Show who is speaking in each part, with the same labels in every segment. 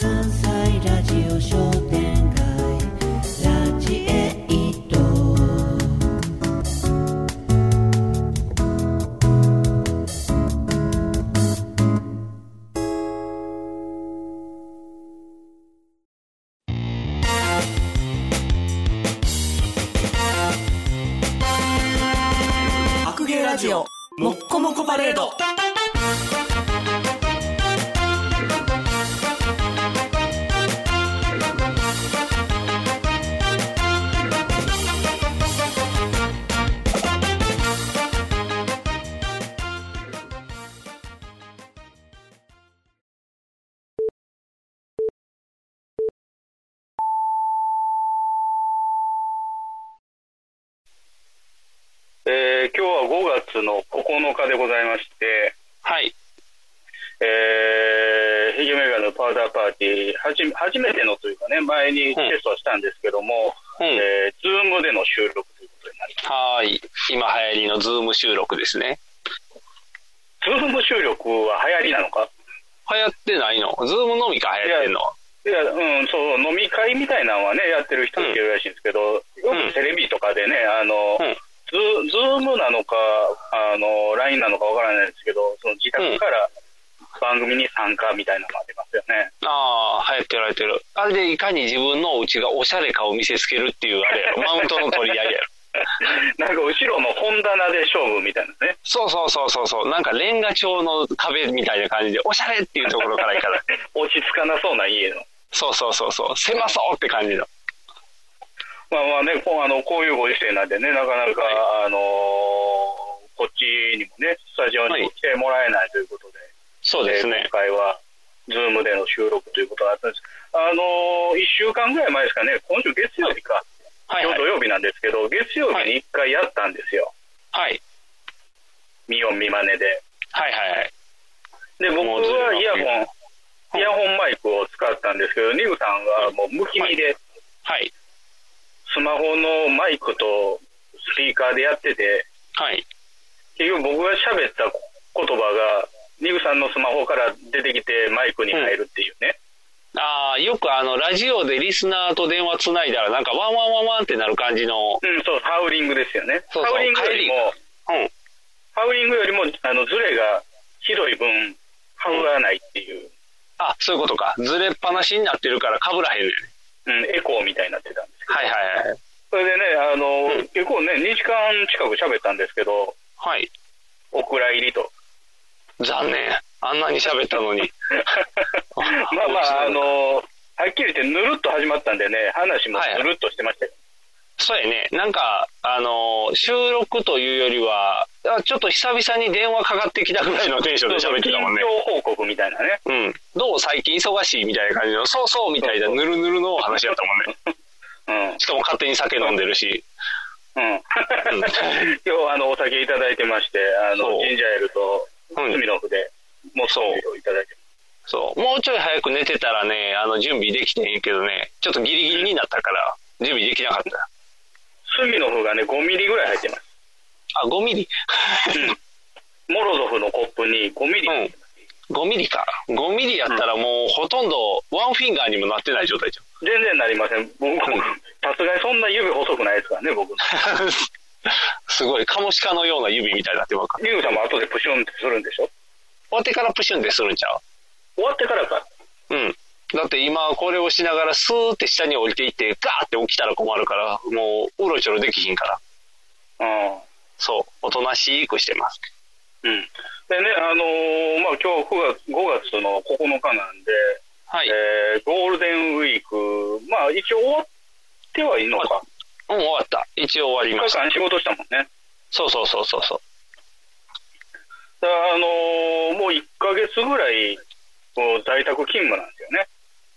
Speaker 1: 関西ラジオ商店街ラジエイト
Speaker 2: 白芸ラジオもっこもこパレード
Speaker 3: えー今日は5月の9日でございまして、
Speaker 4: はい。
Speaker 3: えー、ヒゲメガネのパウダーパーティー、はじ初めてのというかね、前にテストはしたんですけども、
Speaker 4: うん
Speaker 3: えー、ズームでの収録ということになり
Speaker 4: はーい。今流行りのズーム収録ですね。
Speaker 3: ます。ズーム収録は流行りなのか
Speaker 4: 流行ってないのズームのみか流行ってんのはい
Speaker 3: や、うん、そう、飲み会みたいなのはね、やってる人もいるらしいんですけど、よくテレビとかでね、あの、
Speaker 4: うん
Speaker 3: ズズームなのか、あの、LINE なのかわからないですけど、その自宅から番組に参加みたいなのがありますよね。
Speaker 4: ああ、流行ってる流行ってる。あれでいかに自分のお家がおしゃれかを見せつけるっていうあれや ろ。マウントの取り合いやろ。
Speaker 3: なんか後ろの本棚で勝負みたいなね。
Speaker 4: そうそうそうそうそう。なんかレンガ調の壁みたいな感じで、おしゃれっていうところからいかない。
Speaker 3: 落ち着かなそうな家の。
Speaker 4: そうそうそうそう。狭そうって感じの。
Speaker 3: まあまあね、こうあのこういうご時世なんでね、なかなか、あのーこっちにもね、スタジオにも来てもらえないということで、
Speaker 4: そうですね。
Speaker 3: 今回は、ズームでの収録ということだったんです。あのー、1週間ぐらい前ですかね、今週月曜日か、
Speaker 4: はい
Speaker 3: 今
Speaker 4: は
Speaker 3: 日
Speaker 4: い
Speaker 3: 土。曜日なんですけど、月曜日に1回やったんですよ、
Speaker 4: はい。
Speaker 3: 見よう見まねで。
Speaker 4: はいはいはい。
Speaker 3: で、僕
Speaker 4: もうずれな
Speaker 3: は
Speaker 4: く
Speaker 3: イヤホン、イヤホンマイクを使ったんですけど、ニグさんはもうむきみで、
Speaker 4: はい。
Speaker 3: スマホのマイクとスピーカーでやってて、
Speaker 4: はい。
Speaker 3: 結局僕が喋った言葉が、ニグさんのスマホから出てきてマイクに入るっていうね。
Speaker 4: ああ、よくあの、ラジオでリスナーと電話つないだら、なんかワンワンワンワンってなる感じの。
Speaker 3: うん、そう、ハウリングですよね。
Speaker 4: そうそ
Speaker 3: ハ
Speaker 4: う
Speaker 3: ウリングよりも、
Speaker 4: うん。
Speaker 3: ハウリングよりも、あの、ズレがひどい分、ハウらないっていう、
Speaker 4: あ、そういうことか。ずれっぱなしになってるから被らへんねん。
Speaker 3: うん、エコーみたいになってたんですけど。
Speaker 4: はいはいはい。
Speaker 3: それでね、あの、
Speaker 4: うん
Speaker 3: 結構ね、2時間近く喋ったんですけど、
Speaker 4: はい。
Speaker 3: オクラ入りと。
Speaker 4: 残念。あんなに喋ったのに。ま
Speaker 3: まあまあ、あ、の、はっきり言ってぬるっと始まったんでね、話もぬるっとしてましたよ。
Speaker 4: そうやね。なんか、あの、収録というよりは、あちょっと久々に電話かかってきたぐらいのテンションで喋ってたもんね。
Speaker 3: 近況報告みたいなね。
Speaker 4: うん。どう最近忙しいみたいな感じの、そうそうみたいなぬるぬるのお話やったもんね。
Speaker 3: うん。
Speaker 4: しかも勝手に酒飲んでるし。
Speaker 3: うん。 今日、あの、お酒いただいてまして、あ
Speaker 4: そ
Speaker 3: の、
Speaker 4: う
Speaker 3: ジンジャーエールと、
Speaker 4: うん
Speaker 3: スミノフで、もうそういただいて。
Speaker 4: そう。もうちょい早く寝てたらね、あの、準備できてんやけどね、ちょっとギリギリになったから、準備できなかった。
Speaker 3: スミノフがね、5ミリぐらい入ってます。
Speaker 4: あ、5ミリ。
Speaker 3: モロゾフのコップに5ミリ。
Speaker 4: うん5ミリか。5ミリやったらもうほとんどワンフィンガーにもなってない状態じ
Speaker 3: 全然なりません。僕、
Speaker 4: ん
Speaker 3: さすがにそんな指細くないですからね、僕の。
Speaker 4: ゃん。 すごい、カモシカのような指みたいになってまうから。
Speaker 3: リュウさんも後でプシュンってするんでしょ
Speaker 4: 終わってからプシュンでするんちゃ
Speaker 3: 終わってからか。
Speaker 4: ううん。だって今これをしながらスーって下に降りていって、ガーって起きたら困るから、もううろちょろできひんから。
Speaker 3: うん。
Speaker 4: そう。おとなしくしてます。
Speaker 3: うん。でね、あのーまあ今日9月、5月の9日なんで、
Speaker 4: はい。
Speaker 3: えーゴールデンウィーク、まあ一応終わってはいいのか。
Speaker 4: うん、終わった。一応終わり
Speaker 3: 1
Speaker 4: ま
Speaker 3: 日
Speaker 4: した。
Speaker 3: 間仕事したもんね。
Speaker 4: そうそうそうそうそう。
Speaker 3: だからあのーもう1ヶ月ぐらい、こう在宅勤務なんですよね。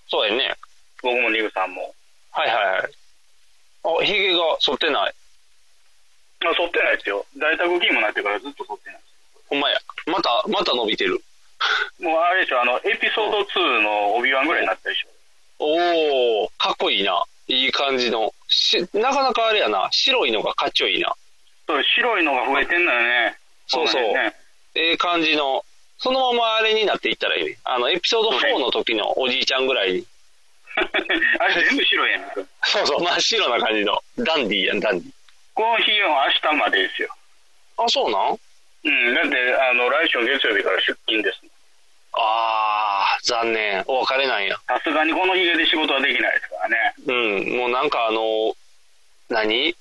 Speaker 4: そうやね。
Speaker 3: 僕もニグさんも。
Speaker 4: はいはいはい。あ、ひげが剃ってない。
Speaker 3: まあ、剃ってないですよ。在宅勤務になってからずっと剃ってない。
Speaker 4: ほんまや。また、また伸びてる。
Speaker 3: もうあれでしょ、あの、エピソード2の帯ワンぐらいになったでしょ。
Speaker 4: おお、かっこいいな。いい感じの。し、なかなかあれやな。白いのがかっちょいいな。
Speaker 3: そう白いのが増えてんのよね。
Speaker 4: そうそう
Speaker 3: この辺ね
Speaker 4: ええ感じの。そのままあれになっていったらいいね。あの、エピソード4の時のおじいちゃんぐらいに。
Speaker 3: あれ全部白やん。
Speaker 4: そうそう、真っ白な感じの。ダンディーやん、ダンディー。
Speaker 3: この費用は明日までですよ。
Speaker 4: あ、そうなん
Speaker 3: うん、だって、あの、来週の月曜日から出勤です。
Speaker 4: あー、残念。お別れなんや。
Speaker 3: さすがにこのヒゲで仕事はできないですからね。
Speaker 4: うん、もうなんかあの、何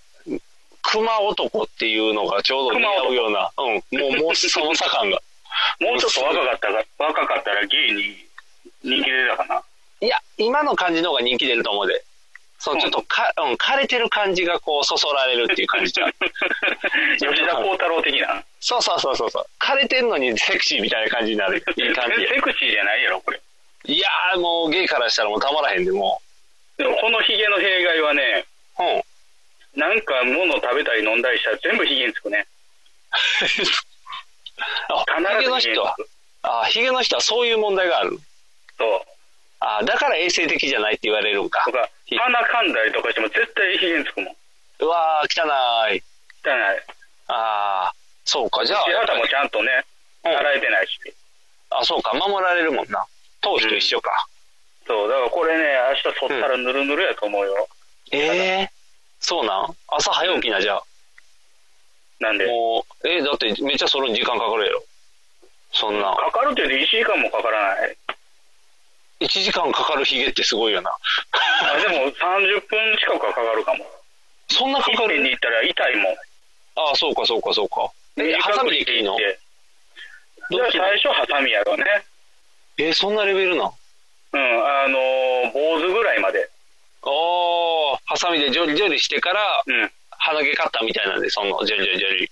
Speaker 4: 熊男っていうのがちょうど似合うような、うん、もう、もう、その差感が。
Speaker 3: もうちょっと若かったか、若かったらゲイに人気出たかな。
Speaker 4: いや、今の感じの方が人気出ると思うで。そのちょっとか、うん、枯れてる感じがこう、そそられるっていう感じじゃん。
Speaker 3: 吉田幸太郎的な。
Speaker 4: そうそうそうそうそう。枯れてんのにセクシーみたいな感じになる。いい感 じや
Speaker 3: セクシーじゃないやろ、これ。
Speaker 4: いやー、もうゲイからしたらもうたまらへんで、も
Speaker 3: でもこのヒゲの弊害はね、
Speaker 4: う。うん。
Speaker 3: なんか物食べたり飲んだりしたら全部ヒゲにつくね。
Speaker 4: あ、ヒゲの人は、あ、ヒゲの人はそういう問題がある。
Speaker 3: そう。
Speaker 4: あ、だから衛生的じゃないって言われるんか。
Speaker 3: とか、
Speaker 4: ひ
Speaker 3: 鼻かんだりとかしても絶対ヒゲにつくもん。
Speaker 4: うわー、汚い。
Speaker 3: じゃない。
Speaker 4: あー、そうか、じゃあ、
Speaker 3: 手肌もちゃんとね、
Speaker 4: うん
Speaker 3: 洗えてないし。
Speaker 4: あ、そうか、守られるもんな。頭皮と一緒か。
Speaker 3: そう、だからこれね、明日剃ったらぬるぬるやと思うよ。
Speaker 4: えー、そうなん朝早起きな、じゃあ。
Speaker 3: なんで。
Speaker 4: もう、えーだってめっちゃそれに時間かかるやろ。そんな。
Speaker 3: かかるって言うと1時間もかから ない。
Speaker 4: 1時間かかるヒゲってすごいよな。
Speaker 3: あでも30分近くはかかるかも。
Speaker 4: そんなか
Speaker 3: 一
Speaker 4: か
Speaker 3: 遍に
Speaker 4: る
Speaker 3: 行ったら痛いもん。
Speaker 4: ああ、そうか、そうか、そうか。え、ハサミで切るの
Speaker 3: じ
Speaker 4: ど
Speaker 3: ゃ
Speaker 4: っ
Speaker 3: あ
Speaker 4: ち
Speaker 3: 最
Speaker 4: の
Speaker 3: 初ハサミやろうね。
Speaker 4: えーそんなレベルなんあ
Speaker 3: うん、あのー坊主ぐらいまで。
Speaker 4: あ、ハサミでジョリジョリしてから、
Speaker 3: うん。いや、
Speaker 4: 鼻毛カッターみたいなんで、その、ジョリジョリジョリ。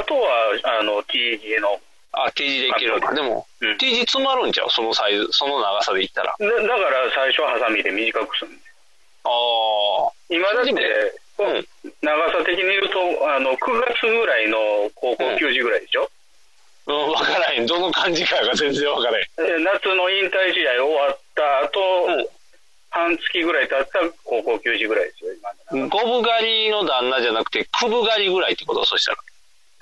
Speaker 3: あとは、あの、T ヒゲの。
Speaker 4: あ、T 字で切るのか。でも、
Speaker 3: うん
Speaker 4: T 字詰まるんちゃうそのサイズ、その長さでいったら。あ
Speaker 3: だだから最初はハサミで短くするんで。
Speaker 4: あ。
Speaker 3: 今だって、
Speaker 4: うん。
Speaker 3: 長さ的に言うと、あの、9月ぐらいの高校球児ぐらいでしょ、
Speaker 4: うん、わからへん。どの感じかが全然わからへん。
Speaker 3: で夏の引退試合終わった後、
Speaker 4: うん
Speaker 3: 半月ぐらい経った高校球児ぐらいですよ、今。
Speaker 4: ゴブ狩りの旦那じゃなくて、クブ狩りぐらいってことそしたら。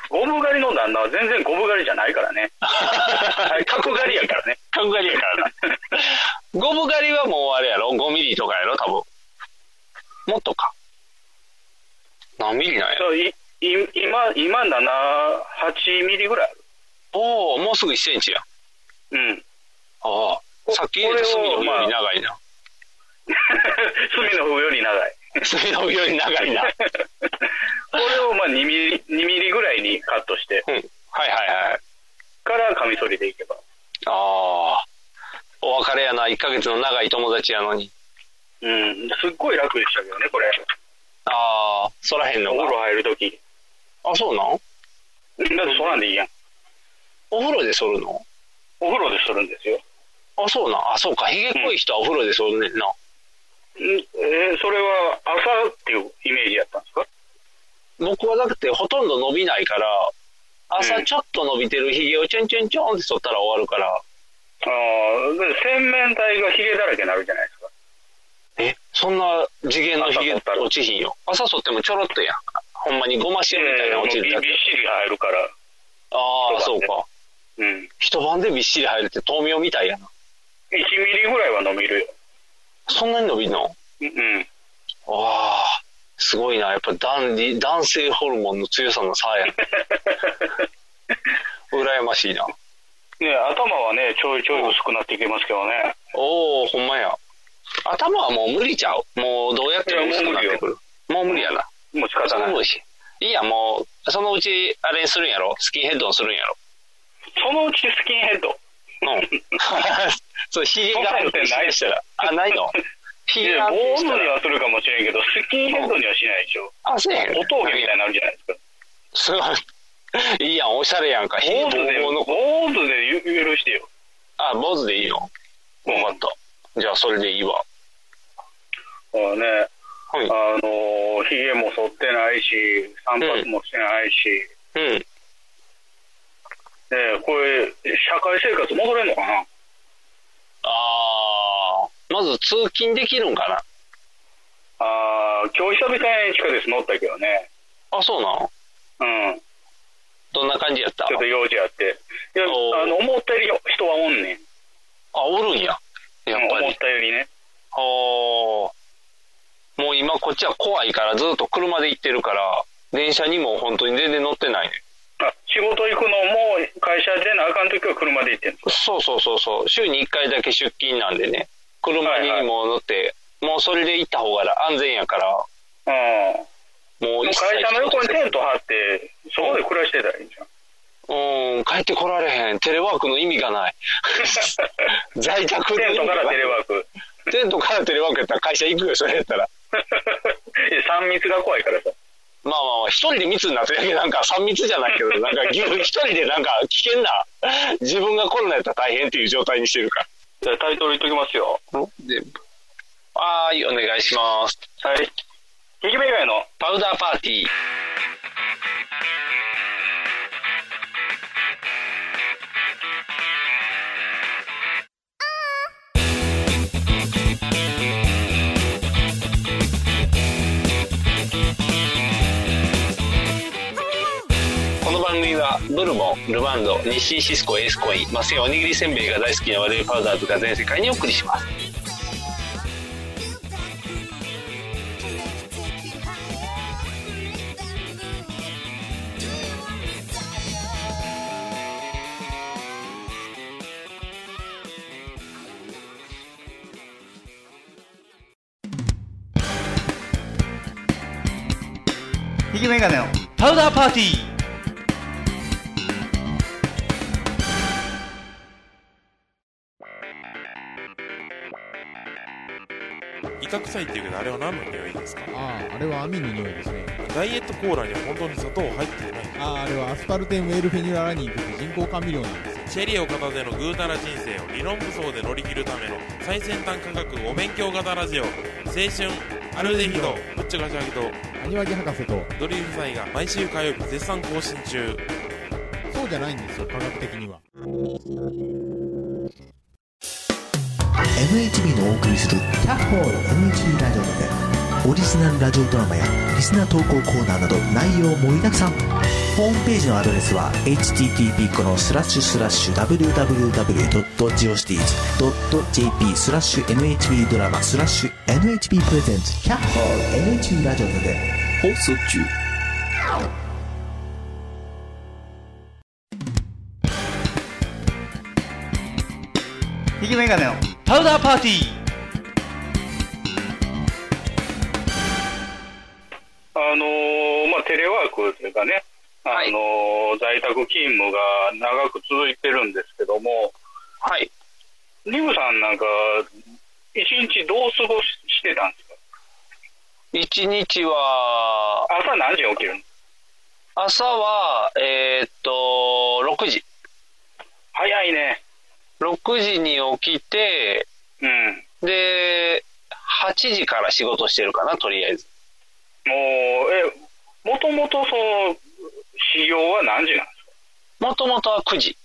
Speaker 3: ゴブ狩りの旦那は全然ゴブ狩りじゃないから ね。はい、角狩りやからね。
Speaker 4: 角刈りやからな。ゴブ狩りはもうあれやろ ?5 ミリとかやろ多分。もっとか。何ミリなんや
Speaker 3: そういい今、今7、8ミリぐらいある。
Speaker 4: おおもうすぐ1センチやん。
Speaker 3: うん。
Speaker 4: ああ。さっき言った隅の方より長いな。
Speaker 3: 隅の方より長い。
Speaker 4: 隅の方より長いな。
Speaker 3: これをまあ2ミリ、2ミリぐらいにカットして、
Speaker 4: うん。はいはいはい。
Speaker 3: からカミソリでいけば。
Speaker 4: ああ。お別れやな。1ヶ月の長い友達やのに。
Speaker 3: うん。すっごい楽でしたけどね、これ。
Speaker 4: ああ。そらへん
Speaker 3: お
Speaker 4: の
Speaker 3: 風
Speaker 4: か。
Speaker 3: 呂入るとき。
Speaker 4: あ、そうなん
Speaker 3: だってそらんでいいやん。
Speaker 4: お風呂で剃るの
Speaker 3: お風呂でするんですよ。
Speaker 4: あ、そうなん。あ、そうか。ひげ濃い人はお風呂で剃るねんな。
Speaker 3: んえーそれは朝っていうイメージやったんですか
Speaker 4: 僕はだってほとんど伸びないから、朝ちょっと伸びてるひげをチュンチュンチュンって剃ったら終わるから、
Speaker 3: ああ、で洗面台がヒゲだらけになるじゃないですか。
Speaker 4: え、そんな次元のひげ
Speaker 3: 朝剃ったら
Speaker 4: 落ちひんよ。朝剃ってもちょろっとやん。ほんまにごま塩みたいな落ちる
Speaker 3: も
Speaker 4: だ
Speaker 3: うび
Speaker 4: け
Speaker 3: びっ。しり入るから。
Speaker 4: ああ、そ
Speaker 3: そううだね
Speaker 4: か。
Speaker 3: うん。
Speaker 4: 一晩でびっしり入るって豆苗みたいやな。
Speaker 3: 1ミリぐらいは飲みるよ。
Speaker 4: そんなに伸びんの
Speaker 3: うん。
Speaker 4: わあ、すごいな。やっぱ男理男性ホルモンの強さの差 やな。羨ましいな。
Speaker 3: ね頭はね、ちょいちょい薄くなってきますけどね。
Speaker 4: おおほんまや頭はもう無理ちゃうもうどうやっても薄くなってくるもう無理やな
Speaker 3: もう仕方
Speaker 4: そ
Speaker 3: な
Speaker 4: の
Speaker 3: い。
Speaker 4: 分しいいやもうそのうちあれにするんやろスキンヘッドにするんやろ
Speaker 3: そのうちスキンヘッド。
Speaker 4: うん そうひげ
Speaker 3: そ
Speaker 4: が
Speaker 3: んなのってない
Speaker 4: したらあな いのひ
Speaker 3: い
Speaker 4: げ
Speaker 3: や
Speaker 4: が
Speaker 3: 坊主
Speaker 4: した
Speaker 3: に
Speaker 4: ら
Speaker 3: はするかもしれんけど、スキンヘッドにはしないでしょ。
Speaker 4: あせえへん
Speaker 3: お峠みたいになるじゃないですか。
Speaker 4: すごいいいやんおしゃれやんかひげ
Speaker 3: 坊
Speaker 4: ぼ
Speaker 3: 主で、
Speaker 4: うぼうの
Speaker 3: 坊主でゆ許してよ。
Speaker 4: あ坊主でいいの分かったじゃあそれでいいわ
Speaker 3: そうね。
Speaker 4: はい
Speaker 3: あのー、ひげも剃ってないし、散髪もしてないし、
Speaker 4: うん
Speaker 3: ね、これ、社会生活戻れんのかな
Speaker 4: あーまず通勤できるんか
Speaker 3: あー今日久々に地下鉄乗ったけどね、
Speaker 4: なあそうなの
Speaker 3: うん、
Speaker 4: どんな感じやった
Speaker 3: ちょっと用事あって。いや、
Speaker 4: おー
Speaker 3: あの、思ったより人はおんねん。
Speaker 4: あ、おるんや。やっぱ
Speaker 3: 思っ
Speaker 4: り。
Speaker 3: たよりね。
Speaker 4: おーもう今こっちは怖いからずっと車で行ってるから、電車にも本当に全然乗ってないね。
Speaker 3: あ仕事行くのも会社出なあかんときは車で行ってんの
Speaker 4: そうそうそうそう。週に1回だけ出勤なんでね。車
Speaker 3: はいは
Speaker 4: に
Speaker 3: い
Speaker 4: も乗って、もうそれで行った方が安全やから、
Speaker 3: うん。も
Speaker 4: もう
Speaker 3: う
Speaker 4: 一切
Speaker 3: 会社の横にテント張って、そこで暮らしてたらいいんじゃん。
Speaker 4: うん、帰ってこられへん。テレワークの意味 がない。在宅の
Speaker 3: テン
Speaker 4: 意
Speaker 3: ト
Speaker 4: 味
Speaker 3: か
Speaker 4: が
Speaker 3: ら
Speaker 4: な
Speaker 3: テ
Speaker 4: い
Speaker 3: レワーク。
Speaker 4: テントからテレワークやったら会社行くよ、それやったら。
Speaker 3: いや3密が怖いからさ。
Speaker 4: まあまあまあ、一人で密になってるだけなんか3密じゃないけど、なん かぎゅ一人でなんか危険な、自分がコロナやったら大変っていう状態にしてるか
Speaker 3: じゃあタイトル言っときますよ。
Speaker 4: ら。全部。はーい、お願いします。
Speaker 3: はい。ひきめ以外の、
Speaker 4: パウダーパーティー。この番組はブルボンルマンド日清シスコエースコインマスやおにぎりせんべいが大好きな我々パウダーズが全世界にお送りします
Speaker 5: ひきメガネの
Speaker 2: パウダーパーティー
Speaker 6: 威嚇臭いっていうけどあれは何の匂いですか
Speaker 7: あああれは網の匂いですね
Speaker 6: ダイエットコーラには本当に砂糖入ってない
Speaker 7: あああれはアスパルテンウェルフェニュララニンという人工甘味料なんですよ
Speaker 6: チェリーを片手のぐうたら人生を理論武装で乗り切るための最先端科学お勉強型ラジオ青春アルデヒドぶっちゃかしゃぎと
Speaker 7: アニワギ博士と
Speaker 6: ドリーフ祭が毎週火曜日絶賛更新中
Speaker 7: そうじゃないんですよ科学的には
Speaker 8: MHB のお送りする「キャッホール MHB ラジオ」でオリジナルラジオドラマやリスナー投稿コーナーなど内容盛りだくさんホームページのアドレスは http このスラッシュスラッシュ www.geocities.jp スラッシュ NHB ドラマスラッシュ NHB プレゼンツキャッホール NHB ラジオで放送中
Speaker 5: ひきメガネの
Speaker 2: パウダーパーティー
Speaker 3: あのーまあ、テレワークというかね、あのー在宅勤務が長く続いてるんですけども、
Speaker 4: はい
Speaker 3: リムさんなんか、一日どう過ごししてたんですか
Speaker 4: 一日は
Speaker 3: 朝何時に起きるの
Speaker 4: 朝はえーっと6時
Speaker 3: 早いね。
Speaker 4: 6時に起きて
Speaker 3: うん。
Speaker 4: で8時から仕事してるかなとりあえず
Speaker 3: もう、え、もともとその、始業は何時なんですか
Speaker 4: もともとは9時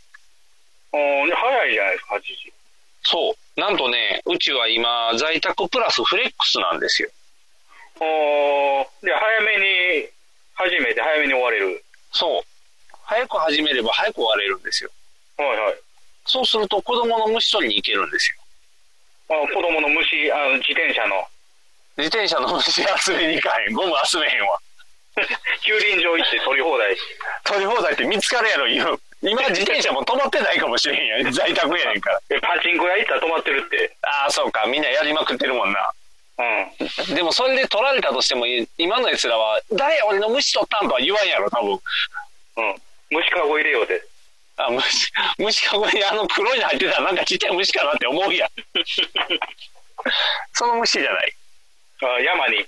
Speaker 3: おー早いじゃないですか、8時。
Speaker 4: そうなんとねうちは今在宅プラスフレックスなんですよ
Speaker 3: おーで、早めに、始めて早めに終われる。
Speaker 4: そう早く始めれば早く終われるんですよ
Speaker 3: はいはい。
Speaker 4: そうすると子供の虫取りに行けるんですよ
Speaker 3: あ子供の虫、あの自転車の
Speaker 4: 自転車の虫集めに行かへんゴム集めへんわ
Speaker 3: 駐輪場行って取り放題。
Speaker 4: 取り放題って見つかるやろ言う今自転車も止まってないかもしれへんやん在宅やねんから
Speaker 3: えパチンコ屋行ったら止まってるって。
Speaker 4: ああそうかみんなやりまくってるもんな
Speaker 3: うん。
Speaker 4: でもそれで取られたとしても今のやつらは「誰俺の虫取ったん?」とは言わんやろ多分
Speaker 3: うん。虫かご入れようで。
Speaker 4: あ虫虫かごにあの黒いの入ってたらなんかちっちゃい虫かなって思うやんその虫じゃない
Speaker 3: あ山に。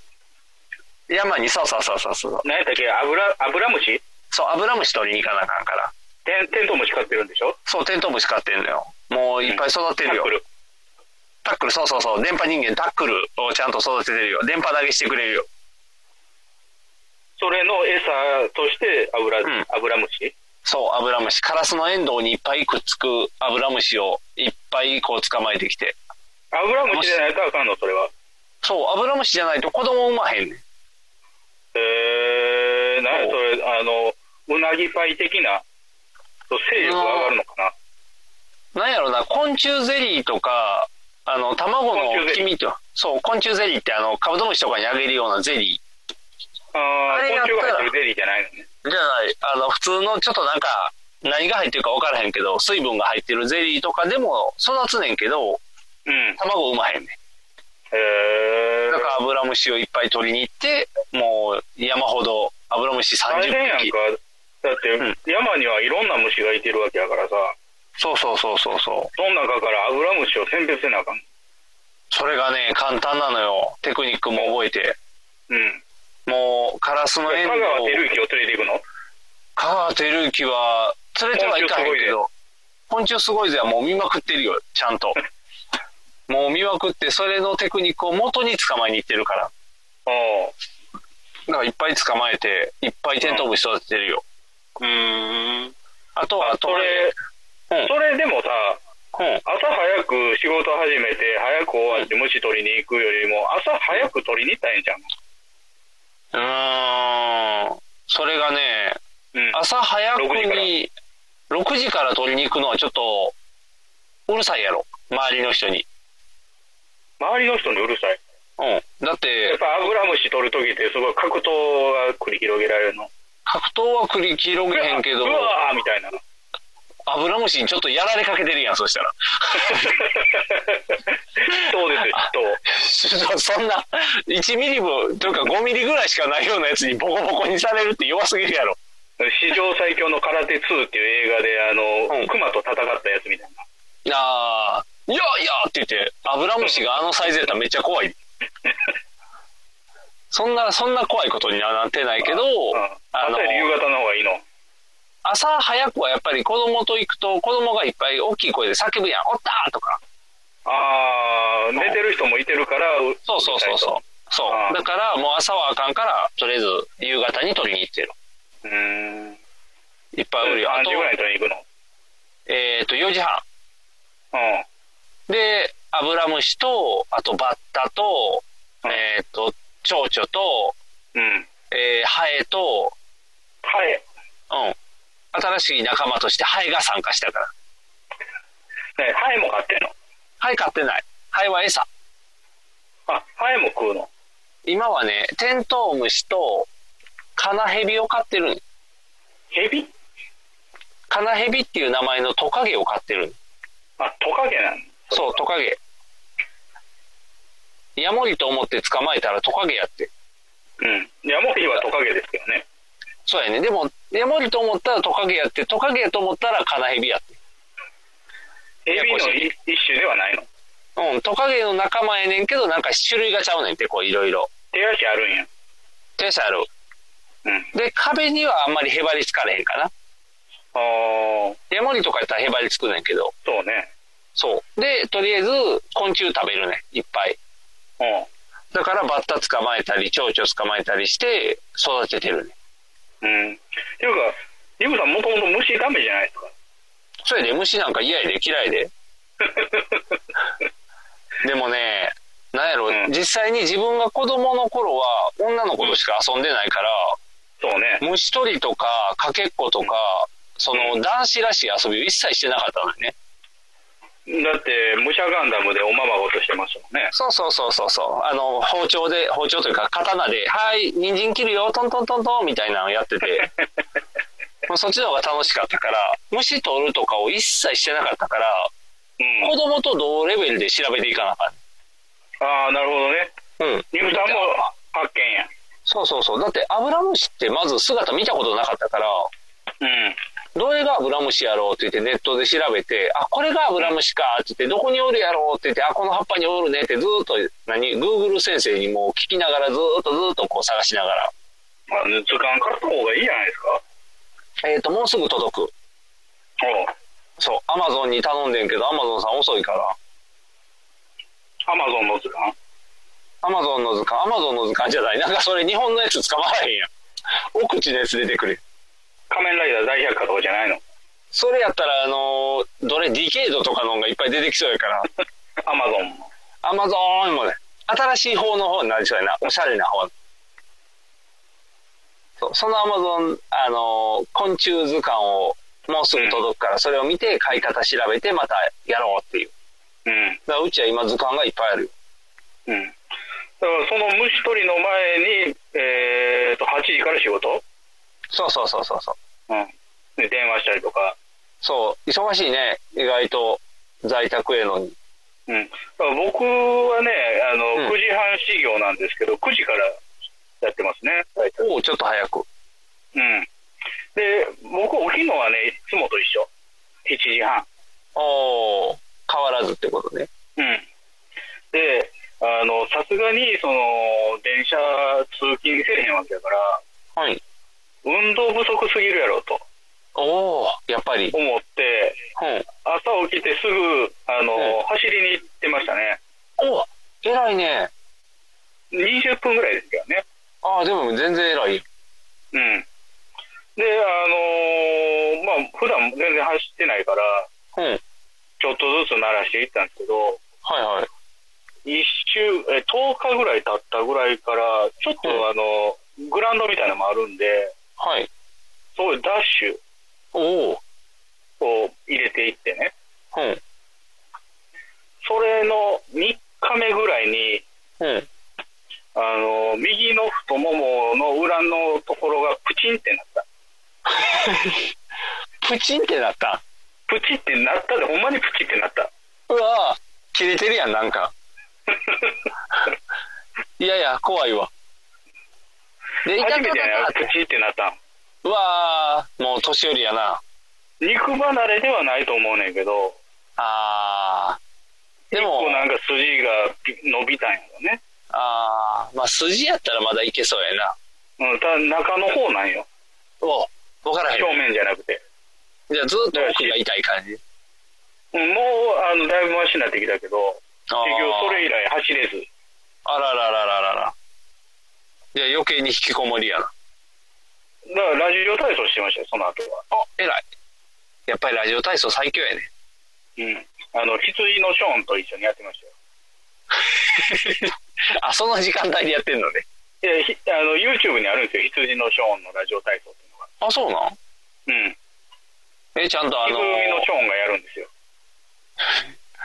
Speaker 4: 山にそうそうそうそうそう
Speaker 3: 何やったっけ油、油虫
Speaker 4: そうアブラムシ取りに行かなあかんから
Speaker 3: テンテントウムシ飼ってるんでしょ
Speaker 4: そうテントウムシ飼ってんのよもういっぱい育てる
Speaker 3: タ
Speaker 4: よ、
Speaker 3: ックル
Speaker 4: タックルそうそうそう電波人間タックルをちゃんと育ててるよ電波投げしてくれるよ
Speaker 3: それの餌として油、
Speaker 4: ん
Speaker 3: 油虫
Speaker 4: そう、アブラムシ。カラスのエンドウにいっぱいくっつくアブラムシをいっぱいこう捕まえてきて。
Speaker 3: 油虫じゃないとあかんの、それは。
Speaker 4: そう、アブラムシじゃないと子供産まへんねん。
Speaker 3: えー、何やそれ、あの、うなぎパイ的な、そう勢力が上がるのかな。
Speaker 4: なんやろな、昆虫ゼリーとか、あの、卵の
Speaker 3: 昆虫ゼ
Speaker 4: 黄
Speaker 3: リ
Speaker 4: 身と、そう、昆虫ゼリーって、あの、カブトムシとかにあげるようなゼリ
Speaker 3: ああ
Speaker 4: あれや
Speaker 3: 昆
Speaker 4: った
Speaker 3: 虫が
Speaker 4: ら
Speaker 3: 入ってるゼリーじゃないのね。
Speaker 4: ーじゃない、あの、普通のちょっとなんか、何が入ってるか分からへんけど、水分が入ってるゼリーとかでも育つねんけど、
Speaker 3: うん。
Speaker 4: 卵産まへんねん。
Speaker 3: へえ
Speaker 4: だからアブラムシをいっぱい取りに行って、もう山ほどアブラムシ
Speaker 3: 大
Speaker 4: 30
Speaker 3: 変やんか
Speaker 4: 匹。。
Speaker 3: だって、山にはいろんな虫がいてるわけやからさ、
Speaker 4: そうそうそうそうそう。
Speaker 3: その中からアブラムシを選別せなあかん。
Speaker 4: それがね、簡単なのよ。テクニックも覚えて。
Speaker 3: うん。
Speaker 4: もう、カラスのエン
Speaker 3: 香
Speaker 4: ド
Speaker 3: 川
Speaker 4: ウ
Speaker 3: 照。之を連れていくの
Speaker 4: 香川照之は、連れてはいかへんけど、昆虫すごいぜはもう見まくってるよ、ちゃ んと。もう見まくって、それのテクニックを元に捕まえに行ってるから。
Speaker 3: ああ。
Speaker 4: だからいっぱい捕まえて、いっぱいテントウムシ育ててるよ。
Speaker 3: うーん。
Speaker 4: あとは、
Speaker 3: それ、
Speaker 4: うん
Speaker 3: それでもさ、
Speaker 4: うん。
Speaker 3: 朝早く仕事始めて、早く終わって虫取りに行くよりも、朝早く取りに行ったらええんちゃ
Speaker 4: うーん。それがね、
Speaker 3: うのうん。
Speaker 4: 朝早く
Speaker 3: 6時から
Speaker 4: に、6時から取りに行くのはちょっと、うるさいやろ。周りの人に。
Speaker 3: 周りの人にうるさい。
Speaker 4: うん。だっ、
Speaker 3: やってぱアブラムシ取るときってすごい格闘が繰り広げられるの。
Speaker 4: 格闘は繰り広げへんけど
Speaker 3: う、わーみ たいな。
Speaker 4: アブラムシにちょっとやられかけてるやん、そしたら。
Speaker 3: そうですよ、人。
Speaker 4: そんな、1ミリも、というか5ミリぐらいしかないようなやつにボコボコにされるって弱すぎるやろ。
Speaker 3: 史上最強の空手2っていう映画で、あ
Speaker 4: うん
Speaker 3: の、熊と戦ったやつみたいな。
Speaker 4: あー、いやいやって言って、アブラムシがあのサイズやったらめっちゃ怖い。 そんな、そんな怖いことにはなってないけど、
Speaker 3: うん。
Speaker 4: あの
Speaker 3: 朝より夕方の方がいいの。
Speaker 4: 朝早くはやっぱり子供と行くと子供がいっぱい大きい声で叫ぶやん「おった!」とか
Speaker 3: あー、寝てる人もいてるから、う
Speaker 4: そうそうそうそうそ
Speaker 3: あ
Speaker 4: う
Speaker 3: ー
Speaker 4: だからもう朝はあかんからとりあえず夕方に取りに行ってる
Speaker 3: う。うーん。
Speaker 4: いっぱいおるよあ
Speaker 3: 3
Speaker 4: と,、
Speaker 3: 時ぐらいに取りに行くの。
Speaker 4: えー、と4時半
Speaker 3: うん。
Speaker 4: でアブラムシとあとバッタと
Speaker 3: うん
Speaker 4: えっ、と蝶々と、
Speaker 3: うん。
Speaker 4: えーハエと
Speaker 3: はい。
Speaker 4: うん新しい仲間としてハエが参加したから
Speaker 3: ね、ハエも飼ってんの。
Speaker 4: ハエ飼ってないハエは餌
Speaker 3: あ、ハエも食うの。
Speaker 4: 今はねテントウムシとカナヘビを飼ってるん
Speaker 3: ヘビ
Speaker 4: カナヘビっていう名前のトカゲを飼ってる。
Speaker 3: あ、トカゲなの。
Speaker 4: そう、トカゲ。ヤモリと思って捕まえたらトカゲやって。
Speaker 3: うん。ヤモリはトカゲですけどね。
Speaker 4: そうやね。でも、ヤモリと思ったらトカゲやって、トカゲやと思ったらカナヘビやって。
Speaker 3: ヘビの一一種ではないの。
Speaker 4: うん、トカゲの仲間やねんけど、なんか種類がちゃうねんって、こういろいろ。
Speaker 3: 手足あるんや。
Speaker 4: テンシャル。
Speaker 3: うん。
Speaker 4: で、壁にはあんまりへばりつかれへんかな。
Speaker 3: あー、
Speaker 4: ヤモリとかやったらへばりつくねんけど。
Speaker 3: そうね。
Speaker 4: そう。で、とりあえず昆虫食べるねんいっぱい。
Speaker 3: う
Speaker 4: だからバッタ捕まえたり、蝶々捕まえたりして育ててるね。
Speaker 3: ん。うん。っていうか、リブさんもともと虫ダメじゃないですか。
Speaker 4: それで虫なんか嫌やで嫌い ででもねなんやろ、
Speaker 3: うん
Speaker 4: 実際に自分が子供の頃は女の子としか遊んでないから、
Speaker 3: そうね。
Speaker 4: 虫取りとかかけっことか、その男子らしい遊びを一切してなかったのよね
Speaker 3: だって、武者ガンダムでおままごとしてましたもんね。
Speaker 4: そうそうそうそうそうあの包丁で包丁というか刀で「はい人参切るよトントントントン」みたいなのやって てもうそっちの方が楽しかったから虫取るとかを一切してなかったから
Speaker 3: うん
Speaker 4: 子。供と同レベルで調べていかなあかん
Speaker 3: あー、なるほどね。
Speaker 4: うん。
Speaker 3: リブさんも発見や。
Speaker 4: そうそうそう。だってアブラムシってまず姿見たことなかったから、
Speaker 3: うん。
Speaker 4: どれがアブラムシやろうって言ってネットで調べて、あ、これがアブラムシかって言って、どこにおるやろうって言って、あ、この葉っぱにおるねってずーっと、何、Google 先生にもう聞きながらずーっとずーっとこう探しながら、
Speaker 3: まあ、図鑑買った方がいいじゃないですか。
Speaker 4: えっ、と、もうすぐ届く。
Speaker 3: おう
Speaker 4: そう、アマゾンに頼んでんけど、アマゾンさん遅いから。
Speaker 3: アマゾンの図鑑
Speaker 4: アマゾンの図鑑、アマゾンの図鑑じゃない。なんかそれ日本のやつ捕まらへんやん。奥地のやつ出てくる。
Speaker 3: 仮面ライダー大百科とかじゃないの
Speaker 4: それやったら、あのーどれ、ディケイドとかのんがいっぱい出てきそうやから。
Speaker 3: アマゾンも。
Speaker 4: アマゾンもね、新しい方の方になりそうやな、おしゃれな方。そうそのアマゾン、あのー昆虫図鑑をもうすぐ届くから、それを見て買い方調べてまたやろうっていう。
Speaker 3: うん。
Speaker 4: だからうちは今図鑑がいっぱいあるよ。
Speaker 3: うん。だからその虫取りの前に、えー、と8時から仕事、
Speaker 4: そうそうそうそうそ
Speaker 3: う
Speaker 4: う。
Speaker 3: ん、で電話したりとか、
Speaker 4: そう、忙しいね。意外と在宅へのに。
Speaker 3: うん、だから僕はねあの、
Speaker 4: うん
Speaker 3: 9時半始業なんですけど9時からやってますね大体
Speaker 4: おうちょっと早く。
Speaker 3: うん、で僕起きるのはねいつもと一緒7時半
Speaker 4: おお変わらずってことね。
Speaker 3: うんであのさすがにその電車通勤せえへんわけだから
Speaker 4: はい。
Speaker 3: 運動不足すぎるやろと
Speaker 4: おおやっぱり。
Speaker 3: 思って
Speaker 4: うん。
Speaker 3: 朝起きてすぐあの、
Speaker 4: うん
Speaker 3: 走りに行ってましたね
Speaker 4: おお偉いね。
Speaker 3: 20分ぐらいですけどね
Speaker 4: ああ、でも全然偉いよ。
Speaker 3: うんであのまあ普段全然走ってないから
Speaker 4: うん。はい
Speaker 3: ちょっとずつ慣らしていったんですけど
Speaker 4: はい。
Speaker 3: 一週え10日ぐらい経ったぐらいからちょっと
Speaker 4: うん
Speaker 3: あの、グラウンドみたいなのもあるんで
Speaker 4: はい。
Speaker 3: そういうダッシュ
Speaker 4: おお
Speaker 3: を入れていってね
Speaker 4: うん。
Speaker 3: それの3日目ぐらいに
Speaker 4: うん。
Speaker 3: あの右の太ももの裏のところがプチンってなった
Speaker 4: プチンってなった。
Speaker 3: プチってなったでほんまにプチってなった
Speaker 4: うわー切れてるやん、な んか。いやいや、怖いわ。で、痛
Speaker 3: 初
Speaker 4: く
Speaker 3: め
Speaker 4: な
Speaker 3: てや
Speaker 4: った
Speaker 3: な
Speaker 4: っ
Speaker 3: プ
Speaker 4: て。
Speaker 3: チってなったん
Speaker 4: うわーもう年寄りやな。
Speaker 3: 肉離れではないと思うねんけど
Speaker 4: あーで
Speaker 3: 結
Speaker 4: も
Speaker 3: 構、なんか筋がピ伸びたんやろね、
Speaker 4: あーまあ、筋やったらまだいけそうやな。
Speaker 3: うん、ただ中の方なんよ
Speaker 4: お分からへん。
Speaker 3: 表面じゃなくて、
Speaker 4: じゃあずっと奥が痛い感じ。
Speaker 3: うん、もうあのだいぶマシになってきたけど
Speaker 4: あ
Speaker 3: 結
Speaker 4: ー
Speaker 3: 局それ以来走れず
Speaker 4: あらららららら。いや、余計に引きこもりやな。
Speaker 3: だからラジオ体操してましたよその後は
Speaker 4: あ、偉い。やっぱりラジオ体操最強やね。
Speaker 3: うんあの羊のショーンと一緒にやってましたよ
Speaker 4: あ、その時間帯でやってんのね。
Speaker 3: いやひあの YouTube にあるんですよ羊のショーンのラジオ体操っていうのが
Speaker 4: あ、そうなん
Speaker 3: うん
Speaker 4: え、ちゃんとあの
Speaker 3: 羊、のショーンがやるんですよ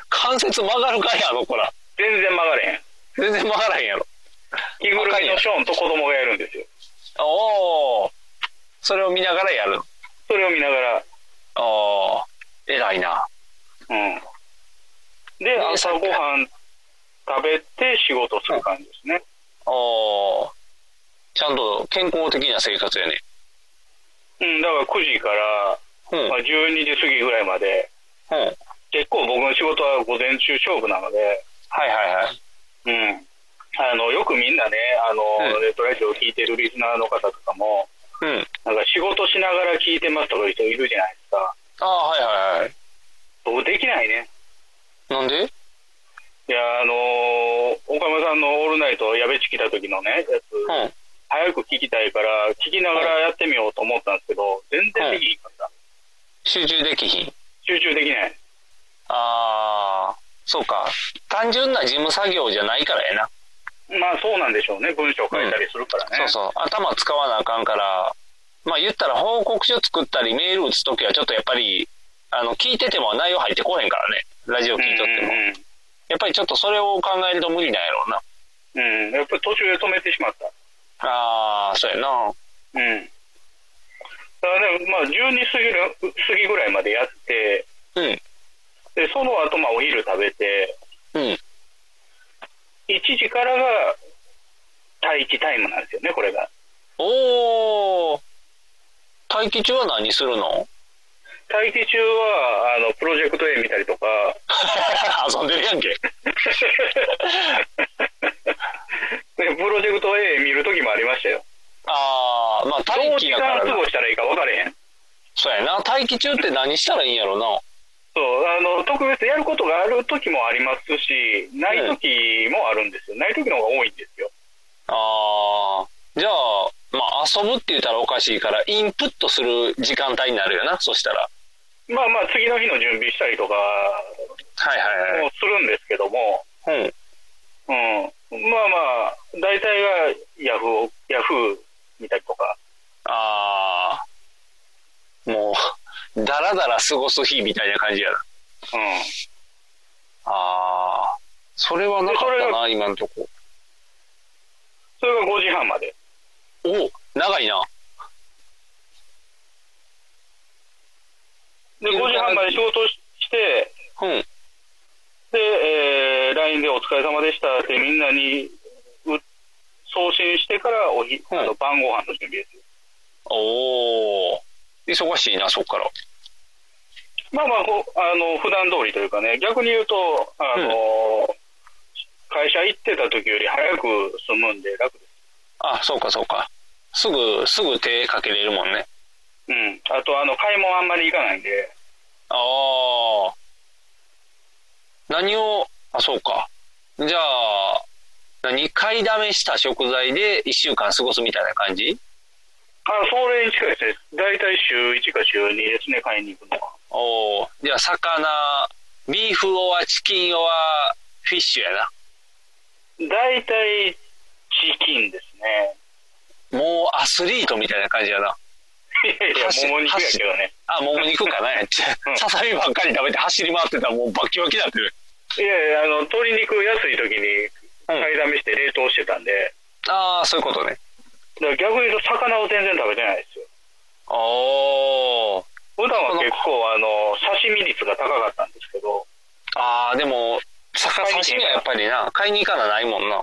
Speaker 4: 関節曲がるかいあの子ら。
Speaker 3: 全然曲がれへん
Speaker 4: 全然曲がらへんやろ。
Speaker 3: 着ぐるみのショーンと子供がやるんですよ
Speaker 4: おお。それを見ながらやるの。
Speaker 3: それを見ながら
Speaker 4: ああ、偉いな。
Speaker 3: うんで朝ごはん食べて仕事する感じですね
Speaker 4: ああ。ちゃんと健康的な生活やね。
Speaker 3: うんだから9時から、
Speaker 4: うん。
Speaker 3: まあ、12時過ぎぐらいまで
Speaker 4: うん。はい
Speaker 3: 結構僕の仕事は午前中勝負なので
Speaker 4: はいはい。
Speaker 3: うんあのよくみんなねあの、
Speaker 4: うん
Speaker 3: ネットラジオを聞いてるリスナーの方とかも
Speaker 4: うん。
Speaker 3: なんか仕事しながら聞いてますとかいう人いるじゃないですか
Speaker 4: ああ、はいはいはい。
Speaker 3: 僕できないね
Speaker 4: なんで
Speaker 3: いやあの岡村さんの「オールナイト」やべち来た時のねやつ、
Speaker 4: うん。あ
Speaker 3: 早く聞きたいから聞きながらやってみようと思ったんですけど全然できひんかった、
Speaker 4: 集中できひん。
Speaker 3: 集中できない
Speaker 4: ああ、そうか。単純な事務作業じゃないからやな。
Speaker 3: まあそうなんでしょうね文章書いたりするからね、
Speaker 4: そうそう。頭使わなあかんから、まあ言ったら報告書作ったりメール打つときはちょっとやっぱり、あの、聞いてても内容入ってこへんからね。ラジオ聞いとっても。
Speaker 3: ん
Speaker 4: やっぱりちょっとそれを考えると無理なんやろうな。
Speaker 3: うん、うん、やっぱり途中で止めてしまった
Speaker 4: ああ、そうやな。
Speaker 3: うん。だからね、まあ、12過ぎる過ぎぐらいまでやって、
Speaker 4: うん。
Speaker 3: で、その後、まあ、お昼食べて、
Speaker 4: うん。
Speaker 3: 1時からが、待機タイムなんですよね、これが。
Speaker 4: おー。待機中は何するの
Speaker 3: 待機中は、あの、プロジェクト A 見たりとか、
Speaker 4: 遊んでるやんけ。
Speaker 3: でプロジェクト A 見る時もありましたよ。
Speaker 4: ああ、まあ
Speaker 3: ど
Speaker 4: 待
Speaker 3: う
Speaker 4: 機
Speaker 3: 時
Speaker 4: やか
Speaker 3: 間
Speaker 4: ら
Speaker 3: 過
Speaker 4: な。
Speaker 3: ごしたらいいか分かれへん。
Speaker 4: そうやな。待機中って何したらいいんやろうな。
Speaker 3: そう、あの、特別やることがある時もありますし、ない時もあるんですよ。ない時の方が多いんですよ。
Speaker 4: ああ、じゃあ、まあ、遊ぶって言ったらおかしいから、インプットする時間帯になるよな、そしたら。
Speaker 3: まあまあ、次の日の準備したりとか、
Speaker 4: はいはい
Speaker 3: もうするんですけども、
Speaker 4: はい。うん。
Speaker 3: うん、まあまあ、大体がヤフオヤフー見たりとか、
Speaker 4: だらだら過ごす日みたいな感じやな。
Speaker 3: うん。
Speaker 4: ああ、それはなか
Speaker 3: でそ
Speaker 4: っ
Speaker 3: れ
Speaker 4: たな、
Speaker 3: が
Speaker 4: 今のとこ。
Speaker 3: それが5時半まで。
Speaker 4: お長いな。
Speaker 3: で、5時半まで仕事しして、
Speaker 4: うん。
Speaker 3: で、えー、LINE でお疲れ様でしたってみんなにう送信してからおひ、
Speaker 4: うん
Speaker 3: あの晩ご飯の準備です。
Speaker 4: おお忙しいな、そっから。
Speaker 3: まあまあ、こうあの普段通りというかね、逆に言うと、あの会社行ってた時より早く済むんで楽です。
Speaker 4: あ、そうか、そうか。すぐ、すぐ手かけれるもんね。
Speaker 3: うん。あと、あの、買い物あんまり行かないんで、
Speaker 4: ああ。何を、あ、そうか。じゃあ、何買いだめした食材で1週間過ごすみたいな感じ
Speaker 3: あ、それに近いですね。だいたい週1か週2ですね、買いに行くのは。
Speaker 4: おお。じゃあ、魚、ビーフオア、チキンオア、フィッシュやな。
Speaker 3: だいたいチキンですね。
Speaker 4: もうアスリートみたいな感じやな。
Speaker 3: いやいや、
Speaker 4: 箸
Speaker 3: もも肉やけどね。
Speaker 4: あ、もも肉かな。
Speaker 3: ん
Speaker 4: ささみばっかり食べて走り回ってたらもうバキバキになってる。
Speaker 3: いやいや、あの、鶏肉安い時に
Speaker 4: うん
Speaker 3: 買いだめして冷凍してたんで、
Speaker 4: ああ、そういうことね。
Speaker 3: だから逆に言うと魚を全然食べてないですよ。
Speaker 4: おー。
Speaker 3: 普段は結構、あの、刺身率が高かったんですけど、
Speaker 4: ああ、でも、魚
Speaker 3: 買いに行けんか
Speaker 4: 刺身はやっぱりな、買いに行かなないもんな。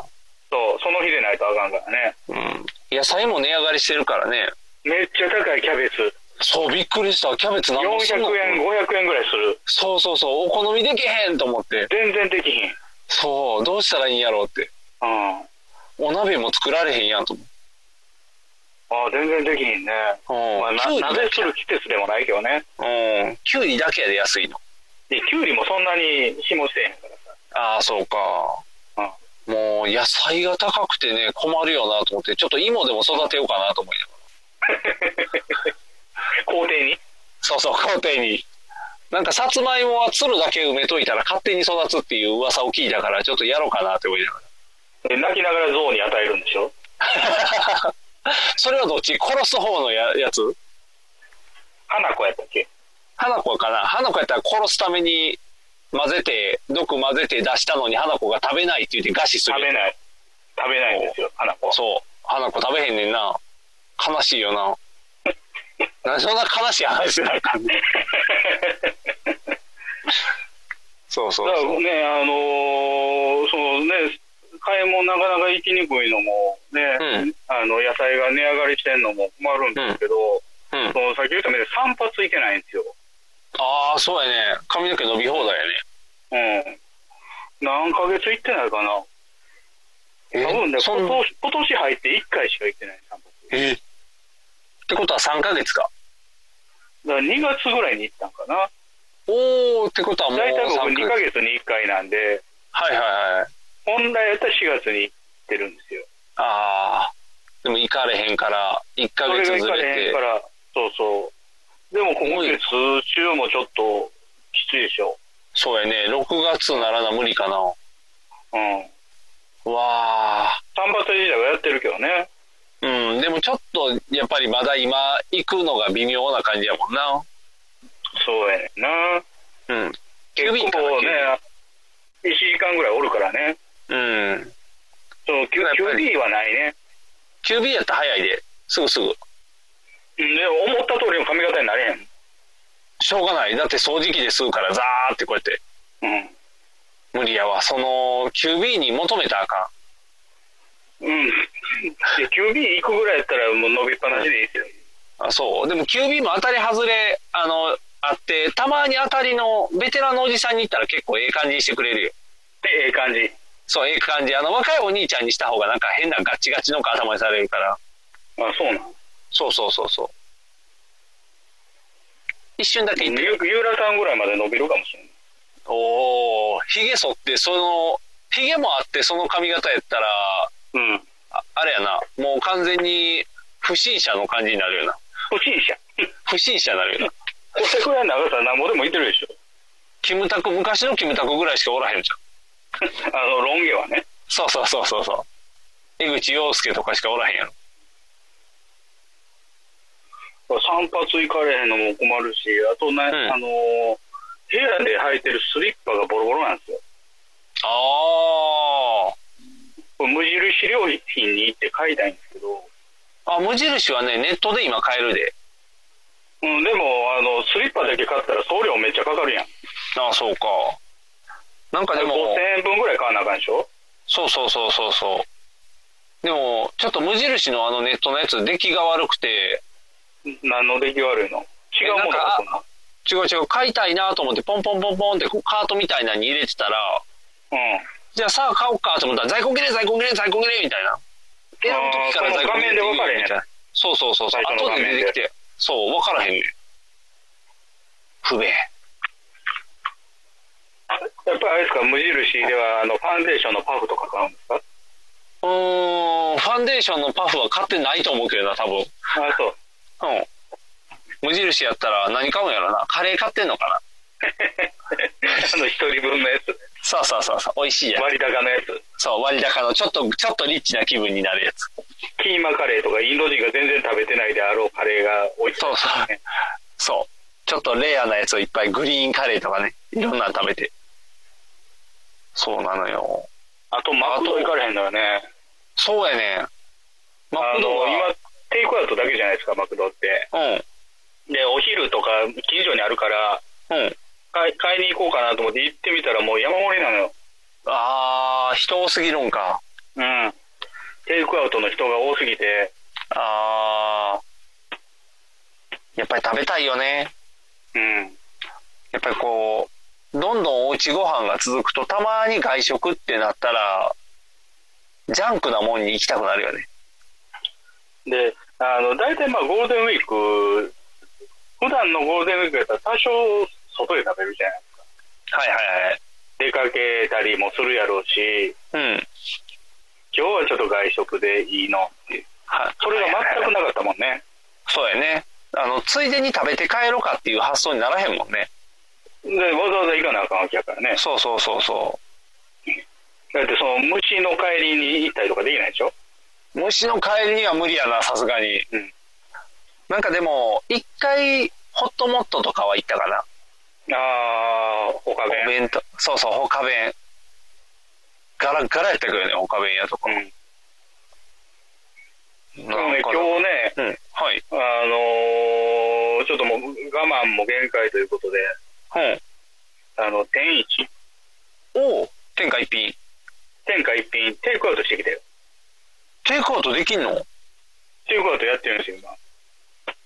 Speaker 3: そう、その日でないとあかんからね。
Speaker 4: うん。野菜も値上がりしてるからね。
Speaker 3: めっちゃ高いキャベツ。
Speaker 4: そう、びっくりした。キャベツなんぼす
Speaker 3: 400
Speaker 4: んの
Speaker 3: 円、500円ぐらいする。
Speaker 4: そうそうそう、お好みできへんと思って。
Speaker 3: 全然できひん。
Speaker 4: そう、どうしたらいいんやろうって。
Speaker 3: うん。あ
Speaker 4: お鍋も作られへんやんと
Speaker 3: あ、全然できひんね。ま
Speaker 4: 思
Speaker 3: あ、
Speaker 4: う。うん。
Speaker 3: な
Speaker 4: きゅうりだ
Speaker 3: 鍋する季節でもないけどね。
Speaker 4: け。うん。きゅうりだけやで安いの。
Speaker 3: で、きゅうりもそんなに霜してへん からさ。
Speaker 4: ああ、そうか。もう野菜が高くてね、困るよなと思って、ちょっと芋でも育てようかなと思いながら。
Speaker 3: 校庭に。
Speaker 4: そうそう、校庭に。なんかさつまいもはつるだけ埋めといたら勝手に育つっていう噂を聞いたから、ちょっとやろうかなって思いながら。
Speaker 3: で泣きながら象に与えるんでしょ
Speaker 4: それはどっち殺す方のややつ
Speaker 3: 花子やったっけ
Speaker 4: 花子かな花子やったら殺すために混ぜて毒混ぜて出したのに花子が食べないって言って餓死する
Speaker 3: 食べない。食べないんですよ、花子は。
Speaker 4: そう花子食べへんねんな悲しいよななんでそんな悲しい話なんかんねんそうそ
Speaker 3: だ
Speaker 4: う
Speaker 3: から
Speaker 4: そう
Speaker 3: ね、あのーそのね、買い物なかなか行きにくいのも、ね、
Speaker 4: うん
Speaker 3: あの野菜が値上がりしてるのも困るんですけど、
Speaker 4: うん
Speaker 3: そのさっき言ったみたいに散髪行けないんですよ。
Speaker 4: ああそうやね髪の毛伸び放題やね
Speaker 3: うん。何ヶ月行ってないかな。
Speaker 4: え
Speaker 3: 多分ね、
Speaker 4: そん
Speaker 3: 今年今年入って1回しか行ってない、散髪。
Speaker 4: えってことは3ヶ月か
Speaker 3: だから2月ぐらいに行ったんかな。
Speaker 4: おおってことはもう
Speaker 3: 大体僕
Speaker 4: 3
Speaker 3: 2
Speaker 4: ヶ
Speaker 3: ヶ
Speaker 4: 月
Speaker 3: 月に1回なんで、
Speaker 4: はいはいはい
Speaker 3: 本来やったら4月に行ってるんですよ。
Speaker 4: ああでも行かれへんから1ヶ
Speaker 3: それ
Speaker 4: 月
Speaker 3: が
Speaker 4: ず
Speaker 3: 行かれへ
Speaker 4: れ
Speaker 3: ん
Speaker 4: て
Speaker 3: から、そうそう。でも今月中もちょっときついでしょ。
Speaker 4: そうやね、6月ならな無理かな。
Speaker 3: うん。
Speaker 4: わあ。
Speaker 3: 散髪自体はやってるけどね。
Speaker 4: うん、でもちょっと、やっぱりまだ今、行くのが微妙な感じやもんな。
Speaker 3: そうやねんな。
Speaker 4: うん。
Speaker 3: 結
Speaker 4: 急便かな
Speaker 3: 構ね、1時間ぐらいおるからね。
Speaker 4: うん。
Speaker 3: そう、
Speaker 4: やっぱり
Speaker 3: QB はないね。
Speaker 4: 急便やったら早いで。すぐすぐ。
Speaker 3: うんで、思った通りの髪型になれへん。
Speaker 4: しょうがない。だって掃除機で吸うから、ザーってこうやって。
Speaker 3: うん。
Speaker 4: 無理やわ。その、急便に求めたらあか
Speaker 3: うん。で、QB 行くぐらいやったらもう伸びっぱなしでいいですよ。
Speaker 4: ん。あ、そう。でも急便も当たり外れ、あの、あって、たまに当たりの、ベテランのおじさんに行ったら結構ええ感じにしてくれるよ。
Speaker 3: で、ええ感じ。
Speaker 4: そう、ええ感じ。あの、若いお兄ちゃんにした方がなんか変なガチガチの頭にされるから。
Speaker 3: あ、そうなん。
Speaker 4: そうそうそうそう。一瞬だけ行って
Speaker 3: ゆ
Speaker 4: る。
Speaker 3: ゆうらさんぐらいまで伸びるかもしれない。
Speaker 4: おお、ひげ剃って、その、ひげもあって、その髪型やったら、
Speaker 3: うん。
Speaker 4: ああれやな、もう完全に不審者の感じになるよな。
Speaker 3: 不審 者。
Speaker 4: 不審者になるよな。
Speaker 3: これぐらいの長さなんぼでもいてるでしょ。
Speaker 4: キムタク、昔のキムタクぐらいしかおらへんじゃん。
Speaker 3: あの、ロン毛はね。
Speaker 4: そうそうそうそうそう。江口洋介とかしかおらへんやろ。
Speaker 3: 散髪行かれへんのも困るし、あとね、
Speaker 4: ん
Speaker 3: あのー部屋で履いてるスリッパがボロボロなんですよ。
Speaker 4: あ
Speaker 3: これ無印良品に行って買いたいんですけど、
Speaker 4: あ。あ、無印はね、ネットで今買えるで。
Speaker 3: うん、でも、あの、スリッパだけ買ったら送料めっちゃかかるやん。
Speaker 4: ああ、そうか。なんかでも、
Speaker 3: 5000円分ぐらい買わなあかんでしょ
Speaker 4: そうそうそうそうそう。でも、ちょっと無印のあのネットのやつ、出来が悪くて、
Speaker 3: 何の出来悪いの違うものか、そんな。
Speaker 4: 違う違う、買いたいなと思って、ポンポンポンポンってこうカートみたいなのに入れてたら、
Speaker 3: うん。
Speaker 4: じゃあさあ買おうかと思ったら、在庫切れ、在庫切れ、在庫切れみたいな。選ぶ時から在庫切れって言うみ
Speaker 3: あーその画面で分
Speaker 4: たい
Speaker 3: かれへ
Speaker 4: な。そうそうそうそう。
Speaker 3: 最初の
Speaker 4: 後
Speaker 3: 画
Speaker 4: で
Speaker 3: 面で
Speaker 4: 出てきて、そう、分からへんねん。不便。
Speaker 3: やっぱりあれですか、無印では、あの、ファンデーションのパフとか買うんですか
Speaker 4: うーん、ファンデーションのパフは買ってないと思うけどな、多分。
Speaker 3: あ、そう。
Speaker 4: うん。無印やったら何買うんやろな。カレー買ってんのかな。
Speaker 3: あの、一人分のやつ。
Speaker 4: さあさあさあさあ、美味しいやん。
Speaker 3: 割高のやつ。
Speaker 4: そう、割高の、ちょっと、ちょっとリッチな気分になるやつ。
Speaker 3: キーマカレーとか、インド人が全然食べてないであろうカレーが美味しい、
Speaker 4: そうそう。そう。ちょっとレアなやつをいっぱい、グリーンカレーとかね、いろんなの食べて。そうなのよ。
Speaker 3: あと、マクド行かれへんのよね。
Speaker 4: そうやね。マ
Speaker 3: あ
Speaker 4: クド
Speaker 3: の、
Speaker 4: は
Speaker 3: 今、テイクアウトだけじゃないですか、マクドって。で、お昼とか、近所にあるから、
Speaker 4: うん、うん。
Speaker 3: 買い買いに行こうかなと思って行ってみたらもう山盛りなのよ。
Speaker 4: あー、人多すぎるんか。
Speaker 3: うん。テイクアウトの人が多すぎて、
Speaker 4: あー。やっぱり食べたいよね。
Speaker 3: うん。
Speaker 4: やっぱりこう、どんどんおうちご飯が続くと、たまに外食ってなったら、ジャンクなもんに行きたくなるよね。
Speaker 3: で、あの、大体まあゴールデンウィーク、普段のゴールデンウィークやったら多少外で食べるじゃん。
Speaker 4: はいは
Speaker 3: 出かけたりもするやろうし、
Speaker 4: いはい。うん。
Speaker 3: 今日はちょっと外食でいいのっていう。
Speaker 4: は
Speaker 3: それが全くなかったもんね。
Speaker 4: そうやね。あの、ついでに食べて帰ろうかっていう発想にならへんもんね。
Speaker 3: で、わざわざ行かなあかんわけやからね。
Speaker 4: そうそうそうそ
Speaker 3: だってその虫の帰りに行ったりとかできないでしょ
Speaker 4: う。虫の帰りには無理やな、さすがに。
Speaker 3: うん
Speaker 4: なんかでも、一回、ホットモットとかは行ったかな。
Speaker 3: ああ、おか
Speaker 4: お
Speaker 3: げ。
Speaker 4: 弁当、そうそう、他弁。ガラッガラやったけどね、他弁やとか。
Speaker 3: うん。でも
Speaker 4: な
Speaker 3: ね
Speaker 4: ん、か
Speaker 3: 今
Speaker 4: な
Speaker 3: 日ね、
Speaker 4: うん。はい。
Speaker 3: あのーちょっともう我慢も限界ということで、
Speaker 4: うん。
Speaker 3: あの、天一、
Speaker 4: おう天下一品。
Speaker 3: 天下一品、テイクアウトしてきてよ。
Speaker 4: テイクアウトできんの
Speaker 3: テイクアウトやってるんですよ、今。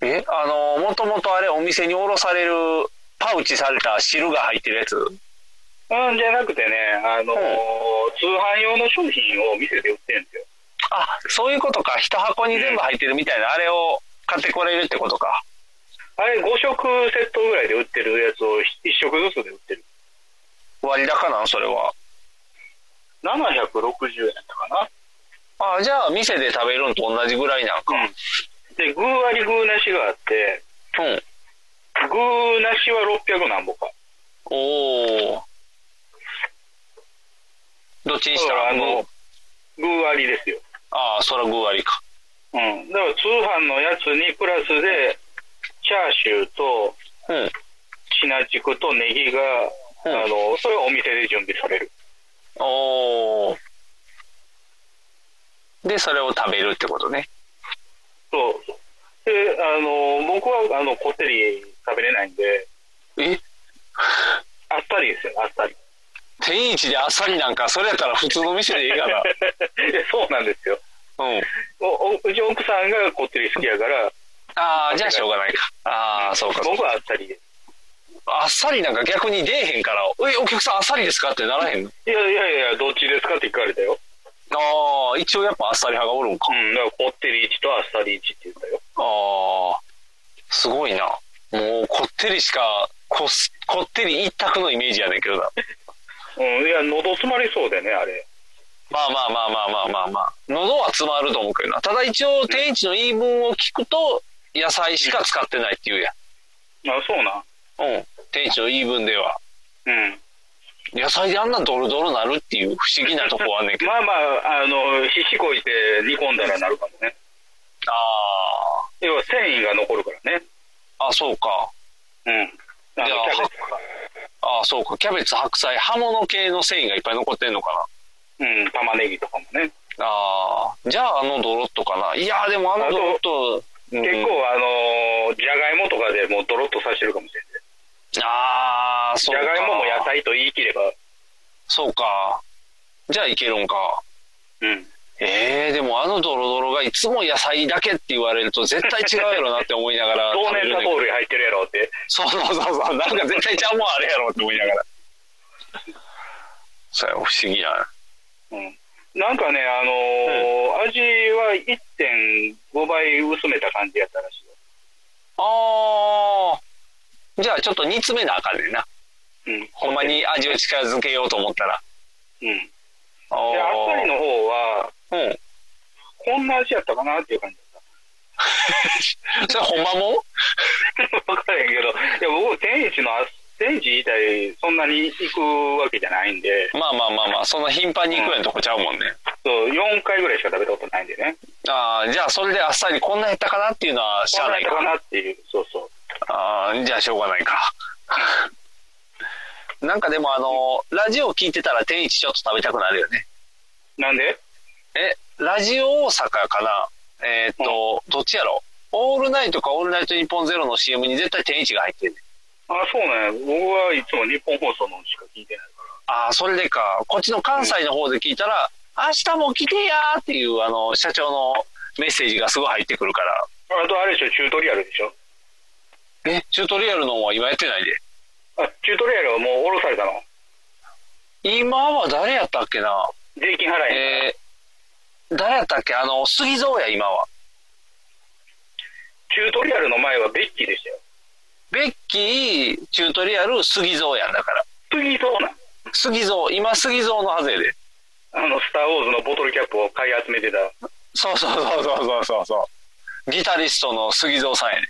Speaker 4: えあの、もともとあれ、お店におろされる、パウチされた汁が入ってるやつ。
Speaker 3: うん、じゃなくてね、あのー
Speaker 4: うん
Speaker 3: 通販用の商品を店で売ってるんですよ。
Speaker 4: あ、そういうことか。一箱に全部入ってるみたいな、あれを買ってこれるってことか。
Speaker 3: あれ、5食セットぐらいで売ってるやつを1食ずつで売ってる。
Speaker 4: 割高なん、それは。
Speaker 3: 760円だったかな。
Speaker 4: あ、じゃあ、店で食べるんと同じぐらいなんか。
Speaker 3: うん。で、具あり具なしがあって、
Speaker 4: うん。
Speaker 3: 具なしは600何ぼか。
Speaker 4: おお。どっちに
Speaker 3: だ
Speaker 4: し
Speaker 3: か
Speaker 4: た
Speaker 3: ら、
Speaker 4: ら、
Speaker 3: あの
Speaker 4: 具、
Speaker 3: 具ありですよ。
Speaker 4: ああ、そら具割りか。
Speaker 3: うん、だから通販のやつにプラスで、チャーシューと、
Speaker 4: うん。
Speaker 3: シナチクとネギが、
Speaker 4: うん
Speaker 3: あの、それはお店で準備される。
Speaker 4: おお。で、それを食べるってことね。
Speaker 3: そう。で、あの、僕は、あの、こってり食べれないんで、
Speaker 4: え
Speaker 3: あっさりですよ、あっさり。
Speaker 4: 天一であっさりなんか、それやったら普通の店でいい かな。
Speaker 3: そうなんですよ。
Speaker 4: うん。
Speaker 3: お、お、うち奥さんがこってり好きやから、
Speaker 4: ああ、じゃあしょうがないか。ああ、そうかそう
Speaker 3: 僕
Speaker 4: か。
Speaker 3: はあっさりです。
Speaker 4: あっさりなんか逆に出えへんから、え、お客さんあっさりですかってならへんの
Speaker 3: いやいやいや、どっちですかって聞かれたよ。
Speaker 4: ああ、一応やっぱあっさり派がおるんか
Speaker 3: う。ん、だからこってり1とあっさり1って言ったよ。
Speaker 4: ああ、すごいな。もうこってりしか、こす、こってり一択のイメージやねんけどな。
Speaker 3: うん、いや、喉詰まりそうでね、あれ。
Speaker 4: まあまあまあまあまあまあまあ。喉は詰まると思うけどな。ただ一応、天一の言い分を聞くと、野菜しか使ってないっていうや
Speaker 3: あ、そうなん。
Speaker 4: ん。うん。天一の言い分では。
Speaker 3: うん。
Speaker 4: 野菜であんなドロドロなるっていう不思議なとこはあんねんけど。
Speaker 3: まあまあ、あの、ひしこいて煮込んだらなるかもね。
Speaker 4: ああ。
Speaker 3: 要は繊維が残るからね。
Speaker 4: あ、そうか。
Speaker 3: うん。あ
Speaker 4: いや
Speaker 3: の、キャベツとか、
Speaker 4: あ、そうか。キャベツ、白菜、葉物系の繊維がいっぱい残ってんのか
Speaker 3: うん、玉ねぎとかもね。
Speaker 4: な。ああ、じゃああのドロッとかな。いやーでもあのドロッと、うん
Speaker 3: 結構、あのーじゃがいもとかでもうドロッとさせてるかもしれない。
Speaker 4: ああ、
Speaker 3: じ
Speaker 4: そう
Speaker 3: ゃ
Speaker 4: か。
Speaker 3: がいもも野菜と言い切れば、
Speaker 4: そうか。じゃあいけるんか。
Speaker 3: うん。
Speaker 4: えー、でもあのドロドロがいつも野菜だけって言われると絶対違うやろなって思いな がら
Speaker 3: 同
Speaker 4: 食べ
Speaker 3: 年
Speaker 4: る
Speaker 3: 多
Speaker 4: ねんけど
Speaker 3: 糖類入ってるやろって。
Speaker 4: そうそうそうそうなんか絶対ちゃうもんあれやろって思いながらそうや不思議やな
Speaker 3: うん。なんかね、あのー味は1.5倍薄めた感じやったらし
Speaker 4: あーじゃあちょっと煮詰めなあかんねんない
Speaker 3: よ。うん。
Speaker 4: ほんまに味を近づけようと思ったら
Speaker 3: うん。で、
Speaker 4: あ
Speaker 3: あっさり
Speaker 4: ー
Speaker 3: の方は、
Speaker 4: うん
Speaker 3: こんな味やったかなっていう感じ だっ
Speaker 4: それほんまもん
Speaker 3: た。わからへんけど、いや、僕、天一のあ、天一自体、そんなに行くわけじゃないんで、
Speaker 4: まあまあまあまあそんな頻繁に行くようなとこちゃうもんね
Speaker 3: そう、4回ぐらいしか食べたことないんでね。
Speaker 4: ああじゃあそれであっさりこんな減ったかなっていうのはしゃあないか
Speaker 3: こんなやったかなっていう、そうそう。
Speaker 4: ああ、じゃあしょうがないか。 なんかでもあの、ラジオ聞いてたら天一ちょっと食べたくなるよね。
Speaker 3: なんで
Speaker 4: え、ラジオ大阪かなえーっと、どっちやろオールナイトかオールナイトニッポンゼロの CM に絶対天一が入ってる、ねん、
Speaker 3: あ、そうなんや。僕はいつも日本放送のしか聞いてないか
Speaker 4: ああ、それでか。こっちの関西の方で聞いたら、明日も来てやーっていうあの、社長のメッセージがすごい入ってくるから。
Speaker 3: ら。あと、あれでしょ、チュートリアルでしょ。
Speaker 4: え、チュートリアルの方は今やってないで。
Speaker 3: あ、チュートリアルはもう降ろされたの。
Speaker 4: 今は誰やったっけな
Speaker 3: 税金払えへんから。
Speaker 4: えー、誰やったっけあの、杉蔵や今は。
Speaker 3: チュートリアルの前はベッキーでしたよ。
Speaker 4: ベッキー、チュートリアル、杉蔵やんだから。
Speaker 3: 次そうなん。
Speaker 4: 杉蔵、今杉蔵のはずやで。
Speaker 3: あの、スター・ウォーズのボトルキャップを買い集めてた。
Speaker 4: そうそうそうそうそうそうそう。ギタリストの杉蔵さんやで。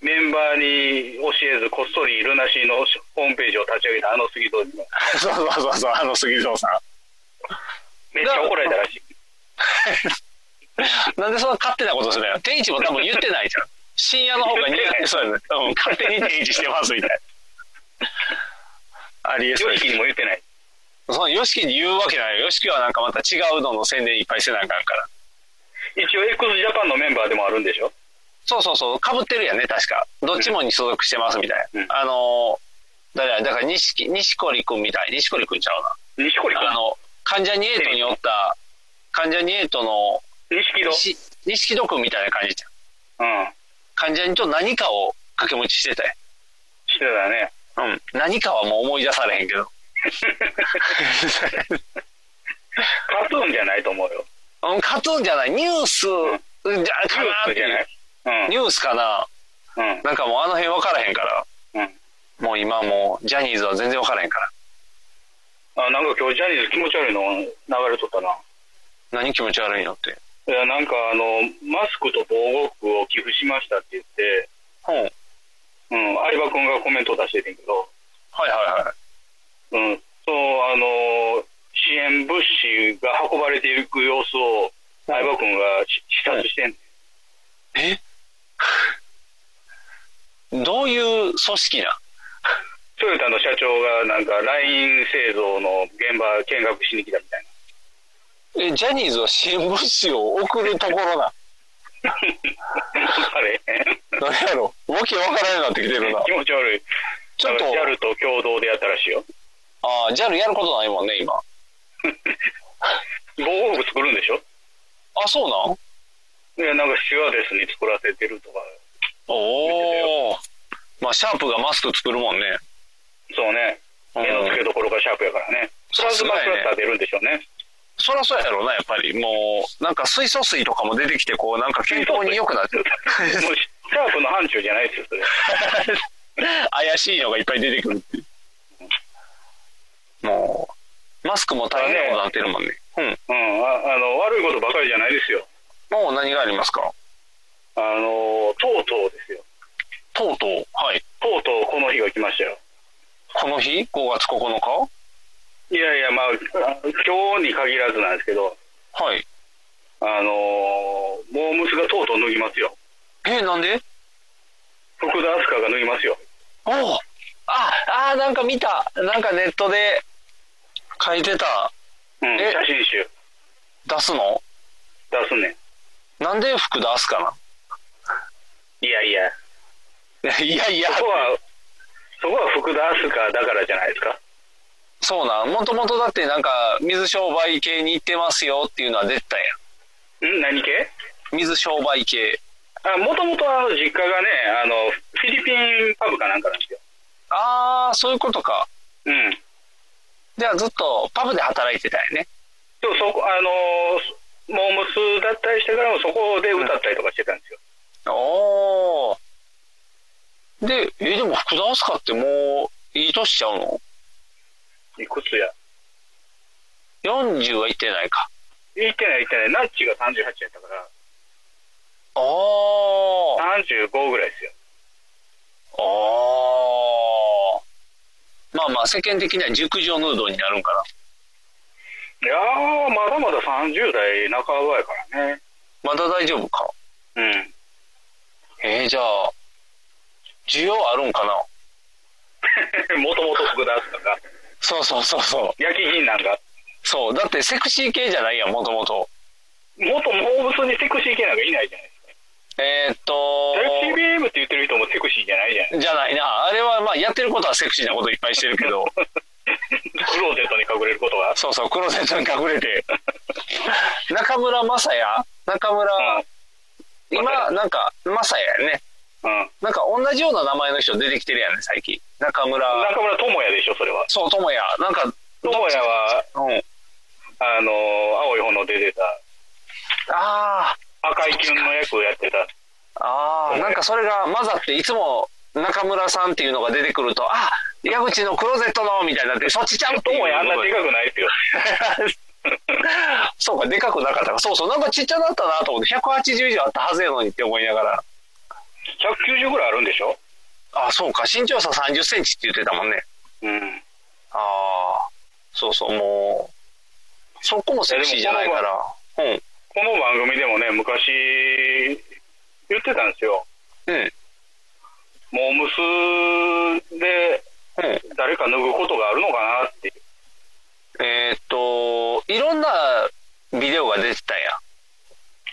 Speaker 3: メンバーに教えずこっそりルナシーのホームページを立ち上げたあの杉戸にも
Speaker 4: そうそうそうそう、あの杉蔵さ
Speaker 3: めっちゃ怒られたらしい
Speaker 4: ん。なんでそんな勝手なことするのよ。天一も多分言ってないじゃん。深夜の方が似合ってそうやね。うん、勝手に天一してますみたいな。ありえそう
Speaker 3: 良
Speaker 4: や
Speaker 3: 識にも言ってない
Speaker 4: その、ヨシキに言うわけないよ。ヨシキはなんかまた違うのの宣伝いっぱいせなあかんから。
Speaker 3: 一応 x ジャパンのメンバーでもあるんでしょ
Speaker 4: そうそうそう、かぶってるやんね、確か。どっちもに所属してますみたいな。
Speaker 3: うん
Speaker 4: あのー、誰やだから、錦、錦織くんみたい。錦織くんちゃう
Speaker 3: 錦織君
Speaker 4: な。あの、関ジャニエイトにおった、関ジャニエイトの、
Speaker 3: 錦戸
Speaker 4: 西錦戸くんみたいな感じじゃん。
Speaker 3: うん
Speaker 4: 関ジャニと何かを掛け持ちしてたや
Speaker 3: してた ね
Speaker 4: ん。うん。何かはもう思い出されへんけど。
Speaker 3: カトゥーンじゃないと思うよ
Speaker 4: うん、カトゥーンじゃない、ニュース、うんじゃ、
Speaker 3: カ
Speaker 4: かなーって
Speaker 3: じゃ
Speaker 4: い
Speaker 3: な
Speaker 4: う
Speaker 3: い。うん
Speaker 4: ニュースかな。
Speaker 3: うん
Speaker 4: なんかもうあの辺分からへんから。
Speaker 3: うん
Speaker 4: もう今もう、ジャニーズは全然分からへんから。
Speaker 3: あなんか今日ジャニーズ気持ち悪いの流れとったな
Speaker 4: 何気持ち悪いのって。
Speaker 3: いやなんかあのマスクと防護服を寄付しましたって言って
Speaker 4: うん。はい
Speaker 3: うん相葉君がコメント出しててんけど
Speaker 4: はいはい。
Speaker 3: うん、そうあのー支援物資が運ばれていく様子を相葉君がし視察してん、
Speaker 4: え どういう組織な
Speaker 3: トヨタの社長がなんか LINE 製造の現場見学しに来たみたい
Speaker 4: えジャニーズは支援物資を送るところな
Speaker 3: なあれ気
Speaker 4: 何やろわけわからんようになってきてるな
Speaker 3: 持ち悪い
Speaker 4: ちょっと
Speaker 3: だから JAL と共同でやったらしいよ
Speaker 4: ああ JAL やることないもんね今
Speaker 3: 防護服作るんでしょ
Speaker 4: あそうなん
Speaker 3: いやなんかシュワーデスに作らせてるとか
Speaker 4: おおまあシャープがマスク作るもんね
Speaker 3: そうね
Speaker 4: うん
Speaker 3: 目の付けどころがシャープやからねプラズマクラスター出るんでしょうね
Speaker 4: そりゃそうやろうなやっぱりもうなんか水素水とかも出てきてこうなんか健康に良くなってる
Speaker 3: もうシャープの範疇じゃないですよそれ
Speaker 4: 怪しいのがいっぱい出てくるっていうもうマスクも大変なことになってるもんねうん
Speaker 3: うん、ああの悪いことばかりじゃないですよ、
Speaker 4: もう何がありますか
Speaker 3: あのとうとうですよ、
Speaker 4: とうとう、はい。
Speaker 3: とうとうこの日が来ましたよ、
Speaker 4: この日、5月9日
Speaker 3: いやいや、まあ、あ今日に限らずなんですけど、
Speaker 4: はい。
Speaker 3: あのモームスがとうとう脱ぎますよ、
Speaker 4: ええ、なんで
Speaker 3: 福田明日香が脱ぎますよ。
Speaker 4: おうあ、あー、なんか見た。なんかネットで書いてた。
Speaker 3: うん、
Speaker 4: え
Speaker 3: 写真集
Speaker 4: 出すの
Speaker 3: 出すね
Speaker 4: なんで服出すか
Speaker 3: ん。いやいや、
Speaker 4: な いやいや、
Speaker 3: そこは、そこは福田明日香だからじゃないですか。
Speaker 4: そうなん。もともとだってなんか、水商売系に行ってますよっていうのは出てたや
Speaker 3: ん何系
Speaker 4: ん。水商売系。
Speaker 3: あ、もともとあの実家がね、あの、フィリピンパブかなんかなんですよ。
Speaker 4: あー、そういうことか。
Speaker 3: うん。
Speaker 4: ではずっとパブで働いてたよね。
Speaker 3: でもそこ、あのー、モームスだったりしてからもそこで歌ったりとかしてたんですよ。
Speaker 4: おー。で、え、でも福田明日香ってもう、いい年しちゃうの
Speaker 3: いくつや。
Speaker 4: ?40 は行ってないか。
Speaker 3: 行ってない行ってない。ナッチが38やったから、
Speaker 4: おー。
Speaker 3: 35ぐらいですよ。
Speaker 4: おー。まあまあ、世間的には熟女ヌードになるんかな。
Speaker 3: いやー、まだまだ30代半ばやからね。
Speaker 4: まだ大丈夫か。
Speaker 3: うん。
Speaker 4: えー、じゃあ、需要あるんかな
Speaker 3: もともと福田明日香が、
Speaker 4: そうそうそうそう。
Speaker 3: 焼き銀なんか、
Speaker 4: そう。だってセクシー系じゃないやん、もともと。
Speaker 3: 元モームスにセクシー系なんかいないじゃないですか。
Speaker 4: えーっと、
Speaker 3: JCBM って言ってる人もセクシーじゃないじゃない
Speaker 4: じゃないな。あれはまあ、やってることはセクシーなこといっぱいしてるけど、
Speaker 3: クローゼットに隠れることが。
Speaker 4: そうそう、クローゼットに隠れて。 中村雅也中村、今、なんか、雅也やね。
Speaker 3: うん。うん。
Speaker 4: なんか同じような名前の人出てきてるやんね、最近。中村、
Speaker 3: 中村智也でしょ、それは。
Speaker 4: そう、智也。なんか、
Speaker 3: 智也は、
Speaker 4: うん。
Speaker 3: あのー、青い炎で出てた、
Speaker 4: あ
Speaker 3: 赤いキュンの役をやってた。
Speaker 4: あ、ああ、なんかそれが混ざって、いつも中村さんっていうのが出てくると、あ矢口のクローゼットのみたいになって、そっちちゃうと
Speaker 3: 智
Speaker 4: 思う
Speaker 3: 也
Speaker 4: や
Speaker 3: あんなでかくないですよ。
Speaker 4: そうか、でかくなかったか。そうそう、なんかちっちゃなったなと思って、180以上あったはずやのにって思いながら。
Speaker 3: 190ぐらいあるんでしょ
Speaker 4: あ、そうか、身長差30センチって言ってたもんね。
Speaker 3: うん。
Speaker 4: ああ、そうそう、もう、そこもセクシーじゃないから。うん、
Speaker 3: この番組でもね、昔、言ってたんですよ。
Speaker 4: うん、
Speaker 3: モームスで
Speaker 4: うん。
Speaker 3: 誰か脱ぐことがあるのかなって。
Speaker 4: えーっと、いろんなビデオが出てたや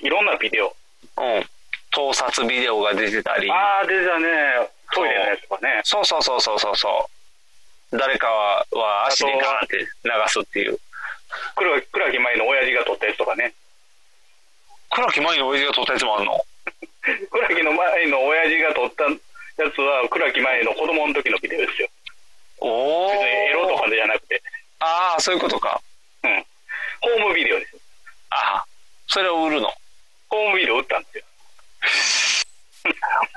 Speaker 3: いろんなビデオ。
Speaker 4: ん。うん。盗撮ビデオが出てたり。
Speaker 3: あー、出てたね。トイレのやつとかね。
Speaker 4: そうそうそうそうそうそう。誰かはは足でガーンって流すっていう。
Speaker 3: 黒木倉木舞の親父が撮ったやつとかね。
Speaker 4: 倉木舞の親父が撮ったやつもあんの
Speaker 3: 倉木の前の親父が撮ったやつは、倉木舞の子供の時のビデオですよ。
Speaker 4: おー。
Speaker 3: 別にエロとかじゃなくて。
Speaker 4: ああ、そういうことか。
Speaker 3: うん。ホームビデオです。
Speaker 4: ああ、それを売るの。
Speaker 3: ホームビデオ打ったんですよ。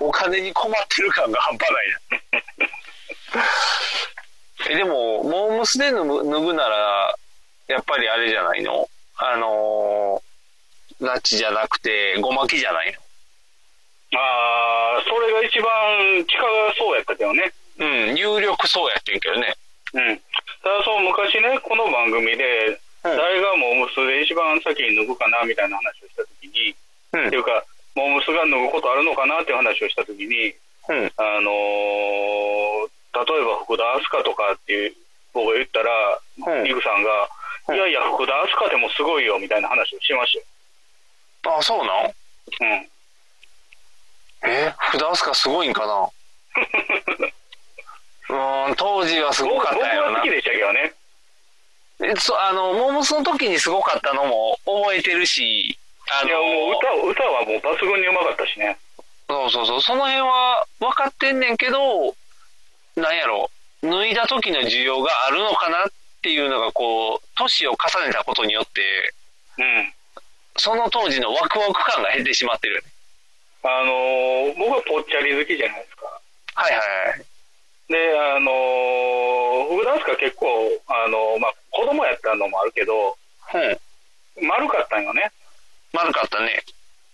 Speaker 4: お金に困ってる感が半端ないな。え、 でも、モームスで脱ぐ脱ぐなら、やっぱりあれじゃないのあのー、ナッチじゃなくて、ゴマキじゃない
Speaker 3: あー、それが一番近そうやったけどね。
Speaker 4: のうん、有力そうやってんけどね。
Speaker 3: うん。ただその昔ね、この番組で、
Speaker 4: うん
Speaker 3: 誰がモームスで一番先に脱ぐかなみたいな話をした時に、
Speaker 4: うん
Speaker 3: っていうか、モームスが脱ぐことあるのかなっていう話をした時に、
Speaker 4: うん、
Speaker 3: あのー例えば福田明日香とかっていう僕が言ったら、
Speaker 4: うん
Speaker 3: リグさんが、
Speaker 4: うん
Speaker 3: いやいや、福田明日香でもすごいよみたいな話をしまし
Speaker 4: あ、そうなん
Speaker 3: たよ。うん。
Speaker 4: え、福田明日香すごいんかな うーん、当時はすご
Speaker 3: 僕
Speaker 4: かっ
Speaker 3: 僕
Speaker 4: たやろ
Speaker 3: は
Speaker 4: な
Speaker 3: 好き。でしたけどね。
Speaker 4: えそうあの、モームスの時にすごかったのも覚えてるし、あ
Speaker 3: い
Speaker 4: の
Speaker 3: や、もう歌を歌はもう抜群にうまかったしね。
Speaker 4: そうそうそう、その辺は分かってんねんけど、なんやろ、脱いだ時の需要があるのかなっていうのが、こう、年を重ねたことによって、
Speaker 3: うん。
Speaker 4: その当時のワクワク感が減ってしまってる。
Speaker 3: あのー僕はぽっちゃり好きじゃないですか。
Speaker 4: はいはいはい。
Speaker 3: で、あのー、福田明日香結構、あのーまあ、子供やったのもあるけど、
Speaker 4: うん、
Speaker 3: 丸かったんよね。
Speaker 4: 丸かったね。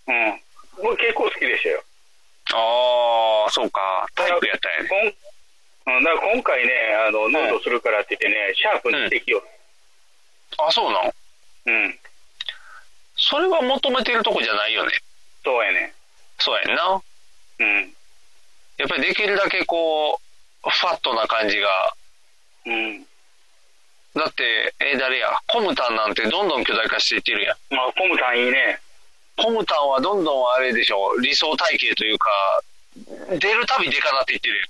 Speaker 3: うん。僕結構好きでしたよ。
Speaker 4: ああ、そうか、体育やったんやね。
Speaker 3: こんうん、だから今回ね、あの、ヌードするからって言ってね、シャープにしてきよ
Speaker 4: あ、そうなん
Speaker 3: う。うん。
Speaker 4: それは求めてるとこじゃないよね。
Speaker 3: そうやね。
Speaker 4: そうやんな。
Speaker 3: うん。
Speaker 4: やっぱりできるだけこう、ファットな感じが。
Speaker 3: うん。
Speaker 4: だって、えー誰や、コムタンなんてどんどん巨大化していってるやん。
Speaker 3: まあ、コムさんいいね。
Speaker 4: コムタンはどんどんあれでしょ、理想体系というか、出るたびでかなっていってる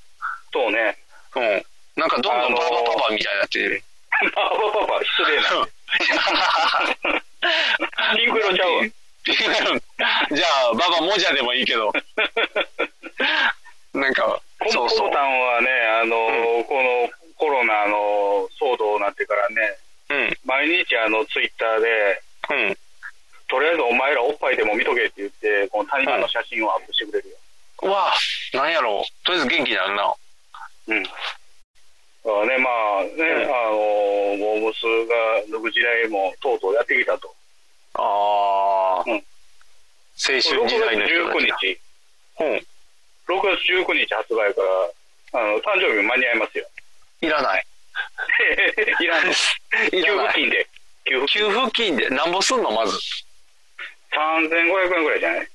Speaker 3: そうね。
Speaker 4: やん。うん。なんかどんどんバーバパパみたいになってる。
Speaker 3: バーバパパ、失 礼な。ピンク色ちゃうわ。
Speaker 4: じゃあ、ババもじゃでもいいけど。 なんか、
Speaker 3: コム
Speaker 4: そ
Speaker 3: コ
Speaker 4: うそう
Speaker 3: ム。タンはね、あの、このコロナの騒動になってからね、
Speaker 4: うん。
Speaker 3: 毎日あの、ツイッターで、
Speaker 4: うん。
Speaker 3: とりあえずお前らおっぱいでも見とけって言って、この谷間の写真をアップしてくれるよ。
Speaker 4: うわあ、なんやろう。とりあえず元気になるな。
Speaker 3: うん。だからね、まあね、あの、モームスが抜く時代もとうとうやってきたと。
Speaker 4: ああ、
Speaker 3: うん
Speaker 4: 青春
Speaker 3: 6
Speaker 4: 時代
Speaker 3: 月
Speaker 4: の人た
Speaker 3: 19
Speaker 4: ちだ。
Speaker 3: 日、
Speaker 4: うん。
Speaker 3: 6月19日発売から、あの、誕生日間に合いますよ。
Speaker 4: いらない。
Speaker 3: いらんの。
Speaker 4: い
Speaker 3: 給
Speaker 4: らな
Speaker 3: 付
Speaker 4: い。
Speaker 3: 金で。給付金。
Speaker 4: 給付金で、なんぼすんの、まず。
Speaker 3: 3500円ぐらいじゃない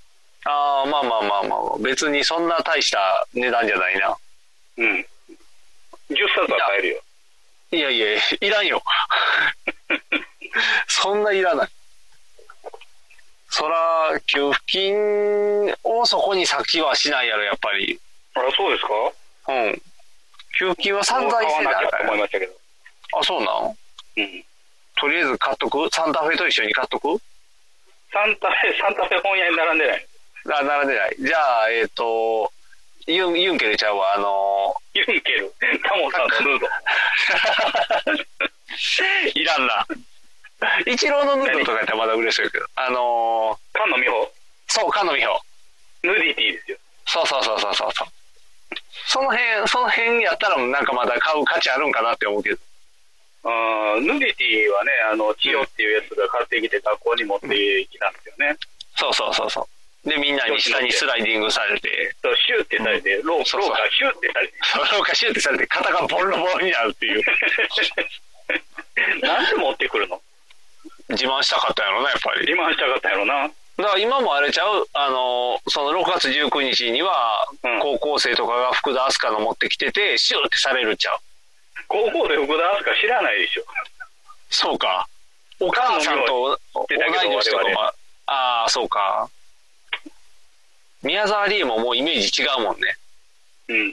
Speaker 4: ああ、まあまあまあまあ、別にそんな大した値段じゃないな。
Speaker 3: うん。10冊は買えるよ。
Speaker 4: いやいや、いらん よ。そんないらない。そら、給付金をそこに先はしないやろ、やっぱり。
Speaker 3: あら、そうですか
Speaker 4: うん。給付金は散
Speaker 3: もう
Speaker 4: 財
Speaker 3: 買
Speaker 4: せ
Speaker 3: わ
Speaker 4: な
Speaker 3: な
Speaker 4: あ
Speaker 3: きゃ
Speaker 4: か
Speaker 3: と
Speaker 4: ん
Speaker 3: 思い
Speaker 4: や
Speaker 3: ましたけど。
Speaker 4: ろあ、そうなん
Speaker 3: うん。
Speaker 4: とりあえず買っとくサンタフェと一緒に買っとく
Speaker 3: サンタフェ、サンタフェ本屋に並んでない。
Speaker 4: あ、並んでない。じゃあ、えっ、と、ユン、ユンケルちゃうわ、あの
Speaker 3: ユンケル、タモさんのヌー ド。
Speaker 4: ー いらんな。イチローのヌードとかやったらまだ嬉しいけど、あのー
Speaker 3: 菅野美穂、
Speaker 4: そう、かのみほ。
Speaker 3: ヌーディティですよ。
Speaker 4: そうそうそうそうそうそう。その辺、その辺やったらなんかまだ買う価値あるんかなって思うけど。
Speaker 3: あーヌーディティはね、あの、チヨっていうやつが買ってきて学校に持ってきたんですよね。
Speaker 4: そうそうそうそう。で、みんなに下にスライディングされて、
Speaker 3: そうシューってされて、ロープ、
Speaker 4: そう
Speaker 3: ロ
Speaker 4: そう
Speaker 3: ーがシューってされて。
Speaker 4: それをかしゅってされて、肩がボロボロになるっていう。
Speaker 3: なんで持ってく るの
Speaker 4: 自慢したかったんやろな、やっぱり。
Speaker 3: 自慢したかったやろな。
Speaker 4: だから今もあれちゃう、あの、その6月19日には
Speaker 3: うん、
Speaker 4: 高校生とかが福田明日香の持ってきてて、シューってされるちゃう。
Speaker 3: 高校で福田明日香知らないでしょ。
Speaker 4: そうか。お母さんと同い
Speaker 3: てたけど
Speaker 4: 年とか
Speaker 3: 我
Speaker 4: も、ああ、そうか。宮沢りえももうイメージ違うもんね。
Speaker 3: うん、違う。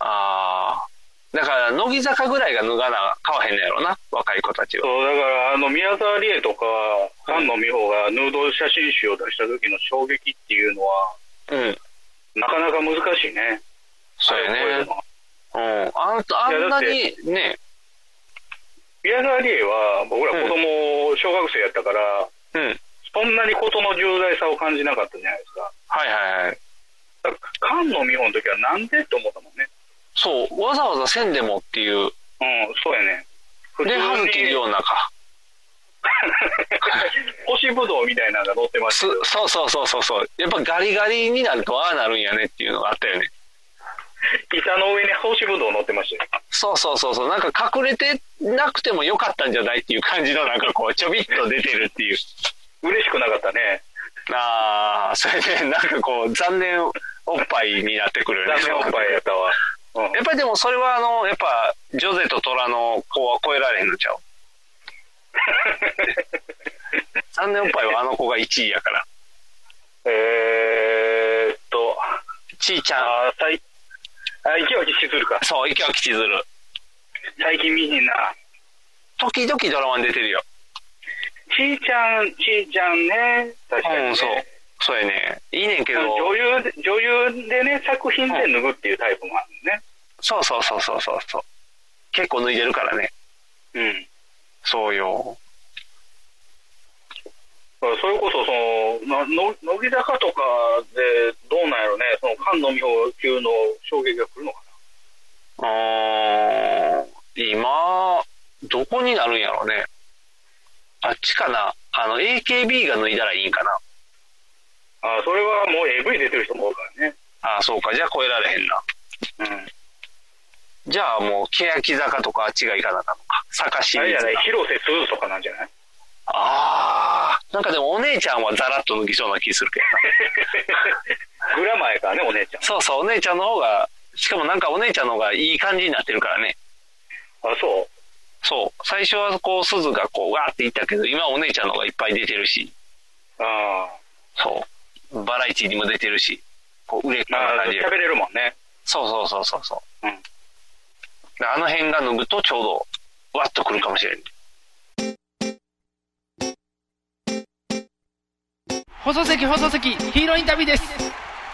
Speaker 4: ああ。だから、乃木坂ぐらいが脱がな、買わへんのやろな、若い子たちは。
Speaker 3: そう、だから、あの、宮沢りえとか、菅野美穂がヌード写真集を出した時の衝撃っていうのは、
Speaker 4: うん。
Speaker 3: なかなか難しいね。
Speaker 4: そうや
Speaker 3: こい
Speaker 4: ね
Speaker 3: の。は
Speaker 4: うん。あんあんなに、ね。
Speaker 3: 宮沢りえは、僕ら子供、小学生やったから、
Speaker 4: うん。はい
Speaker 3: そんなに事の重大さを感じなかったじゃないですか。
Speaker 4: はいはい。
Speaker 3: だから菅野美穂の時はなんでって思ったもんね。
Speaker 4: そう、わざわざせんでもっていう。
Speaker 3: うん、そうやね。普
Speaker 4: で、葉月
Speaker 3: に
Speaker 4: 涼奈か。
Speaker 3: 星ぶどうみたいなのが載ってまし
Speaker 4: す
Speaker 3: たけど
Speaker 4: そうそうそうそうそう。やっぱガリガリになるとああなるんやねっていうのがあったよね。
Speaker 3: 板の上に星ぶどう載ってましたよ。
Speaker 4: そうそうそうそう。なんか隠れてなくてもよかったんじゃないっていう感じのなん かこうちょびっと出てるっていう。
Speaker 3: 嬉しくなかったね。
Speaker 4: ああ、それでなんかこう残念おっぱいになってくるよね。
Speaker 3: 残念おっぱいやったわ。うん
Speaker 4: やっぱりでもそれはあの、やっぱジョゼと虎の子は超えられへんの ちゃう残念おっぱいはあの子が1位やから。
Speaker 3: えーっと、
Speaker 4: ちーちゃん。
Speaker 3: あー、最、あ、池脇しずるか。
Speaker 4: そう、池脇千鶴。
Speaker 3: 最近見ひんな。
Speaker 4: 時々ドラマに出てるよ。
Speaker 3: ちーちゃん、ちーちゃんね。確かに、ね。
Speaker 4: うん、そう。そうやね。いいねんけど。
Speaker 3: 女優で、女優でね、作品で脱ぐっていうタイプもあるね。
Speaker 4: そうそうそうそうそうそう。結構脱いでるからね。
Speaker 3: うん。
Speaker 4: そうよ。
Speaker 3: それこそ、その、なの乃木坂とかで、どうなんやろね、その、菅野美穂級の衝撃が来るのか
Speaker 4: うーん。今、どこになるんやろうね。あっちかな。あの、AKB が脱いだらいいんかな。
Speaker 3: な。あーそれはもう AV 出てる人も多いからね。
Speaker 4: ああ、そうか。じゃあ超えられへんな。
Speaker 3: うん。
Speaker 4: じゃあもう、欅坂とかあっちがいかなあかんのか。坂市
Speaker 3: あれ
Speaker 4: 民
Speaker 3: じゃない、広瀬すずとかなんじゃない
Speaker 4: ああ。なんかでもお姉ちゃんはザラッと脱ぎそうな気するけどな。
Speaker 3: ぐら前からね、お姉ちゃん。
Speaker 4: そうそう、お姉ちゃんの方が、しかもなんかお姉ちゃんの方がいい感じになってるからね。
Speaker 3: あ、そう。
Speaker 4: そう。最初はこう、鈴がこう、わーっていったけど、今はお姉ちゃんの方がいっぱい出てるし、
Speaker 3: あ
Speaker 4: そう。バラエティにも出てるし、こう、売れっ子
Speaker 3: あ、
Speaker 4: な
Speaker 3: あ
Speaker 4: 感じや
Speaker 3: 喋れるもんね。
Speaker 4: そうそうそうそうそう。
Speaker 3: うん
Speaker 4: であの辺が脱ぐとちょうど、わっとくるかもしれん。
Speaker 9: 放送席放送席ヒーローインタビューです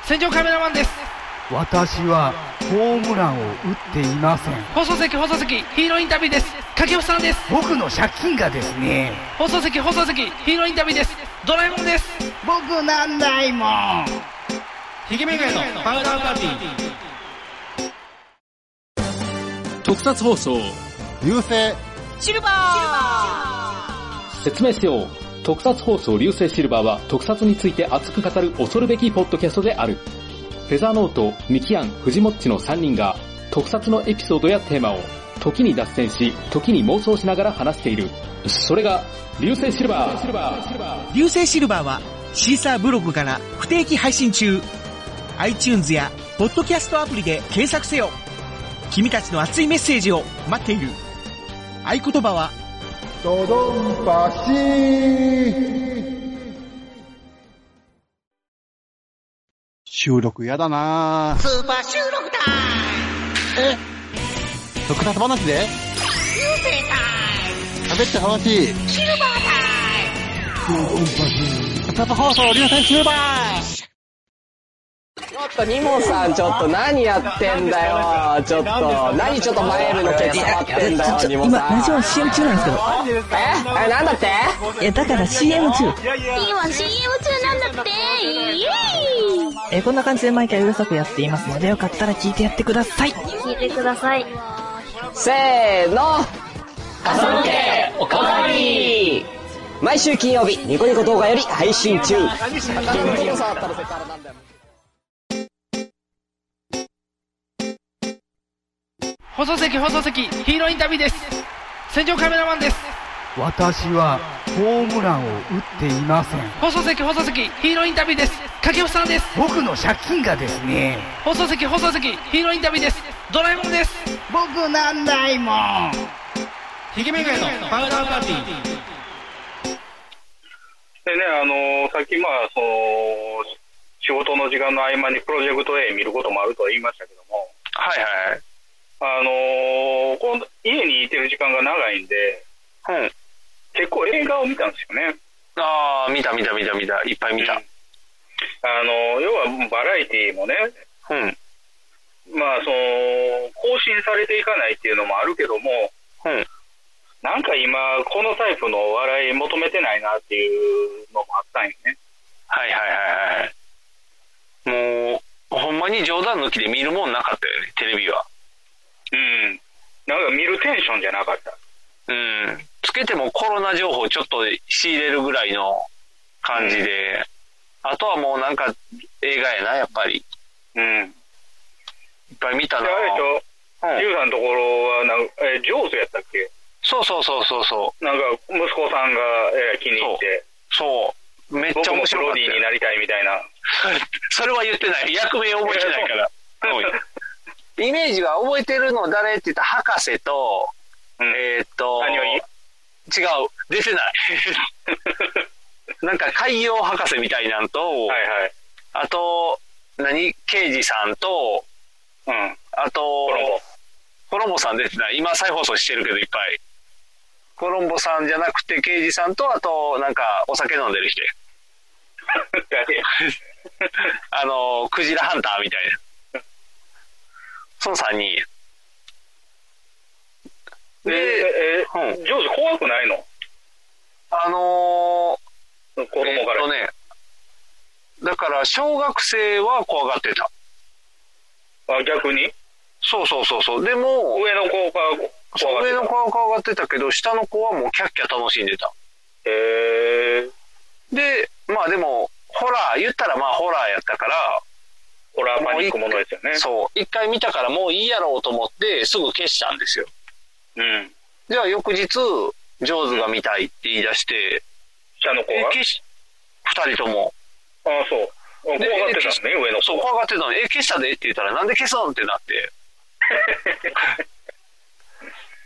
Speaker 9: 戦場カメラマンです
Speaker 5: 私はホームランを打っていません
Speaker 9: 放送席放送席ヒーローインタビューです掛布さんです
Speaker 5: 僕の借金がですね
Speaker 9: 放送席放送席ヒーローインタビューですドラえもんです
Speaker 5: 僕なんないもん
Speaker 9: ひげめがのパウダーパーティー
Speaker 10: 特撮放送
Speaker 7: 流星
Speaker 10: 説明しよう特撮放送流星シルバーは特撮について熱く語る恐るべきポッドキャストであるフェザーノート、ミキアン、フジモッチの3人が特撮のエピソードやテーマを時に脱線し、時に妄想しながら話しているそれが流星シルバー
Speaker 11: 流星シルバーはシーサーブログから不定期配信中 iTunes やポッドキャストアプリで検索せよ君たちの熱いメッセージを待っている合言葉は
Speaker 7: ドドンパシー収録やだなスーパー収録だえ特撮話で流星タイム喋って楽しいシルバータイムドドンパシー特撮放送流星シルバー
Speaker 11: ちょっとニモさんちょっと何やってんだよちょっと何ちょっと前るの手触ってんだよニモさん今ラジオ CM 中なんですけどええなんだってえだから CM 中
Speaker 12: 今 CM 中なんだってイエーイ
Speaker 11: えこんな感じで毎回うるさくやっていますのでよかったら聞いてやってください
Speaker 12: 聞いてください
Speaker 11: せーの朝向けおかわり毎週金曜日ニコニコ動画より配信中
Speaker 9: 放送席放送席ヒーローインタビューです戦場カメラマンです
Speaker 5: 私はホームランを打っていません
Speaker 9: 放送席放送席ヒーローインタビューです掛布さんです
Speaker 5: 僕の借金がですね
Speaker 9: 放送席放送席ヒーローインタビューですドラえもんです
Speaker 5: 僕なんないもん
Speaker 9: ひげめがのパウダーパーティー
Speaker 3: でね、あのさっき、まあ、その、仕事の時間の合間にプロジェクト A 見ることもあるとは言いましたけども、
Speaker 4: はいはい
Speaker 3: あの今度家にいてる時間が長いんで、
Speaker 4: はい。うん。
Speaker 3: 結構映画を見たんですよね。
Speaker 4: ああ、見た見た見た見た。いっぱい見た。
Speaker 3: あの要はバラエティもね、
Speaker 4: うん。うん。
Speaker 3: まあ、その、更新されていかないっていうのもあるけども、なんか今、このタイプのお笑い求めてないなっていうのもあったんよね。
Speaker 4: はいはいはいはい。もう、ほんまに冗談抜きで見るもんなかったよね、テレビは。
Speaker 3: うん。なんか見るテンションじゃなかった。
Speaker 4: うん。つけてもコロナ情報ちょっと仕入れるぐらいの感じで、あとはもうなんか映画やな、やっぱり。
Speaker 3: うん。で、
Speaker 4: いっぱい見た
Speaker 3: あ
Speaker 4: な。
Speaker 3: れと、
Speaker 4: うん
Speaker 3: ゆうさんのところはなんか、え、上手やったっけ
Speaker 4: そうそうそうそうそ
Speaker 3: なんか、息子さんが、えー気に入って、
Speaker 4: う。そう。めっち
Speaker 3: 僕
Speaker 4: ゃ
Speaker 3: も
Speaker 4: 面
Speaker 3: プ
Speaker 4: 白か
Speaker 3: ロ
Speaker 4: った
Speaker 3: ディーに
Speaker 4: よ。
Speaker 3: なりたいみたいな。
Speaker 4: それは言ってない。役名覚えてないから。うんイメージは覚えてるの誰って言ったら博士と、
Speaker 3: うん。
Speaker 4: えーっと、
Speaker 3: 何を言い
Speaker 4: 違う、出てない。 なんか海洋博士みたいなんと、
Speaker 3: はいはい。
Speaker 4: あと、何刑事さんと、
Speaker 3: うん。
Speaker 4: あと
Speaker 3: コ、ロン ボ。
Speaker 4: コロンボさん出てない。今再放送してるけどいっぱい。コロンボさんじゃなくて、刑事さんと、あと、なんか、お酒飲んでる人や。
Speaker 3: 誰や
Speaker 4: あの、クジラハンターみたいな。その3人や。
Speaker 3: で、
Speaker 4: で、
Speaker 3: えー
Speaker 4: うん
Speaker 3: 上手怖くないの
Speaker 4: あのー
Speaker 3: 子供
Speaker 4: えっ
Speaker 3: から。
Speaker 4: とね、だから、小学生は怖がってた。
Speaker 3: あ、逆に
Speaker 4: そうそうそうそう。でも、
Speaker 3: 上の子が
Speaker 4: そう
Speaker 3: 怖が
Speaker 4: 上
Speaker 3: って
Speaker 4: の子は怖がってたけど、下の子はもうキャッキャ楽しんでた。
Speaker 3: た。へー。
Speaker 4: で、まあでも、ホラー、言ったらまあホラーやったから、
Speaker 3: ホラーパニックものですよね。
Speaker 4: そう、一回見たからもういいやろうと思って、すぐ消したんですよ。
Speaker 3: うん。
Speaker 4: じゃあ翌日、ジョーズが見たいって言い出して、
Speaker 3: 下の子
Speaker 4: え
Speaker 3: が
Speaker 4: 消し、二人とも。
Speaker 3: ああ、そう。怖がってたのね、上の
Speaker 4: そう、怖がってたの。え、消したでって言ったら、なんで消すんってな って。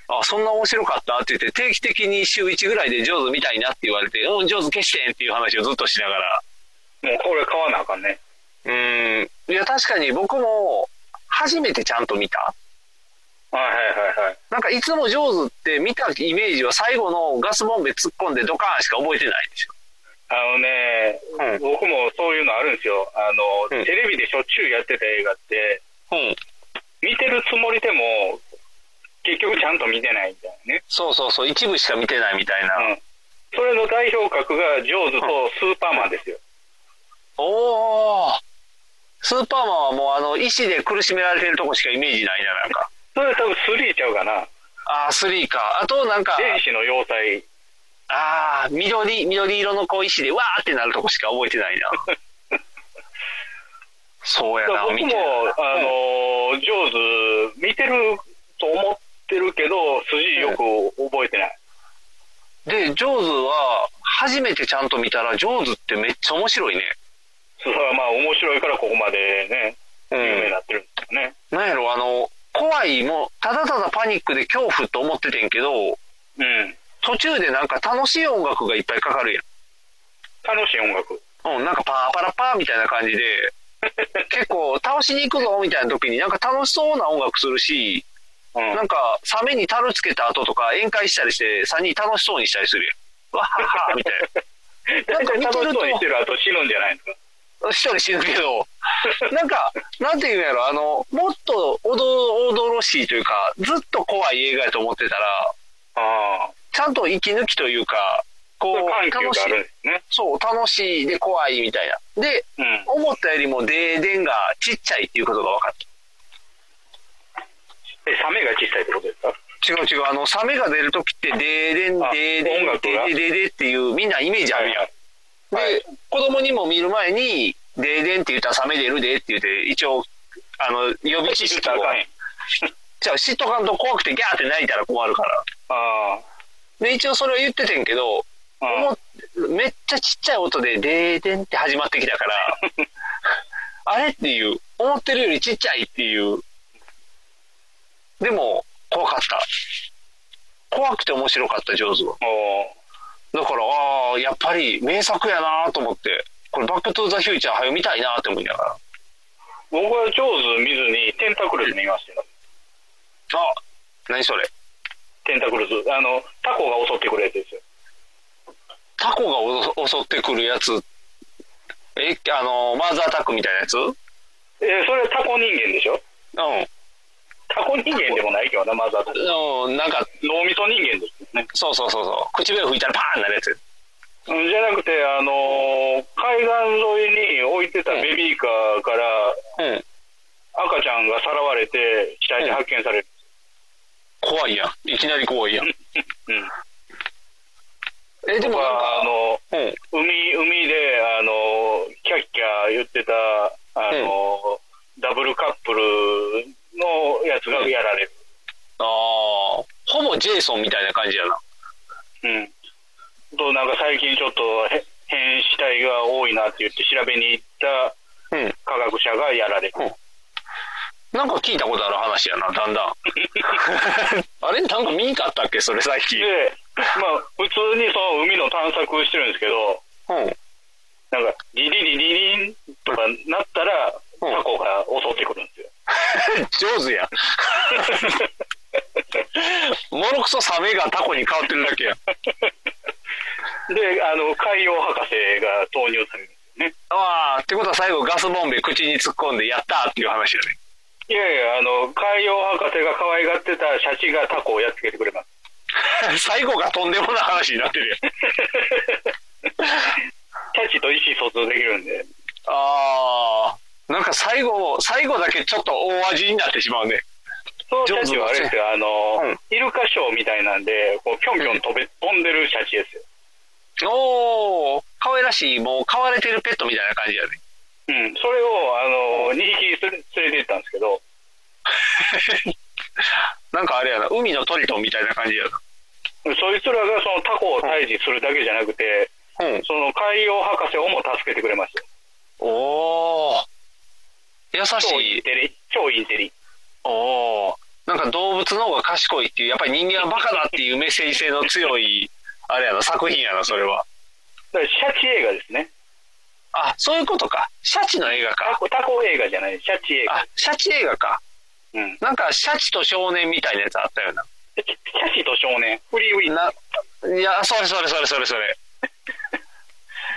Speaker 4: あ、そんな面白かったって言って、定期的に週1ぐらいで上手みたいなって言われて、うん、上手消してんっていう話をずっとしながら。
Speaker 3: もうこれ買わなあかんね。
Speaker 4: うーん。いや、確かに僕も、初めてちゃんと見た。
Speaker 3: はいはいはいはい。
Speaker 4: なんかいつも上手って見たイメージは最後のガスボンベ突っ込んでドカーンしか覚えてないんですよ。
Speaker 3: あのね、僕もそういうのあるんですよ。あの、テレビでしょっちゅうやってた映画って、見てるつもりでも、結局ちゃんと見てないみたいなね。
Speaker 4: そうそうそう、一部しか見てないみたいな。
Speaker 3: それの代表格がジョーズとスーパーマンですよ。
Speaker 4: おースーパーマンはもうあの、意志で苦しめられてるとこしかイメージないな、なんか。
Speaker 3: それ多分3ちゃうかな。
Speaker 4: あー、3か。あとなんか、
Speaker 3: 天使の要塞。
Speaker 4: あー、緑、緑色のこう意志でわーってなるとこしか覚えてないな。 そうやな、
Speaker 3: 僕
Speaker 4: 見
Speaker 3: も
Speaker 4: てる、
Speaker 3: あの、ジョーズ見てると思ってるけど、筋よく覚えてない。
Speaker 4: で、ジョーズは、初めてちゃんと見たら、ジョーズってめっちゃ面白いね。
Speaker 3: それはまあ面白いからここまでね、有名になってるんですよね。
Speaker 4: なんやろ、あの、怖いも、ただただパニックで恐怖と思っててんけど、途中でなんか楽しい音楽がいっぱいかかるやん。
Speaker 3: 楽しい音楽
Speaker 4: うん、なんかパーパラパーみたいな感じで、結構倒しに行くぞみたいな時になんか楽しそうな音楽するし、なんかサメにタルつけた後とか宴会したりして、3人楽しそうにしたりするやん。わっはっはみたいな。
Speaker 3: なんか楽しそうにしてる後死ぬんじゃないの
Speaker 4: 一人死ぬけど、なんか、なんていうんやろ、あの、もっとおどおどろしいというか、ずっと怖い映画やと思ってたら、ちゃんと息抜きというか、こう、
Speaker 3: 緩急
Speaker 4: 楽し
Speaker 3: があ
Speaker 4: い
Speaker 3: るんですね。
Speaker 4: そう、楽しいで怖いみたいな。で、思ったよりもデーデンがちっちゃいっていうことが分かった。
Speaker 3: え、サメが小さいってことですか
Speaker 4: 違う違う、あの、サメが出るときって、デーデン、デーデン、デーデデデっていう、みんなイメージあるやん。で、子供にも見る前に、デーデンって言ったらサメ出るでって言って、一応、あの、予備知識を。じゃあ、嫉妬感と怖くてギャーって泣いたら困るから。で、一応それを言っててんけど、思っめっちゃちっちゃい音で、デーデンって始まってきたから、あれっていう、思ってるよりちっちゃいっていう。でも、怖かった。怖くて面白かった、上手は。だから、ああ、やっぱり名作やなと思って、これ、バックトゥーザフューチャー、早見たいなって思いながら。
Speaker 3: 僕はジョーズ見ずに、テンタクルズ見ましたよ。
Speaker 4: あ、何それ
Speaker 3: テンタクルズ。あの、タコが襲ってくるやつですよ。
Speaker 4: タコがお襲ってくるやつ、え、あの、マーズアタックみたいなやつうん。
Speaker 3: えーそれタコ人間でしょタコ人間でもないけどな、まずは。
Speaker 4: うん、なんか、
Speaker 3: 脳みそ人間ですよね。
Speaker 4: そうそうそうそう。唇を拭いたらパーンなるやつ。
Speaker 3: うんじゃなくて、あのー海岸沿いに置いてたベビーカーから、赤ちゃんがさらわれて、死体で発見される。
Speaker 4: 怖いやん。いきなり怖いやん。
Speaker 3: うん。
Speaker 4: え、でもなんか、
Speaker 3: あの、海、海で、あの、キャッキャ言ってた、あの、ダブルカップルのやつがやられる。
Speaker 4: ああ、ほぼジェイソンみたいな感じやな。
Speaker 3: うん。と、なんか最近ちょっとへ変死体が多いなって言って調べに行った科学者がやられる。
Speaker 4: なんか聞いたことある話やな、だん だん。あれなんか見にかったっけそれ最近。
Speaker 3: で、まあ、普通にその海の探索してるんですけど、なんか、リリリリリンとかなったら、タコが襲ってくるんですよ。
Speaker 4: 上手や。もろくそサメがタコに変わってるだけ や。
Speaker 3: で、あの、海洋博士が投入される。
Speaker 4: ああ、ってことは最後ガスボンベ口に突っ込んでやったーっていう話やね。
Speaker 3: いやいや、あの、海洋博士が可愛がってたシャチがタコをやっつけてくれます。
Speaker 4: 最後がとんでもない話になってるやん。
Speaker 3: シャチと意思疎通できるんで。
Speaker 4: ああ、なんか最後、最後だけちょっと大味になってしまうね。
Speaker 3: そのシャチはあれですよ、あの、イルカショーみたいなんで、こう、ぴょんぴょん飛べ、飛んでるシャチですよ。
Speaker 4: おー、可愛らしい、もう飼われてるペットみたいな感じやね。
Speaker 3: うん、それを、あの、2匹連れて行ったんですけど、
Speaker 4: なんかあれやな、海のトリトンみたいな感じやな。
Speaker 3: そいつらがそのタコを退治するだけじゃなくて、その海洋博士をも助けてくれました。
Speaker 4: おおー。優しい。超イン
Speaker 3: テリ。超インテリ。
Speaker 4: おー。なんか動物の方が賢いっていう、やっぱり人間はバカだっていうメッセージ性の強い、あれやな、作品やな、それは。
Speaker 3: だからシャチ映画ですね。
Speaker 4: あ、そういうことか。シャチの映画か。
Speaker 3: タコタコ映画じゃない、シャチ映画。
Speaker 4: あ、シャチ映画か。うん。なんか、シャチと少年みたいなやつあったよな。
Speaker 3: シャチと少年、フリーウィン。
Speaker 4: ないや、それそれそれそれそれ。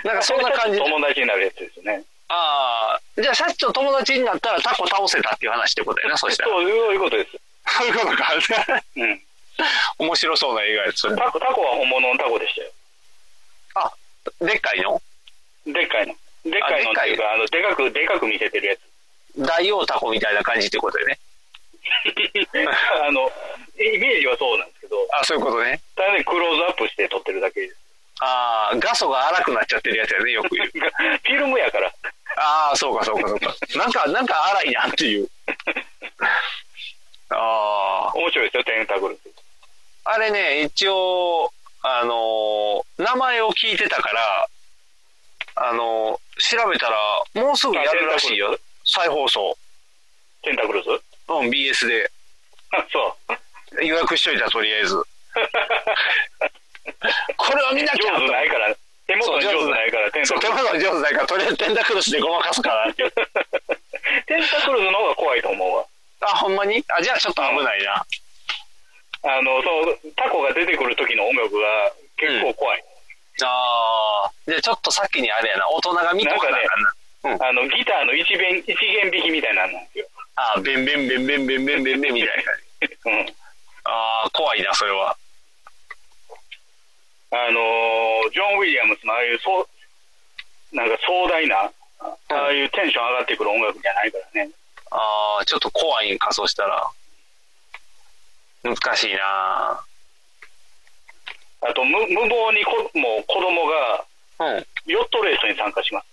Speaker 4: なんかそんな感じで
Speaker 3: 友達になるやつですよね。
Speaker 4: ああ、じゃあ、シャチと友達になったらタコ倒せたっていう話ってことや な、そしたら。
Speaker 3: そういうことです。
Speaker 4: そういうことか。うん。面白そうな映画やつ。
Speaker 3: タコタコは本物のタコでしたよ。
Speaker 4: あ、でっかいの
Speaker 3: でっかいの。でっかいのっていうか、あの、でかく、でかく見せて るやつ。
Speaker 4: 大王タコみたいな感じってことよね。
Speaker 3: あの、イメージはそうなんですけど。
Speaker 4: あ、そういうことね。
Speaker 3: ただね、クローズアップして撮ってるだけです。
Speaker 4: ああ、画素が荒くなっちゃってるやつやね、よく言う。
Speaker 3: フィルムやから。
Speaker 4: ああ、そうかそうかそうか。なんか、なんか荒いなっていう。 ああ。
Speaker 3: 面白いですよ、テンタクル。
Speaker 4: あれね、一応、あのー名前を聞いてたから、あのー調べたら、もうすぐやるらしいよ。再放送。
Speaker 3: テンタク ルズ
Speaker 4: うん、BS で。
Speaker 3: そう。
Speaker 4: 予約しといた、とりあえず。これは 見なきゃ
Speaker 3: 上手ないから。手元に上手ないから、
Speaker 4: そう手元に上手ないから、とりあえずテンタクルスでごまかすからって。
Speaker 3: テンタクルズの方が怖いと思うわ。
Speaker 4: あ、ほんまにあ、じゃあちょっと危ないな。
Speaker 3: あの、そう、タコが出てくる時の音楽が結構怖い。
Speaker 4: ああ。で、ちょっとさっきにあれやな、大人が見とかなあかんな。
Speaker 3: あの、ギターの一弦、一弦弾きみたいなんなんですよ。
Speaker 4: ああ、ベンベンベンベンベンベンベンベンみたいな。
Speaker 3: うん。
Speaker 4: ああ、怖いな、それは。
Speaker 3: あのージョン・ウィリアムスのああいうそう、なんか壮大な、ああいうテンション上がってくる音楽じゃないからね。
Speaker 4: ああ、ちょっと怖いんか、そうしたら。難しいな
Speaker 3: あと、無無謀にこもう子供が、
Speaker 4: うん。
Speaker 3: ヨットレースに参加しま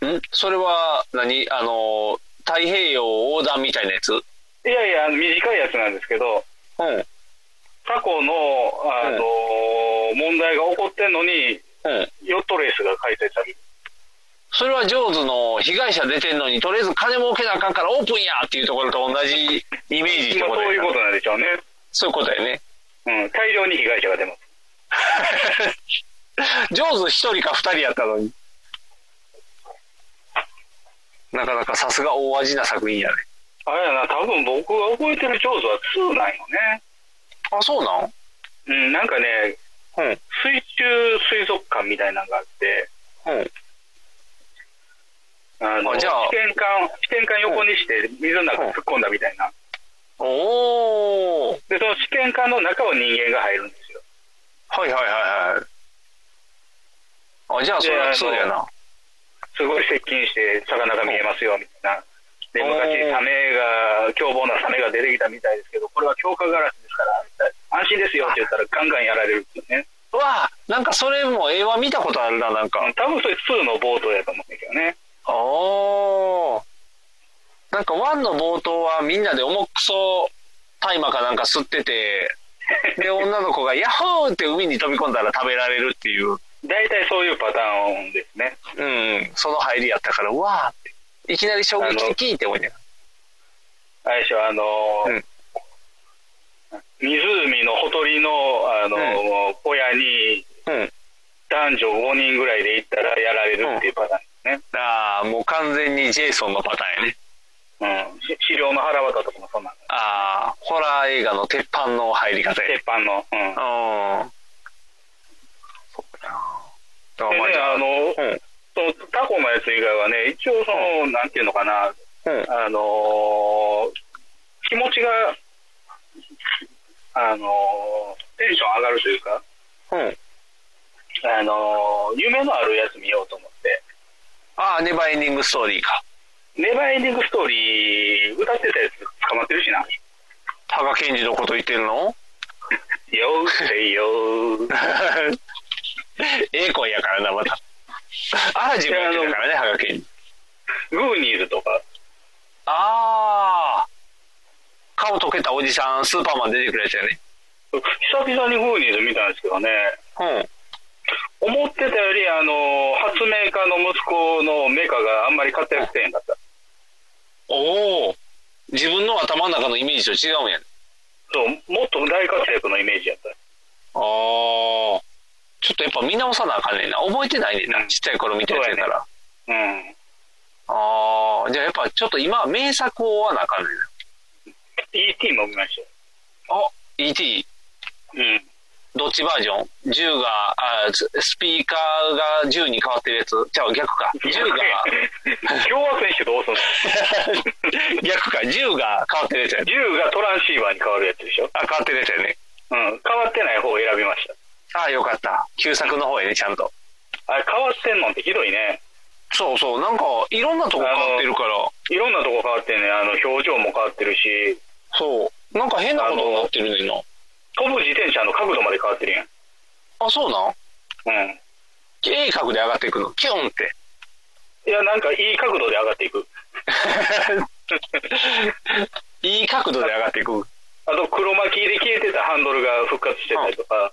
Speaker 3: す。
Speaker 4: んそれは何、あのー、太平洋横断みたいなやつうん。
Speaker 3: いやいや、あの短いやつなんですけど、過去の、あのー問題が起こってんのに、
Speaker 4: うん。
Speaker 3: ヨットレースが開催される。
Speaker 4: それはジョーズの被害者出てんのに、とりあえず金儲けなあかんからオープンやっていうところと同じイメージってこと
Speaker 3: まあそういうこと
Speaker 4: だよ
Speaker 3: なんでしょうね。
Speaker 4: そういうことだよね。
Speaker 3: うん、大量に被害者が出ます。
Speaker 4: ジョーズ一人か二人やったのに。なかなかさすが大味な作品やね。
Speaker 3: あれやな、多分僕が覚えてる上手は2なんよね。
Speaker 4: あ、そうなん
Speaker 3: うん、なんかね、水中水族館みたいなのがあって、あの、
Speaker 4: あ
Speaker 3: 試
Speaker 4: じゃあ
Speaker 3: 験管、試験管横にして水の中に突っ込んだみたいな。
Speaker 4: おお。
Speaker 3: で、その試験管の中を人間が入るんですよ。
Speaker 4: はいはいはいはい。あ、じゃあそれはそうだよな。
Speaker 3: すごい接近して魚が見えますよ、みたいな。で、昔、サメが、凶暴なサメが出てきたみたいですけど、これは強化ガラスですから、みたいな安心ですよって言ったらガンガンやられるっていうね。
Speaker 4: うわあなんかそれも映画見たことあるな、なんか。
Speaker 3: 多分それ2の冒頭やと思うんだけどね。
Speaker 4: おーなんかワンの冒頭はみんなで重くそ大麻かなんか吸ってて、 で、女の子がヤッホーって海に飛び込んだら食べられるっていう、
Speaker 3: 大体そういうパターンですね。
Speaker 4: うん、その入りやったから、うわーって。いきなり衝撃的って思いなが
Speaker 3: あれでしょ、あのー湖のほとりの、あのー小屋に、男女5人ぐらいで行ったらやられるっていうパターンですね。
Speaker 4: ら。あーもう完全にジェイソンのパターンやね。
Speaker 3: うん。し資料の腹渡とかもそんなん。
Speaker 4: あーホラー映画の鉄板の入り方や。
Speaker 3: 鉄板の。うん。
Speaker 4: うん。
Speaker 3: で
Speaker 4: そうかな。だからまあ
Speaker 3: ね
Speaker 4: じ、ゃ
Speaker 3: あの、そのタコのやつ以外はね、一応その、なんていうのかな、あのー気持ちが、あのーテンション上がるというか、あのー夢のあるやつ見ようと思って、
Speaker 4: あ、あーネバーエンディングストーリーか。
Speaker 3: ネバーエンディングストーリー、歌ってたやつ捕まってるしな。
Speaker 4: 羽賀健二のこと言ってるの
Speaker 3: よーせよー。
Speaker 4: ええ声やからな、また。アラジンもやってたからね、羽賀健二。
Speaker 3: グーニーズとか、
Speaker 4: ああ。顔溶けたおじさん、スーパーマン出てくるやつやね。
Speaker 3: 久々にグーニーズ見たんですけどね、
Speaker 4: うん。
Speaker 3: 思ってたより、あの、発明家の息子のメカがあんまり活躍せへんかった。
Speaker 4: おお自分の頭の中のイメージと違うんやね
Speaker 3: そう、もっと大活躍のイメージやった。
Speaker 4: ああちょっとやっぱ見直さなあかんねんな覚えてないねんな、ちっちゃい頃見てやつやから
Speaker 3: うん。
Speaker 4: ああじゃあやっぱちょっと今は名作を追わなあかんねんな
Speaker 3: ET も見まし
Speaker 4: あ ET
Speaker 3: うん
Speaker 4: どっちバージョン銃があススピーカーが銃に変わってるやつじゃあ逆か銃が
Speaker 3: 共和選手どうすん の
Speaker 4: 逆か銃が変わってるやつや
Speaker 3: 銃がトランシーバーに変わるやつでしょ
Speaker 4: あ変わってるやつやね
Speaker 3: うん、変わってない方を選びました。
Speaker 4: ああよかった旧作の方やねちゃんと
Speaker 3: あれ変わってんのってひどいね。
Speaker 4: そうそう、なんか、いろんなとこ変わってるから。
Speaker 3: いろんなとこ変わってんね。あの、表情も変わってるし。
Speaker 4: そう。なんか変なことになってるねんな。
Speaker 3: 飛ぶ自転車の角度まで変わってるやん。
Speaker 4: あそうなん
Speaker 3: うん。
Speaker 4: 鋭角で上がっていくのキョン って
Speaker 3: いや、なんかいい角度で上がっていく。
Speaker 4: いい角度で上がっていく。
Speaker 3: あと、黒巻きで消えてたハンドルが復活してたりとか。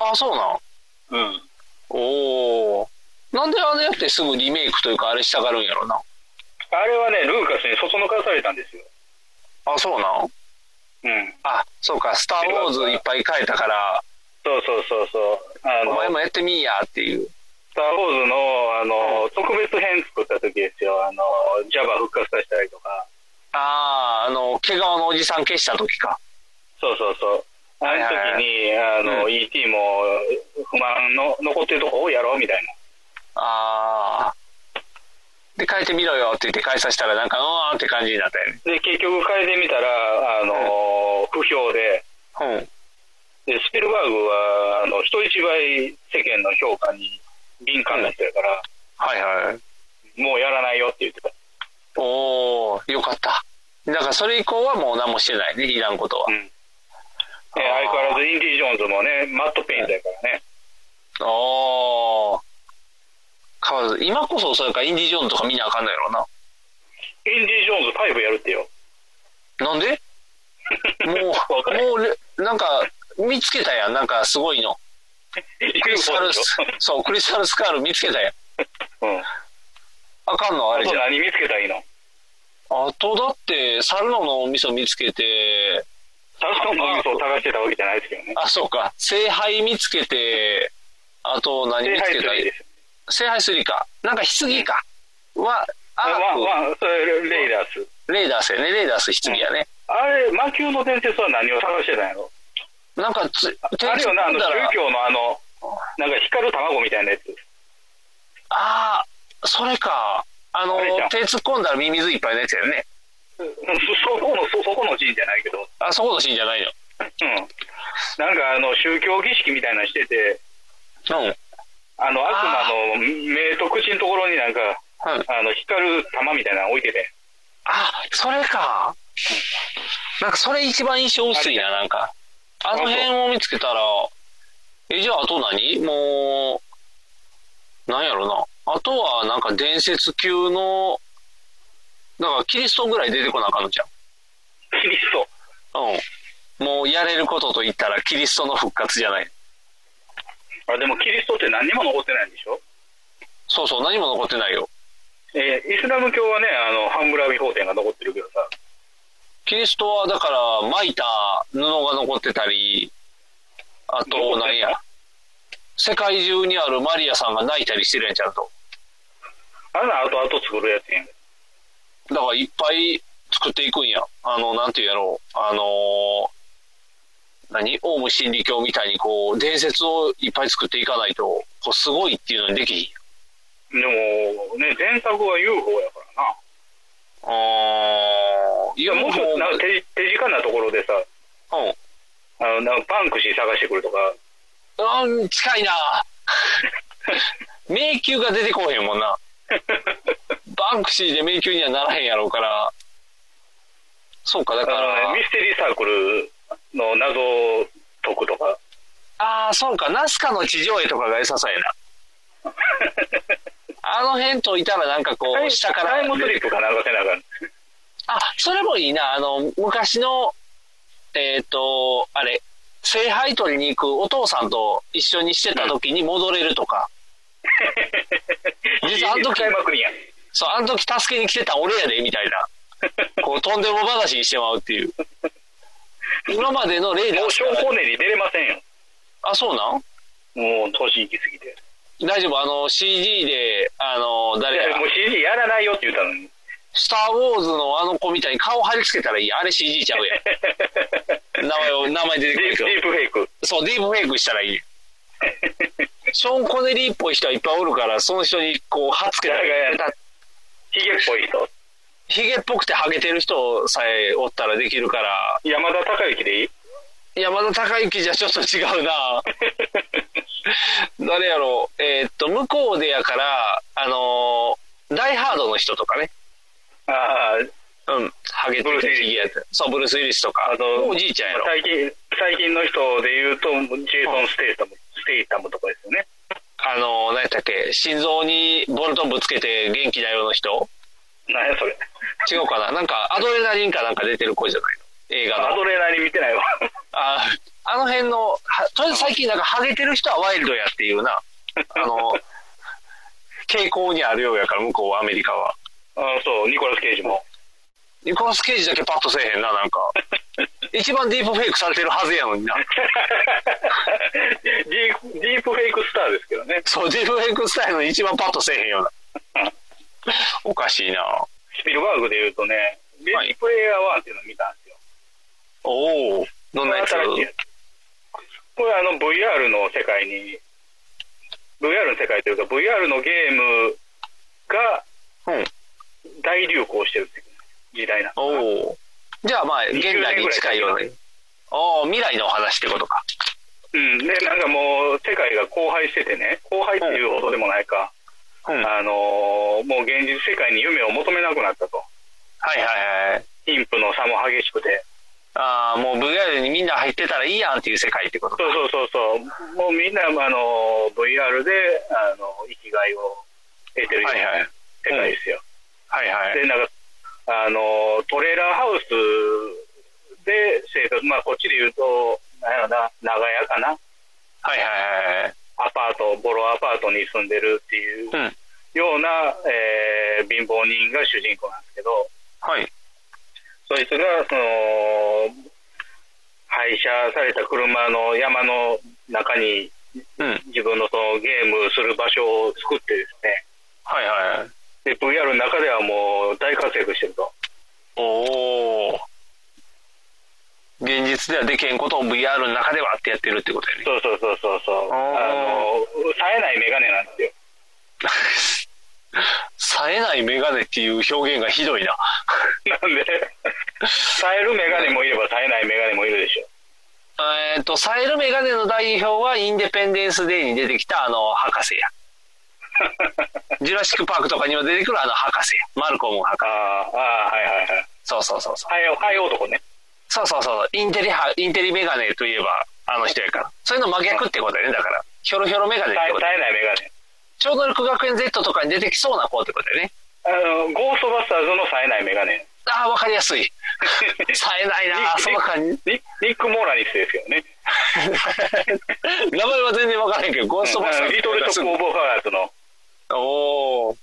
Speaker 4: あそうなん
Speaker 3: うん。
Speaker 4: おおなんであれやってすぐリメイクというかあれしたがるんやろな
Speaker 3: あれはね、ルーカスにそそのかされたんですよ。
Speaker 4: あそうなん
Speaker 3: うん。
Speaker 4: あそうか「スター・ウォーズ」いっぱい変えたから
Speaker 3: そうそうそうそう。あ
Speaker 4: お前もやってみいやっていう
Speaker 3: スター・ウォーズの、あの、特別編作った時ですよ。あの、ジャバ復活させたりとか。
Speaker 4: あああの毛皮のおじさん消した時か
Speaker 3: そうそうそう。あの時に、あの、ET も不満の残ってるとこ多いやろみたいな。
Speaker 4: ああで変えてみろよって言って変えさせたらなんかうーんって感じになったよね
Speaker 3: で、結局変えてみたら、あの、不評で、で、スピルバーグは、あの、人一倍世間の評価に敏感な人やから、
Speaker 4: はいはい
Speaker 3: もうやらないよって言ってた。
Speaker 4: おおよかっただからそれ以降はもう何もしてないねいらんことは、
Speaker 3: で相変わらずインディ・ジョーンズもね、マット・ペインだからね。
Speaker 4: ああ変わらず今こそそれからインディ・ジョーンズとか見なあかんのやろな
Speaker 3: インディ・ジョーンズ5やるってよ。
Speaker 4: なん でもうもうれなんか見つけたやんなんかすごいのクリスタルスそうクリスタルスカール見つけたやん
Speaker 3: うん。
Speaker 4: あかんのあれじゃん
Speaker 3: 何見つけたらいいの
Speaker 4: あとだって猿の脳みそ見つけて
Speaker 3: 猿の脳みそを探してたわけじゃないですけどね
Speaker 4: あそうか聖杯見つけてあと何見つけたらいい聖杯3かなんか棺か、は
Speaker 3: あ、
Speaker 4: アーク
Speaker 3: ワン、ワン、それ、レイダース。
Speaker 4: レーダースやね、レーダース棺やね。
Speaker 3: あれ、魔球の伝説は何を探してたんやろ
Speaker 4: なんかつ、
Speaker 3: あれよな、あの、宗教のあの、なんか光る卵みたいなやつ。
Speaker 4: ああ、それか。あの
Speaker 3: あれじゃん、
Speaker 4: 手突っ込んだらミミズいっぱいのやつやね。
Speaker 3: そこの、そそこのシーンじゃないけど。
Speaker 4: あ、そこのシーンじゃないよ。
Speaker 3: うん。なんかあの、宗教儀式みたいなのしてて、
Speaker 4: うん。
Speaker 3: あの、悪魔の目と口のところになんか、あの、光る玉みたいなの置いてて。
Speaker 4: あ、それか。なんかそれ一番印象薄いな、なんか。あの辺を見つけたら、え、じゃああと何もう、なんやろな。あとはなんか伝説級の、だからキリストぐらい出てこなあかんのじゃん。
Speaker 3: キリスト。
Speaker 4: うん。もうやれることと言ったらキリストの復活じゃない。
Speaker 3: あ、でもキリストって何にも残ってないんでしょ
Speaker 4: そうそう、何も残ってないよ。
Speaker 3: えーイスラム教はね、あの、ハンムラビ法典が残ってるけどさ、
Speaker 4: キリストはだから巻いた布が残ってたり、あと何や、世界中にあるマリアさんが泣いたりしてるやん、ちゃんと。
Speaker 3: あの後々作るやつやん。
Speaker 4: だからいっぱい作っていくんや。あの、なんていうんやろう、あのー何オウム真理教みたいにこう、伝説をいっぱい作っていかないと、こう、すごいっていうのにできひんやん。
Speaker 3: でも、ね、前作は UFO やからな。
Speaker 4: あ
Speaker 3: いや、もうちょっとなんか手手近なところでさ、
Speaker 4: うん。
Speaker 3: あの、なんかバンクシー探してくるとか、
Speaker 4: うん、近 いな迷宮が出てこうへんもんな。バンクシーで迷宮にはならへんやろうから。そうか、だか
Speaker 3: あの
Speaker 4: ら
Speaker 3: ね、ミ。ステリーサークルの謎を解くとか、
Speaker 4: ああ、そうか、ナスカの地上絵とかが良さそうやな。 あの辺といたらなんかこう、下から。
Speaker 3: タイムトリップかなんかせなあかん。
Speaker 4: あ、それもいいな。あの、昔の、えっ、と、あれ、聖杯取りに行くお父さんと一緒にしてた時に戻れるとか。 実はあの時、そう、あの時助けに来てた俺やで、みた いな。こう、とんでも話にしてまうっていう。今までの例で
Speaker 3: もう証拠ねに出れませんよ。
Speaker 4: あ、そうなん
Speaker 3: もう年行き過ぎて。
Speaker 4: 大丈夫、あの、CG で、あの、誰
Speaker 3: いや
Speaker 4: か。
Speaker 3: もう CG やらないよって言ったの に。
Speaker 4: スター・ウォーズのあの子みたいに顔貼り付けたらいいやん。あれ CG ちゃ うやん。名前を、名前出てくるけど。
Speaker 3: ディープフェイク。
Speaker 4: そう、ディープフェイクしたらいい。ショーン・コネリーっぽい人はいっぱいおるから、その人にこう、貼っ付けたらいい。
Speaker 3: ヒゲっぽい人。
Speaker 4: ヒゲっぽくてハゲてる人さえおったらできるから。
Speaker 3: 山田孝之でいい
Speaker 4: 山田孝之じゃちょっと違 うな誰やろうえーっと向こうでやからあのーダイハードの人とかね
Speaker 3: あ
Speaker 4: あうんハゲて
Speaker 3: ブルースウィリ
Speaker 4: る
Speaker 3: ス
Speaker 4: ヒゲやつそうブルース・ウィリスとか
Speaker 3: あの
Speaker 4: おじいちゃんやろ
Speaker 3: 最近、最近の人で言うと、ジェイソン・ステイタム、ステイタムとかですよね。
Speaker 4: あのー何やったっけ心臓にボルトぶつけて元気だよの人
Speaker 3: 何やそれ。
Speaker 4: 違うかななんかアドレナリンかなんか出てる子じゃないの映画の
Speaker 3: アドレナリン見てないわ。
Speaker 4: ああの辺の、はとりあえず最近なんかハゲてる人はワイルドやっていうな、あの、 傾向にあるようやから、向こうはアメリカは。
Speaker 3: あそう、ニコラス・ケイジも。
Speaker 4: ニコラス・ケイジだけパッとせえへんな、なんか。一番ディープフェイクされてるはずやのにな。
Speaker 3: ディーディープフェイクスターですけどね。
Speaker 4: そう、ディープフェイクスタイルの一番パッとせえへんような。 おかしいな。
Speaker 3: スピルバーグで言うとね、レディプレイヤー1っていうの見たんですよ。
Speaker 4: おお、どんなやつ
Speaker 3: 新しいやつこれあの VR の世界に、VR の世界というか VR のゲームが大流行してるっていう時代なのかな
Speaker 4: おお。じゃあまあ、現代に近いような。おお、未来のお話ってことか。
Speaker 3: うん、で、なんかもう、世界が荒廃しててね、荒廃っていうほどでもないか、あのーもう現実世界に夢を求めなくなったと。
Speaker 4: はいはいはい。
Speaker 3: 貧富の差も激しくて。
Speaker 4: ああ、もう VR にみんな入ってたらいいやんっていう世界ってことか。
Speaker 3: そうそうそうそう。もうみんな、あのー VR で、あの生きがいを得てるような世界ですよ。
Speaker 4: はいはい。
Speaker 3: で、なんか、あのートレーラーハウスで生活、まあ、こっちで言うと、なんやろな、長屋かな。
Speaker 4: はいはいはいはい。
Speaker 3: アパート、ボロアパートに住んでるっていう
Speaker 4: うん。
Speaker 3: ような、えー貧乏人が主人公なんですけど、
Speaker 4: はい。
Speaker 3: そいつが、その、廃車された車の山の中に、
Speaker 4: うん。
Speaker 3: 自分のそのゲームする場所を作ってですね、
Speaker 4: はいはい。
Speaker 3: で、VR の中ではもう大活躍してると。
Speaker 4: おお。現実ではできへんことを VR の中ではってやってるってことやね。
Speaker 3: そうそうそうそうそう。あの、冴えないメガネなんですよ。
Speaker 4: 冴えないメガネっていう表現がひどいな。
Speaker 3: なんで、冴えるメガネもいれば冴えないメガネもいるでしょ。
Speaker 4: えっと、冴えるメガネの代表はインデペンデンスデーに出てきたあの博士や。ジュラシックパークとかにも出てくるあの博士や。マルコム博
Speaker 3: あ
Speaker 4: 士。
Speaker 3: あ、はいはいはい。
Speaker 4: そうそうそうそう。
Speaker 3: ハエ、ハエ男ね。
Speaker 4: そうそうそう。インテリは、インテリメガネといえば、あの人やから。そういうの真逆ってことやね、だから。ひょろひょろメガネ
Speaker 3: 冴
Speaker 4: っ
Speaker 3: え
Speaker 4: てこと
Speaker 3: 冴えないメガネ。
Speaker 4: 超能力学園 Z とかに出てきそうな子ってことやね。
Speaker 3: あの、ゴーストバスターズの冴えないメガネ。
Speaker 4: ああ、わかりやすい。冴えない なあ、その感じ。
Speaker 3: ニニック・モーラニスですよね。
Speaker 4: 名前は全然わからへんけど、ゴーストバスターズ
Speaker 3: リトル・ショップ・オブ・ハーツの。
Speaker 4: おお。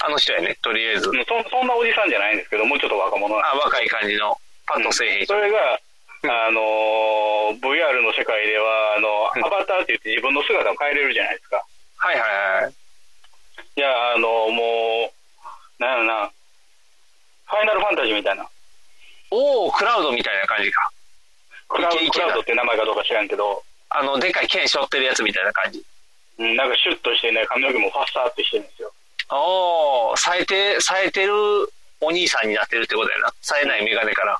Speaker 4: あの人やね、とりあえず。
Speaker 3: うんそそんなおじさんじゃないんですけど、もうちょっと若者なん
Speaker 4: あ
Speaker 3: で
Speaker 4: 若い感じの、パッとせえへん
Speaker 3: す。そ
Speaker 4: 人。
Speaker 3: れが、あのー VR の世界では、あの、アバターって言って自分の姿を変えれるじゃないですか。
Speaker 4: はいはいはい。
Speaker 3: いや、あのもう、なんやろな、ファイナルファンタジーみたいな。
Speaker 4: おお、クラウドみたいな感じか。
Speaker 3: クラウ
Speaker 4: いけい
Speaker 3: ド
Speaker 4: け
Speaker 3: ク
Speaker 4: だ
Speaker 3: ラウドって名前かどうか知らんけど、
Speaker 4: あの、でかい剣背負ってるやつみたいな感じ。
Speaker 3: うんなんかシュッとしてね、髪の毛もファッサーってしてるんですよ。
Speaker 4: おお、冴えて、冴えてるお兄さんになってるってことやな。冴えないメガネから。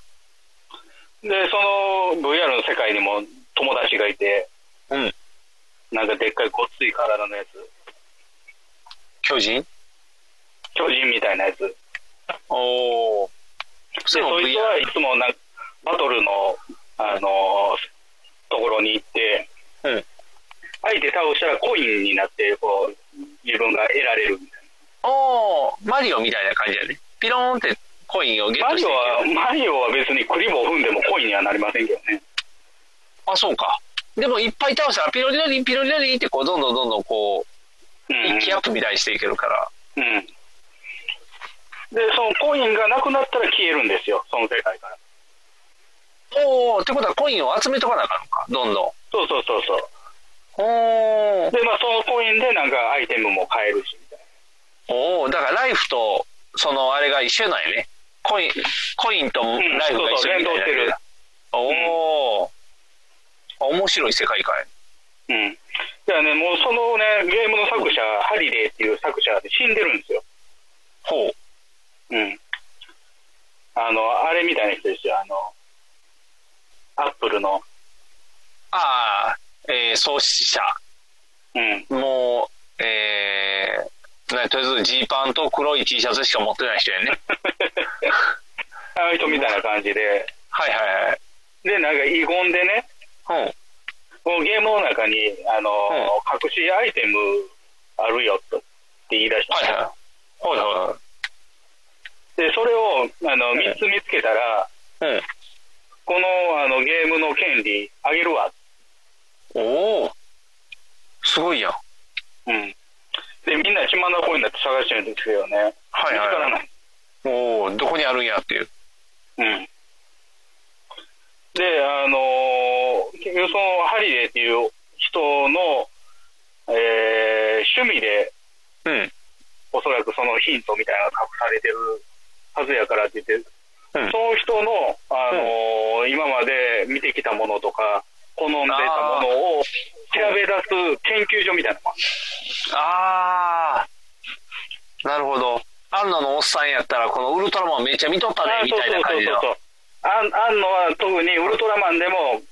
Speaker 3: で、その VR の世界にも友達がいて、
Speaker 4: うん。
Speaker 3: なんかでっかいごっつい体のやつ、
Speaker 4: 巨人
Speaker 3: 巨人みたいなやつ。で、
Speaker 4: おお。そ
Speaker 3: そ
Speaker 4: れも
Speaker 3: いつはいつもなんかバトルの、あのところに行って、
Speaker 4: うん。
Speaker 3: 相手倒したらコインになって、こう、自分が得られるみたい
Speaker 4: おお、マリオみたいな感じやね。ピローンってコインをゲ
Speaker 3: な。
Speaker 4: ッ
Speaker 3: マ
Speaker 4: トし
Speaker 3: リ
Speaker 4: て
Speaker 3: オ
Speaker 4: いける
Speaker 3: は、マリオは別にクリボー踏んでもコインにはなりませんけどね。
Speaker 4: ああ、そうか。でもいっぱい倒したら、ピロリロリン、ピロリロリンって、こう、どんどんどんどんこう、一気アップみたいにしていけるから。
Speaker 3: うん。で、そのコインがなくなったら消えるんですよ、その世界から。
Speaker 4: おおってことはコインを集めとかなあかんのか、どんどん。
Speaker 3: そうそうそうそう。
Speaker 4: お
Speaker 3: で、まあ、そのコインでなんかアイテムも買えるし。
Speaker 4: おおだからライフと、そのあれが一緒なんやね。コイン、コインとライフが一緒みたいな、
Speaker 3: うんそうそう連動してる
Speaker 4: おお、あ面白い世界観やね
Speaker 3: うん。じゃあね、もうそのね、ゲームの作者、ハリデーっていう作者で死んでるんですよ。
Speaker 4: ほう。
Speaker 3: うん。あの、あれみたいな人ですよ、あの、アップルの。
Speaker 4: ああ、えー、創始者。。
Speaker 3: うん
Speaker 4: もう、えー、なとりあえずジーパンと黒い T シャツしか持ってない人やね。
Speaker 3: あの人みたいな感じで。
Speaker 4: はいはいはい。
Speaker 3: で、なんか遺言でね、このゲームの中に、あの、隠しアイテムあるよとって言い出したんですよ
Speaker 4: はいは
Speaker 3: で、それを、あの、3つ見つけたら、この、あの、ゲームの権利あげるわ。
Speaker 4: おおすごいやん。
Speaker 3: うん。で、みんな血まなこになって探してるんですよね。
Speaker 4: はいはい
Speaker 3: 見つからない。
Speaker 4: い。おおどこにあるんやっていう。
Speaker 3: うん。で、あのー結局そのハリデーっていう人の、えー趣味で、
Speaker 4: うん。
Speaker 3: おそらくそのヒントみたいなのが隠されてるはずやからって言って、その人の、あのー今まで見てきたものとか、好んでたものを調べ出す研究所みたいなのもある
Speaker 4: ああなるほど。アンナのおっさんやったら、このウルトラマンめっちゃ見とったね、みたいな感じの。
Speaker 3: あそうそうそうそうあんあんのは特にウルトラマンでも、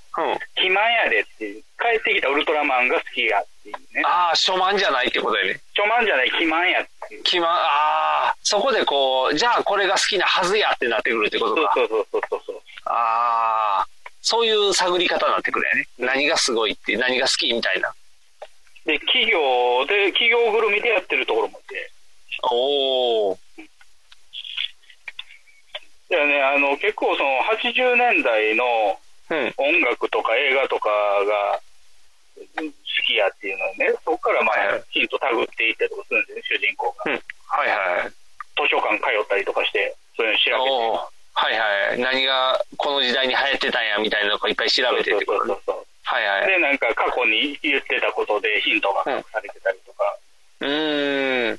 Speaker 3: 肥満やでっていう、帰ってきたウルトラマンが好きやっていうね。
Speaker 4: ああ、初満じゃないってことやね。
Speaker 3: 巨満じゃない、肥満やって
Speaker 4: 決ま、ああ、そこでこう、じゃあこれが好きなはずやってなってくるってことか。
Speaker 3: そうそうそうそうそう。
Speaker 4: ああ、そういう探り方になってくるやね。何がすごいって、何が好きみたいな。
Speaker 3: で、企業で、企業ぐるみでやってるところもあって。
Speaker 4: おお。
Speaker 3: だからね、あの、結構その80年代の音楽とか映画とかがうん好きやっていうのはね、そこからまあ、ヒントたぐっていったりとかするんですよね、主人公が。
Speaker 4: はいはい。
Speaker 3: 図書館通ったりとかして、そういうの調べて。
Speaker 4: おーはいはい。何がこの時代に流行ってたんやみたいなのをいっぱい調べてってことねはいはい。
Speaker 3: で、なんか過去に言ってたことでヒントが隠されてたりとか。
Speaker 4: うーん。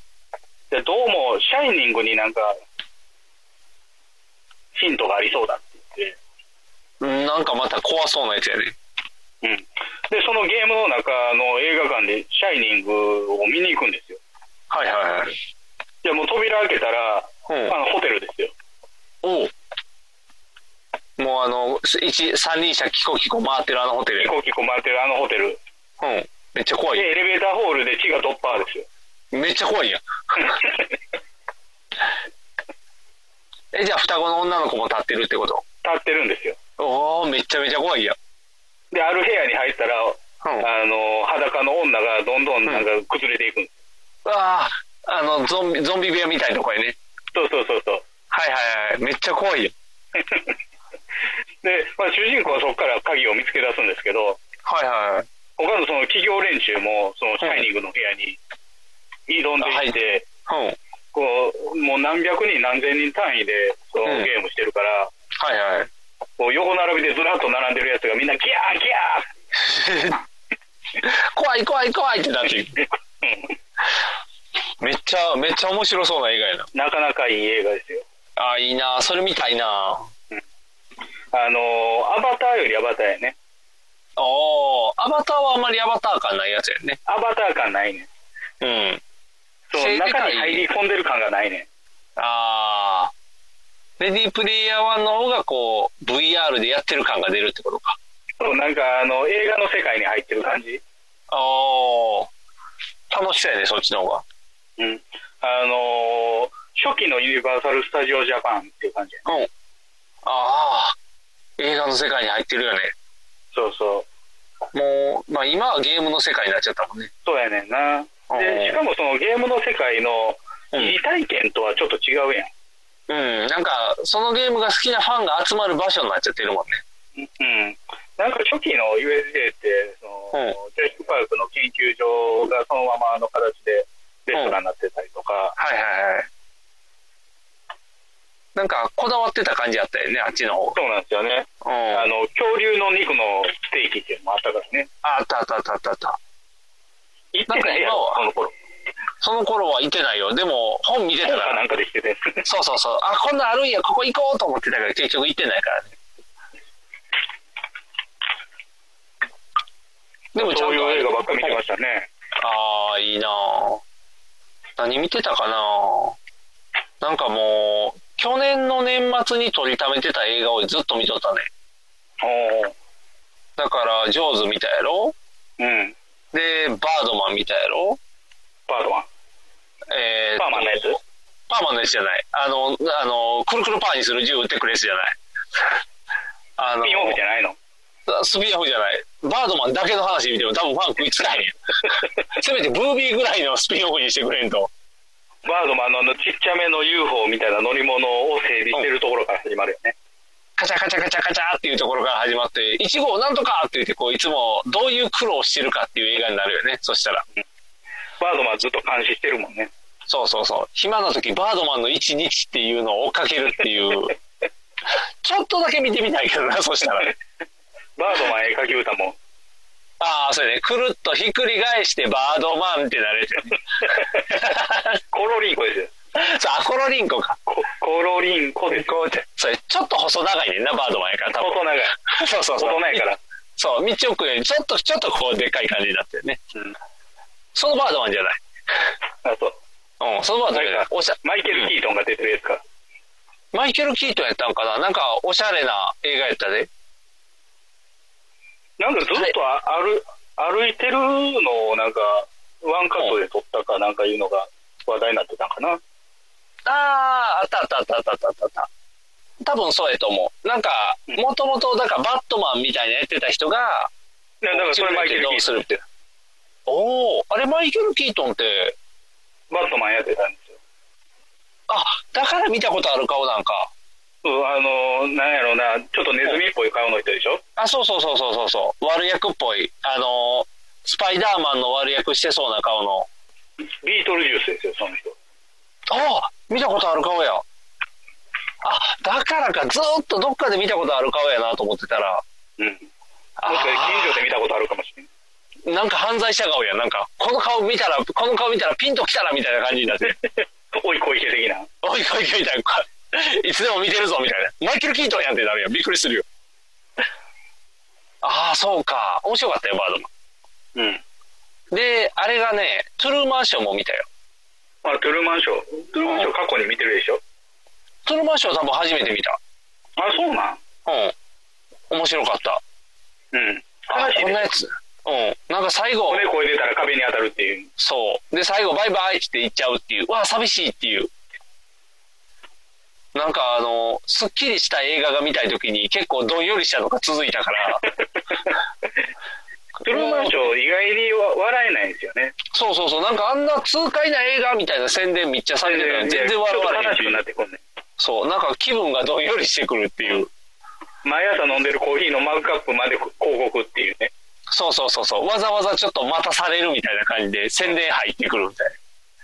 Speaker 3: で、どうも、シャイニングになんか、ヒントがありそうだって言って。
Speaker 4: なんかまた怖そうなやつやね。
Speaker 3: うん。で、そのゲームの中の映画館で、シャイニングを見に行くんですよ。
Speaker 4: はいはいはい。
Speaker 3: いや、もう扉開けたら、
Speaker 4: うん
Speaker 3: あの、ホテルですよ。
Speaker 4: おうもうあの、一、三輪車キコキコ回ってるあのホテル
Speaker 3: 飛
Speaker 4: や。
Speaker 3: 行機こ回ってるあのホテル。
Speaker 4: うん。めっちゃ怖い
Speaker 3: で、。エレベーターホールで血がドッパーですよ。
Speaker 4: めっちゃ怖いやん。え、じゃあ双子の女の子も立ってるってこと
Speaker 3: 立ってるんですよ。
Speaker 4: おおめちゃめちゃ怖いやん。
Speaker 3: で、ある部屋に入ったら、あの、裸の女がどんどんなんか崩れていくんです。
Speaker 4: ああ、あの、ゾンビ、ゾンビ部屋みたいなとこやね。
Speaker 3: そうそうそうそう。
Speaker 4: はいはいはい。めっちゃ怖いやん。
Speaker 3: で、まあ、主人公はそこから鍵を見つけ出すんですけど、
Speaker 4: はいはい。
Speaker 3: 他のその企業連中も、そのシャイニングの部屋に挑んでいて、
Speaker 4: うん。
Speaker 3: こう、もう何百人何千人単位で、そのゲームしてるから、
Speaker 4: はい はい。
Speaker 3: こう横並びでずらっと並んでるやつがみんなギャーギ
Speaker 4: 怖い怖い怖いってなっていく。めっちゃ、めっちゃ面白そうな映画やな。
Speaker 3: ャーなかなかいい映画ですよ。
Speaker 4: ああ、いいなそれ見たいな
Speaker 3: あのーアバターよりアバターやね。
Speaker 4: おおアバターはあんまりアバター感ないやつやね。
Speaker 3: アバター感ないね。
Speaker 4: うん。
Speaker 3: その中に入り込んでる感がないね。
Speaker 4: ああ。レディープレイヤー1の方がこう、VR でやってる感が出るってことか。
Speaker 3: そう、なんかあの、映画の世界に入ってる感じ。
Speaker 4: おお楽しそうやね、そっちの方が。
Speaker 3: うん。あのー初期のユニバーサル・スタジオ・ジャパンっていう感じやね。
Speaker 4: うん。ああ。映画の世界に入ってるよね。
Speaker 3: そうそう。
Speaker 4: もう、まあ今はゲームの世界になっちゃったもんね。
Speaker 3: そうやねんな。で、しかもそのゲームの世界の疑似体験とはちょっと違うやん。
Speaker 4: うん、なんか、そのゲームが好きなファンが集まる場所になっちゃってるもんね。
Speaker 3: うん。なんか初期の USJ って、その、ジャイックパークの研究所がそのままの形でレストランになってたりとか、
Speaker 4: はいはいはい。なんか、こだわってた感じやったよね、あっちの方
Speaker 3: そうなんですよね。あの、恐竜の肉のステーキっていうのもあったからね。
Speaker 4: あったあったあったあったあった。
Speaker 3: 行ってないやろ、その頃。
Speaker 4: その頃はいてないよ。でも、本見てたら。
Speaker 3: なんかできてて。
Speaker 4: そうそうそう。あ、こんなんあるんや、ここ行こうと思ってたから、結局行ってないからね。でも、ちゃ
Speaker 3: そう
Speaker 4: んと
Speaker 3: いう映画ばっか見てましたね。
Speaker 4: ああ、いいなぁ何見てたかなぁなんかもう、去年の年末に撮りためてた映画をずっと見とったね。だから、ジョーズ見たやろ
Speaker 3: うん。
Speaker 4: で、バードマン見たやろ
Speaker 3: バードマン。
Speaker 4: えー、
Speaker 3: パーマンのやつ
Speaker 4: パーマンのやつじゃない。あの、あの、くるくるパーにする銃撃ってくるやつじゃない。 あの、スピンオフじ
Speaker 3: ゃないの
Speaker 4: スピンオフじゃない。バードマンだけの話見ても多分ファン食いつかへ ん。せめてブービーぐらいのスピンオフにしてくれんと。
Speaker 3: バードマンのあのちっちゃめの UFO みたいな乗り物を整備してるところから始まるよね。
Speaker 4: カチャカチャカチャカチャっていうところから始まって、1号なんとかって言って、こう、いつもどういう苦労してるかっていう映画になるよね、そしたら。
Speaker 3: バードマンずっと監視してるもんね。
Speaker 4: そうそうそう。暇な時、バードマンの1日っていうのを追っかけるっていう。ちょっとだけ見てみたいけどな、そしたらね。
Speaker 3: バードマン絵描き歌も。
Speaker 4: ああ、それね、くるっとひっくり返してバードマンってなれてる。
Speaker 3: コロリンコですよ。
Speaker 4: そう、あ、コロリンコか。
Speaker 3: コロリンコです。
Speaker 4: それ、ちょっと細長いねんな、バードマンやから。細
Speaker 3: 長い。
Speaker 4: そうそうそう。
Speaker 3: 細長いから。
Speaker 4: そう、道奥よりちょっと、ちょっとこう、でっかい感じになってるね。そのバードマンじゃない。
Speaker 3: あ、そう。
Speaker 4: うん、そのバードマンじゃない。おしゃ
Speaker 3: マイケル・キートンが出てるやつか。
Speaker 4: マイケル・キートンやったんかななんか、おしゃれな映画やったで。
Speaker 3: なんかずっとあ歩歩いてるのをなんか、ワンカットで撮ったかなんかいうのが話題になってたんかな。
Speaker 4: ああ、あったあったあったあったあったあった。多分そうやと思う。なんか、もともと、だからバットマンみたいなやってた人が、
Speaker 3: いやだからそれマイケル
Speaker 4: どうするって。おお、あれマイケル・キートンって。
Speaker 3: バットマンやってたんですよ。
Speaker 4: あ、だから見たことある顔なんか。
Speaker 3: うん、あのー、なんやろうな、ちょっとネズミっぽい顔の人でしょ
Speaker 4: あ、そうそうそうそうそうそう。悪役っぽい。あのー、スパイダーマンの悪役してそうな顔の。
Speaker 3: ビートルジュースですよ、その人。
Speaker 4: あ見たことある顔や。あ、だからか、ずーっとどっかで見たことある顔やなと思ってたら、
Speaker 3: うん。もしかして近所で見たことあるかもしれない。
Speaker 4: なんか犯罪者顔や。なんか、この顔見たら、この顔見たらピンときたらみたいな感じになってる。
Speaker 3: おい小池的な。
Speaker 4: おいおいおいみたいな。 こいつでも見てるぞみたいな。マイケル・キートンやんってなるやん。びっくりするよ。ああ、そうか。面白かったよ、バードマン。
Speaker 3: うん。
Speaker 4: で、あれがね、トゥルーマンションも見たよ。
Speaker 3: まあ、トゥルーマンショー。トゥルーマンショー過去に見てるでしょ
Speaker 4: トゥルーマンション多分初めて見た。
Speaker 3: あ、そうなん
Speaker 4: うん。面白かった。
Speaker 3: うん。
Speaker 4: あこんなやつ。うん。なんか最後。
Speaker 3: 骨越えてたら壁に当たるっていう。
Speaker 4: そう。で、最後、バイバイって言っちゃうっていう。うわあ、寂しいっていう。なんかあの、すっきりした映画が見たいときに結構どんよりしたのが続いた から。
Speaker 3: トゥルーマンショー意外にわ笑えないんですよね。
Speaker 4: そうそうそう、なんかあんな痛快な映画みたいな宣伝めっちゃされてたのに全然笑われへんって
Speaker 3: ちょっと悲しくなっ
Speaker 4: い
Speaker 3: て
Speaker 4: う。
Speaker 3: こんねん
Speaker 4: そう、なんか気分がどんよりしてくるっていう。
Speaker 3: 毎朝飲んでるコーヒーのマグカップまで広告っていうね。
Speaker 4: そうそうそうそう、わざわざちょっと待たされるみたいな感じで宣伝入ってくるみたい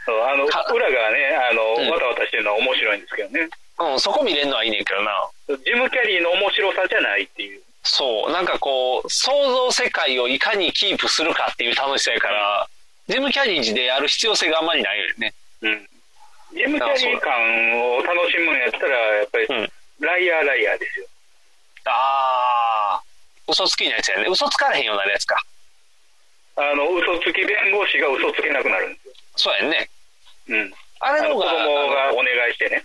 Speaker 3: そうあの、裏がね、あの、
Speaker 4: うん
Speaker 3: わたわたしてるのは面白いんですけどね。
Speaker 4: な。うん、そこ見れんのはいいねんけどな。
Speaker 3: ジム・キャリーの面白さじゃないっていう。
Speaker 4: そう、なんかこう、想像世界をいかにキープするかっていう楽しさやから、ジム・キャリージでやる必要性があんまりないよね。
Speaker 3: うん。ジム・キャリー感を楽しむんやったら、やっぱり、ライアーライアーですよ。
Speaker 4: あー、嘘つきなやつやね。嘘つかれへんようになるやつか。
Speaker 3: あの、嘘つき弁護士が嘘つけなくなるんですよ。
Speaker 4: そうやんね。
Speaker 3: うん。
Speaker 4: あれの方
Speaker 3: 子
Speaker 4: が
Speaker 3: 供がお願いしてね。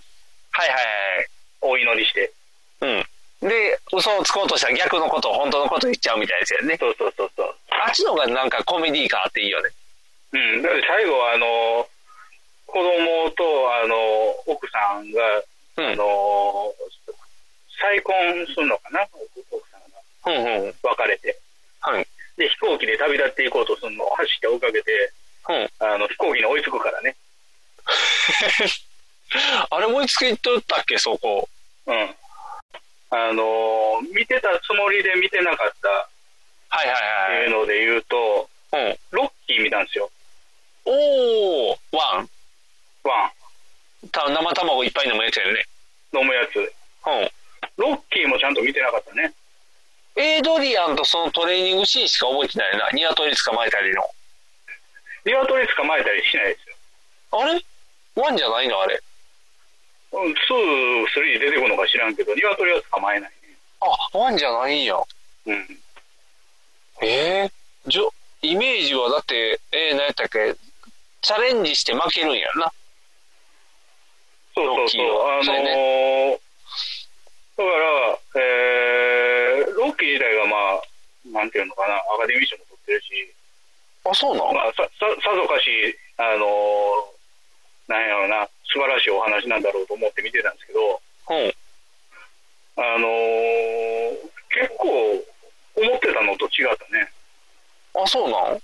Speaker 4: はいはい
Speaker 3: お祈りして。
Speaker 4: はい。うん。で、嘘をつこうとしたら逆のことを本当のこと言っちゃうみたいですよね。
Speaker 3: そうそうそうそう。
Speaker 4: あっちの方がなんかコメディー感あっていいよね。
Speaker 3: うん。だって最後は、あの、子供と、あの、奥さんが、あの、再婚するのかな奥さんが。
Speaker 4: うんうん。
Speaker 3: 別れて。
Speaker 4: はい。
Speaker 3: で、飛行機で旅立っていこうとするのを走って追いかけて、
Speaker 4: うん。
Speaker 3: あの、飛行機に追いつくからね。
Speaker 4: あれ追いつけとったっけ、そこ。
Speaker 3: うん。あのー見てたつもりで見てなかった
Speaker 4: はいはいはい
Speaker 3: っていうので言うと、
Speaker 4: うん、
Speaker 3: ロッキー見たんですよ。
Speaker 4: おー、ワン
Speaker 3: ワ
Speaker 4: た生卵いっぱい飲むやつやね。
Speaker 3: ン飲むやつ。ロッキーもちゃんと見てなかったね。
Speaker 4: エイドリアンとそのトレーニングシーンしか覚えてないな。ニワトリ捕まえたりの。
Speaker 3: ニワトリ捕まえたりしないですよ。
Speaker 4: あれワンじゃないのあれ。
Speaker 3: うん、2、3出てこるのか知らんけど、ニワトリは捕まえない。
Speaker 4: あ、ワンじゃないんや。
Speaker 3: うん。
Speaker 4: えー、じょイメージはだって、えー、何やったっけチャレンジして負けるんやろな。
Speaker 3: そうそうそう。あのーだから、えー、ロッキー自体がまあ、なんていうのかな、アカデミー賞も取ってるし、
Speaker 4: あ、そうなの
Speaker 3: まあ、さささぞかし、あのーなんやろうな、素晴らしいお話なんだろうと思って見てたんですけど、
Speaker 4: うん。
Speaker 3: あのー結構、思ってたのと違ったね。
Speaker 4: あ、そうなの
Speaker 3: っ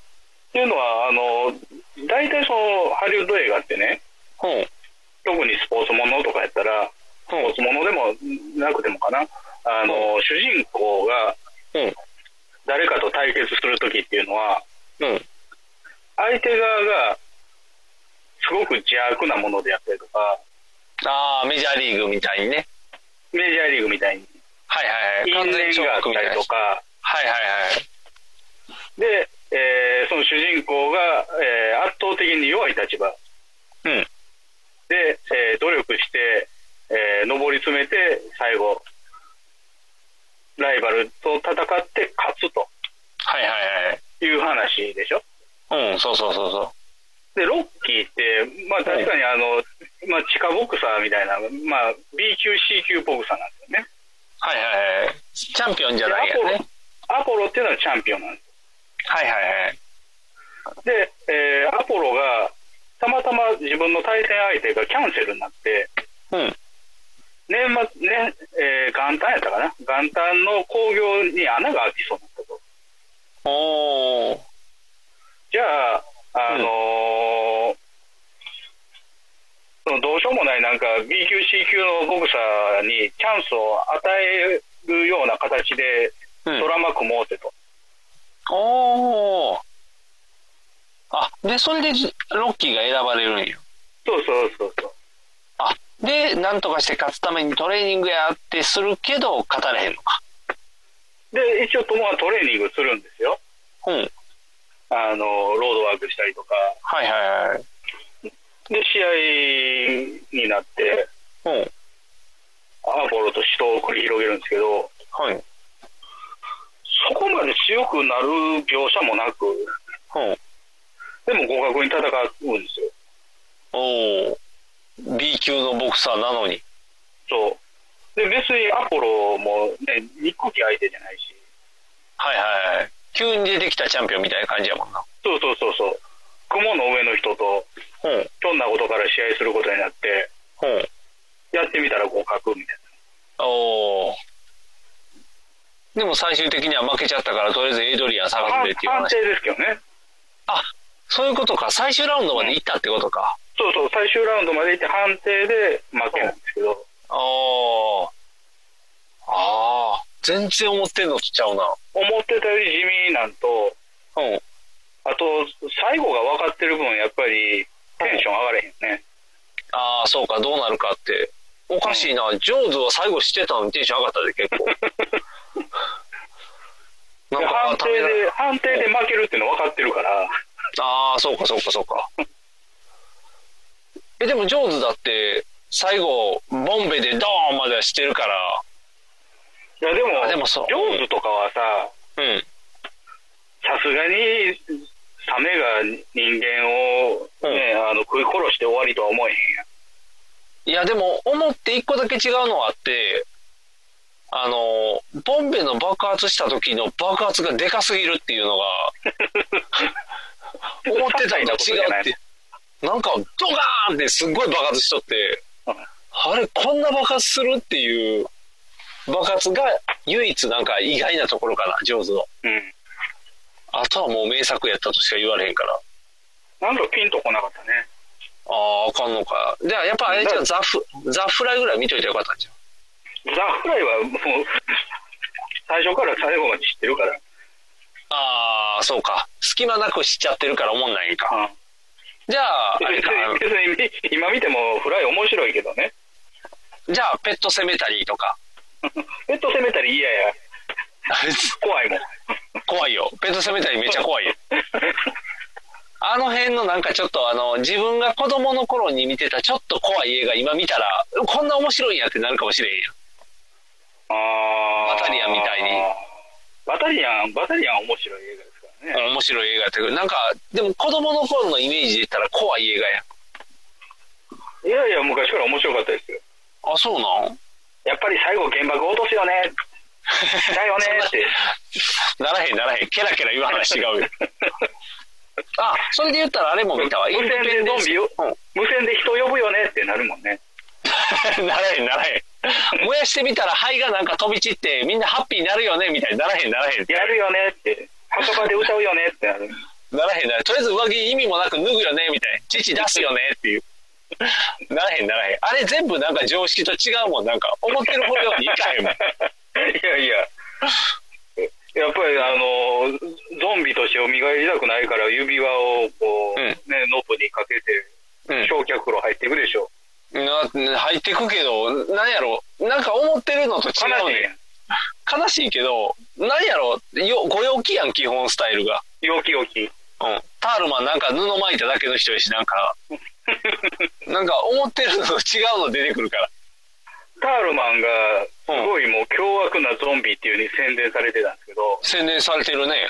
Speaker 3: ていうのは、あのー大体その、ハリウッド映画ってね、
Speaker 4: うん。
Speaker 3: 特にスポーツものとかやったら、スポーツものでもなくてもかな、あの、主人公が
Speaker 4: うん。
Speaker 3: 誰かと対決するときっていうのは、
Speaker 4: うん。
Speaker 3: 相手側がすごく邪悪なものであったりとか、
Speaker 4: あー、メジャーリーグみたいにね。
Speaker 3: メジャーリーグみたいに
Speaker 4: はい
Speaker 3: 因
Speaker 4: はいはい。完
Speaker 3: 縁
Speaker 4: 全
Speaker 3: があっ
Speaker 4: みた
Speaker 3: た
Speaker 4: いな
Speaker 3: りと。か、
Speaker 4: はいはいはい。
Speaker 3: で、えーその主人公が、えー圧倒的に弱い立場
Speaker 4: うん。
Speaker 3: で、えー努力して、えー上り詰めて、最後、ライバルと戦って勝つと。
Speaker 4: はいはい
Speaker 3: いう話でしょ。
Speaker 4: はい。うん、そうそうそうそう。
Speaker 3: で、ロッキーって、まあ確かにあの、まあ地下ボクサーみたいな、まあ B 級、C 級ボクサーなんですよね。
Speaker 4: はいはいはい。チャンピオンじゃ
Speaker 3: で
Speaker 4: な
Speaker 3: ア
Speaker 4: いや
Speaker 3: ポロ、
Speaker 4: ね。
Speaker 3: アポロっていうのはチャンピオンなんで
Speaker 4: はいはいはい。
Speaker 3: す。で、えーアポロが、たまたま自分の対戦相手がキャンセルになって、
Speaker 4: うん。
Speaker 3: 年末、ね、えー元旦やったかな。元旦の興行に穴が開きそうになったと。
Speaker 4: おー。
Speaker 3: じゃあ、あのーそのどうしようもないなんか B 級、C 級のボクサーにチャンスを与えるような形で
Speaker 4: うん
Speaker 3: ドラマ組もうぜと、
Speaker 4: おー。あ、で、それでじロッキーが選ばれるんや。
Speaker 3: そうそうそうそう、
Speaker 4: あ、で、なんとかして勝つためにトレーニングやってするけど、勝たれへんのか。
Speaker 3: で一応、友はトレーニングするんですよ、
Speaker 4: うん。
Speaker 3: あのーロードワークしたりとか、
Speaker 4: はいはいはい。
Speaker 3: で試合になって、
Speaker 4: うん。
Speaker 3: アポロと死闘を繰り広げるんですけど、
Speaker 4: はい。
Speaker 3: そこまで強くなる描写もなく、
Speaker 4: うん。
Speaker 3: でも互角に戦うんですよ。
Speaker 4: おー。B 級のボクサーなのに。
Speaker 3: そう。で、別にアポロもね、日光機相手じゃないし。
Speaker 4: はいはいはい。急に出てきたチャンピオンみたいな感じやもんな。
Speaker 3: そうそうそうそう。雲の上の人と、
Speaker 4: うん。
Speaker 3: ひょんなことから試合することになって、
Speaker 4: うん。
Speaker 3: やってみたら合格みたい
Speaker 4: おー。でも最終的には負けちゃったから、とりあえずエイドリアン
Speaker 3: な。
Speaker 4: 探すでっていう
Speaker 3: 判
Speaker 4: 話。
Speaker 3: 定ですけどね。
Speaker 4: あ、そういうことか。最終ラウンドまで行ったってことか。
Speaker 3: そうそう、最終ラウンドまで行って判定で負けなんですけど、
Speaker 4: ああ。ああ。全然思ってんのとちゃうな。
Speaker 3: 思ってたより地味なんと、
Speaker 4: うん。
Speaker 3: あと、最後が分かってる分、やっぱりテンション上がれへんね。
Speaker 4: ああ、そうか、どうなるかって。おかしいな。ジョーズは最後してたのにテンション上がったで、結 構。
Speaker 3: で
Speaker 4: なんか
Speaker 3: 判定
Speaker 4: ため
Speaker 3: で、
Speaker 4: ら
Speaker 3: 判定で負けるっていうの分かってるから、
Speaker 4: ああ、そうか、そうか、そうか。 え、でも、ジョーズだって、最後、ボンベでドーンまではしてるから、
Speaker 3: いやでも、
Speaker 4: あでもそう
Speaker 3: ジョーズとかはさ、
Speaker 4: うん。
Speaker 3: さすがにサメが人間を、ねあの食い殺して終わりとは思えへんやん
Speaker 4: いや、でも、思って一個だけ違うのはあって、あの、ボンベの爆発した時の爆発がでかすぎるっていう のが、思ってたのと違うって。なんか、ドガーンってすっごい爆発しとって、あれ、こんな爆発するっていう爆発が唯一なんか意外なところかな、上手の。
Speaker 3: うん
Speaker 4: あとはもう名作やったとしか言われへんから。
Speaker 3: なんかピンとこなかったね
Speaker 4: ああ、あかんのか。じゃあ、やっぱあれじゃうザフ、ザフライぐらい見といてよかったんじゃん。
Speaker 3: ザ・フライはもう、最初から最後まで知ってるから。
Speaker 4: ああ、そうか。隙間なくしちゃってるから思んないんか。じゃあ、あれ
Speaker 3: 別
Speaker 4: か。
Speaker 3: に、別に今見てもフライ面白いけどね。
Speaker 4: じゃあ、ペット攻めたりとか。
Speaker 3: ペット攻めたり嫌や。怖いもん。
Speaker 4: 怖いよ。ペット攻めたりめっちゃ 怖いよ。あの辺のなんかちょっとあの、自分が子供の頃に見てたちょっと怖い映画今見たら、こんな面白いんやってなるかもしれんやん。
Speaker 3: あ
Speaker 4: バタリアンみたいに。
Speaker 3: バタリアン、バタリアン面白い映画ですからね。
Speaker 4: 面白い映画やってる。なんか、でも子供の頃のイメージで言ったら怖い映画やん。
Speaker 3: いやいや、昔から面白かったですよ。
Speaker 4: あ、そうなん
Speaker 3: やっぱり最後原爆落とす よね。だよねって。
Speaker 4: ならへんならへん。ケラケラ言う話違 うよ。あ、それで言ったらあれも見たわ。
Speaker 3: 無線でゾンビよ、無線で人呼ぶよねってなるもんね。
Speaker 4: ならへんな らへん。燃やしてみたら灰がなんか飛び散ってみんなハッピーになるよねみたいにならへんならへん。
Speaker 3: やるよねって。墓場で歌うよねってなる。
Speaker 4: ならへんならへん。とりあえず上着意味もなく脱ぐよねみたいな。父出すよねっていう。ならへんならへん。あれ全部なんか常識と違うもん。なんか思ってる方向にいかへんもん。
Speaker 3: いやいや。やっぱりあの、ゾンビとして蘇りたくないから指輪をこう、ね、ノブにかけて、焼却炉入っていくでしょ。
Speaker 4: な入ってくけど、なんやろ、なんか思ってるのと違うねん。悲しいけど、なんやろ、よご陽気やん、基本スタイルが。
Speaker 3: 陽気陽気。 うん。
Speaker 4: タールマンなんか布巻いただけの人やし、なんか、なんか思ってるのと違うの出てくるから。
Speaker 3: タールマンが、すごいもう凶悪なゾンビっていう風に宣伝されてたんですけど、
Speaker 4: 宣伝されてるね。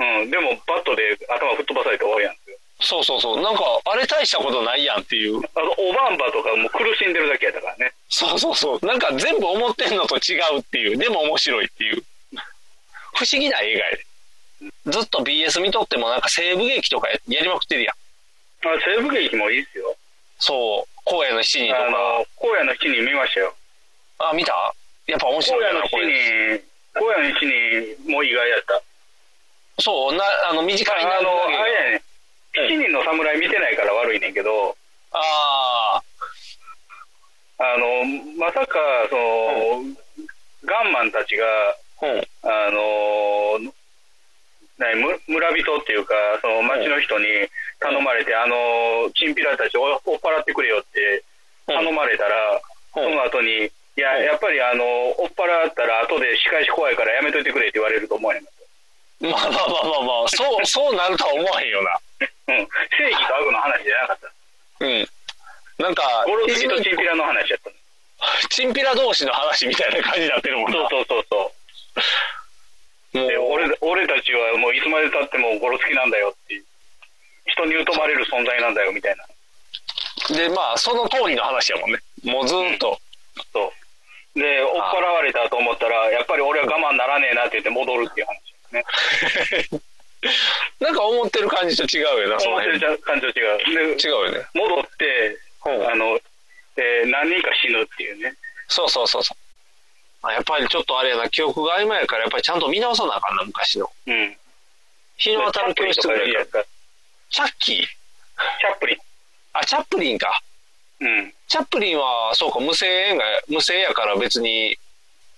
Speaker 3: うん、でもバットで頭吹っ飛ばされて終わりなんですよ。
Speaker 4: そうそうそう。なんか、あれ大したことないやんっていう。
Speaker 3: あの、オバンバとかもう苦しんでるだけやったからね。
Speaker 4: そうそうそう。なんか全部思ってんのと違うっていう。でも面白いっていう。不思議な映画やで。ずっと BS 見とってもなんか西部劇とかややりまくってるやん。
Speaker 3: あ西部劇もいいっすよ。
Speaker 4: そう。荒野の七人と
Speaker 3: あ
Speaker 4: か。
Speaker 3: の、荒野の七人見ましたよ。
Speaker 4: あ、見たやっぱ面白いな、こ
Speaker 3: 荒野の
Speaker 4: れ。
Speaker 3: 七人、荒野の七人も意外やった。
Speaker 4: そう、な、あの、短いな
Speaker 3: あの、
Speaker 4: 長いな
Speaker 3: あれやね。七人の侍見てないから悪いねんけど、
Speaker 4: ああ。
Speaker 3: あの、まさか、その、ガンマンたちが、あの、なにむ村人っていうか、その町の人に頼まれて、あの、チンピラたちを追っ払ってくれよって頼まれたら、その後に、いや、やっぱりあの、追っ払ったら後で仕返し怖いからやめといてくれって言われると思うやん。
Speaker 4: まあまあまあまあまあ、 そう、そうなるとは思わへんよな。
Speaker 3: うん。正義と悪の話じゃなかった。
Speaker 4: うん。なんか、
Speaker 3: ゴロツキとチンピラの話やった。
Speaker 4: チンピラ同士の話みたいな感じになってるもんな。
Speaker 3: そうそうそうそう。で俺俺たちはもういつまでたってもゴロつきなんだよっていう人に疎まれる存在なんだよみたいな
Speaker 4: で、まあ、その通りの話やもんね。もうずーっと。
Speaker 3: そうで追っ払われたと思ったらやっぱり俺は我慢ならねえなって言って戻るっていう話
Speaker 4: なんか思ってる感じと違うよな、そ
Speaker 3: 思
Speaker 4: の
Speaker 3: って
Speaker 4: 辺。
Speaker 3: る感じと違うで
Speaker 4: 違うよね。
Speaker 3: 戻ってあの、えー何人か死ぬっていうね
Speaker 4: そうそうそうそう。あやっぱりちょっとあれやな、記憶が曖昧やから、やっぱりちゃんと見直さなあかんな、昔の。
Speaker 3: うん
Speaker 4: 日の当たる教室ぐらいや。チャッキーチ
Speaker 3: ャップリン。
Speaker 4: あ、チャップリンか。
Speaker 3: うん。
Speaker 4: チャップリンは、そうか、無声映画、無声やから別に、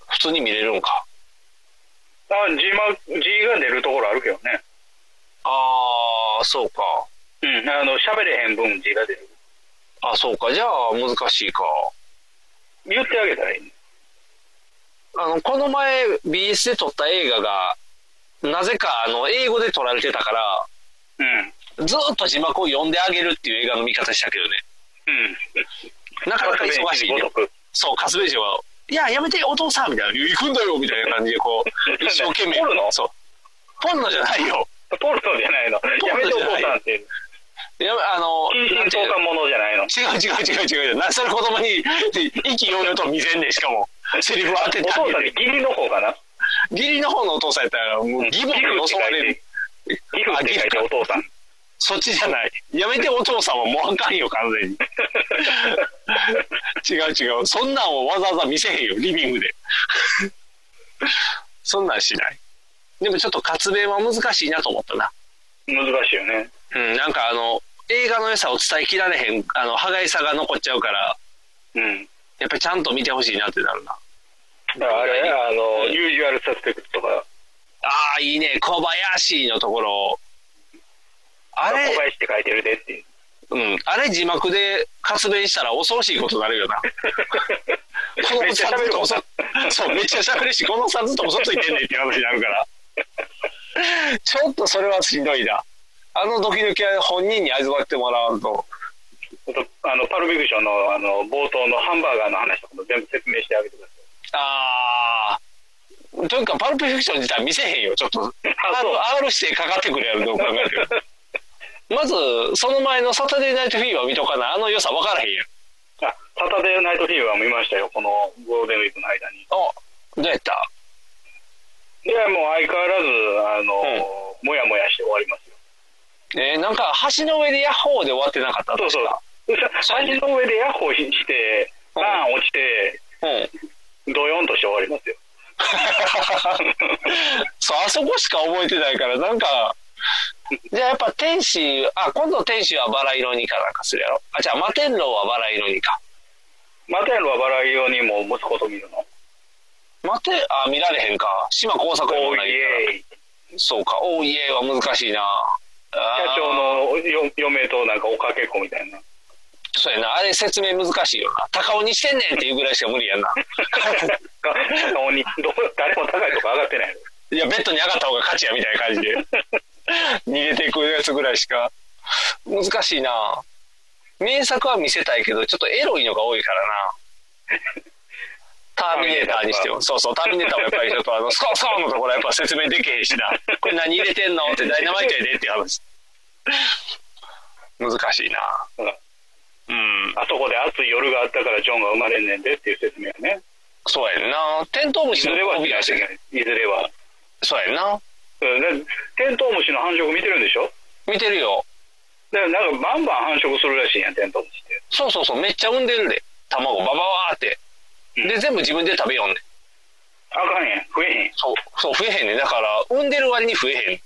Speaker 4: 普通に見れるんか。
Speaker 3: あ G, マ G が出るところあるけどね
Speaker 4: ああ、そうか。
Speaker 3: うんあの喋れへん分 G が出る
Speaker 4: あ、そうか。じゃあ、難しいか。
Speaker 3: 言ってあげたらいいね
Speaker 4: あの、この前、BS で撮った映画が、なぜか、あの、英語で撮られてたから、ずーっと字幕を読んであげるっていう映画の見方したけどね。なかなか忙しいね。そう、カスベージはいや、やめて、お父さんみたいな、行くんだよみたいな感じで、こう、一生懸 命。ポルノそう。ポルノじゃないよ。
Speaker 3: ポルノじゃないのやめてお父さんっていう
Speaker 4: やめ、あの、
Speaker 3: 近親相関者じゃないの
Speaker 4: 違う違う違う違う違う。なそれ子供に、意気揚々と見せんねん、しかも。セリフを当ててあげて。
Speaker 3: お父さんって義理の方かな
Speaker 4: 義理の方のお父さんやったら、もう義母に襲われる。
Speaker 3: ギフって書いてお父さん。
Speaker 4: そっちじゃない。やめてお父さんはもうあかんよ、完全に。 違う違う。そんなんをわざわざ見せへんよ、リビングで。 そんなんしない。でもちょっと活弁は難しいなと思ったな。
Speaker 3: 難しいよね。
Speaker 4: うん、なんかあの、映画の良さを伝えきられへん、あの、歯がゆさが残っちゃうから、
Speaker 3: うん。
Speaker 4: やっぱりちゃんと見てほしいなってなるな。
Speaker 3: あれ、あの、ユージュアルサスペクトとか、
Speaker 4: ああ、いいね、小林のところ。あれ、
Speaker 3: 小林って書いてるでっていう。
Speaker 4: うん、あれ字幕で活弁したら恐ろしいことになるよな。このサズとおそ、そう、めっちゃ喋るし、このサズと嘘ついてんねんって話になるから。ちょっとそれはしんどいな。あのドキドキは本人に味わってもらわんと。
Speaker 3: あの、パルビクションの、あの、冒頭のハンバーガーの話とかも全部説明してあげてください。
Speaker 4: あー。というか、パルプフィクション自体見せへんよ、ちょっと。R, R してかかってくるやろ、どう考えても。まず、その前のサタデーナイトフィーバー見とかな、あの良さ分からへんやん。
Speaker 3: あ、サタデーナイトフィーバーも見ましたよ、このゴールデンウィークの間に。
Speaker 4: あ、どうやった
Speaker 3: いや、もう相変わらず、あの、もやもやして終わりますよ。
Speaker 4: えーなんか橋の上でヤッホーで終わってなかったそうそう。
Speaker 3: 橋の上でヤッホーして、バーン落ちて、ドヨンとして終わりますよ。
Speaker 4: そう、あそこしか覚えてないから、なんか、じゃあやっぱ天使、あ、今度天使はバラ色にかなんかするやろ。あ、じゃあ摩天楼はバラ色にか。
Speaker 3: マテンロはバラ色にも息子と見るの
Speaker 4: 摩天、あ、見られへんか。島工作にもないから。そうか、おーイエーは難しいな。
Speaker 3: 社
Speaker 4: あー
Speaker 3: 長のよ嫁となんかおかけっこみたいな。
Speaker 4: そうやな、あれ説明難しいよな。高尾にしてんねんっていうぐらいしか無理や んな。
Speaker 3: 高尾に、誰も高いとこ上がってない
Speaker 4: いや、ベッドに上がった方が勝ちやみたいな感じで。 逃げていくやつぐらいしか。難しいな名作は見せたいけど、ちょっとエロいのが多いからな。ターミネーターにしても、そうそう、ターミネーターもやっぱりちょっとあの、スコンスコンのところはやっぱ説明できへんしな。これ何入れてんのってダイナマイトやでって話。難しいなうん。
Speaker 3: あそこで暑い夜があったからジョンが生まれんねんでっていう説明はね。
Speaker 4: そうやんなテントウムシの
Speaker 3: いずれは
Speaker 4: 飛
Speaker 3: 見
Speaker 4: び
Speaker 3: な
Speaker 4: 出
Speaker 3: い
Speaker 4: し
Speaker 3: と
Speaker 4: て
Speaker 3: いけ
Speaker 4: る
Speaker 3: ない。いずれは。
Speaker 4: そうやんな
Speaker 3: うんでテントウムシの繁殖見てるんでしょ
Speaker 4: 見てるよ。
Speaker 3: でなんかバンバン繁殖するらしいやん、テントウムシって。
Speaker 4: そうそうそう、めっちゃ産んでるで。卵バババーって。で、全部自分で食べよんねん。
Speaker 3: あかんやん、増えへん。
Speaker 4: そう、そう、増えへんねん。だから、産んでる割に増えへん。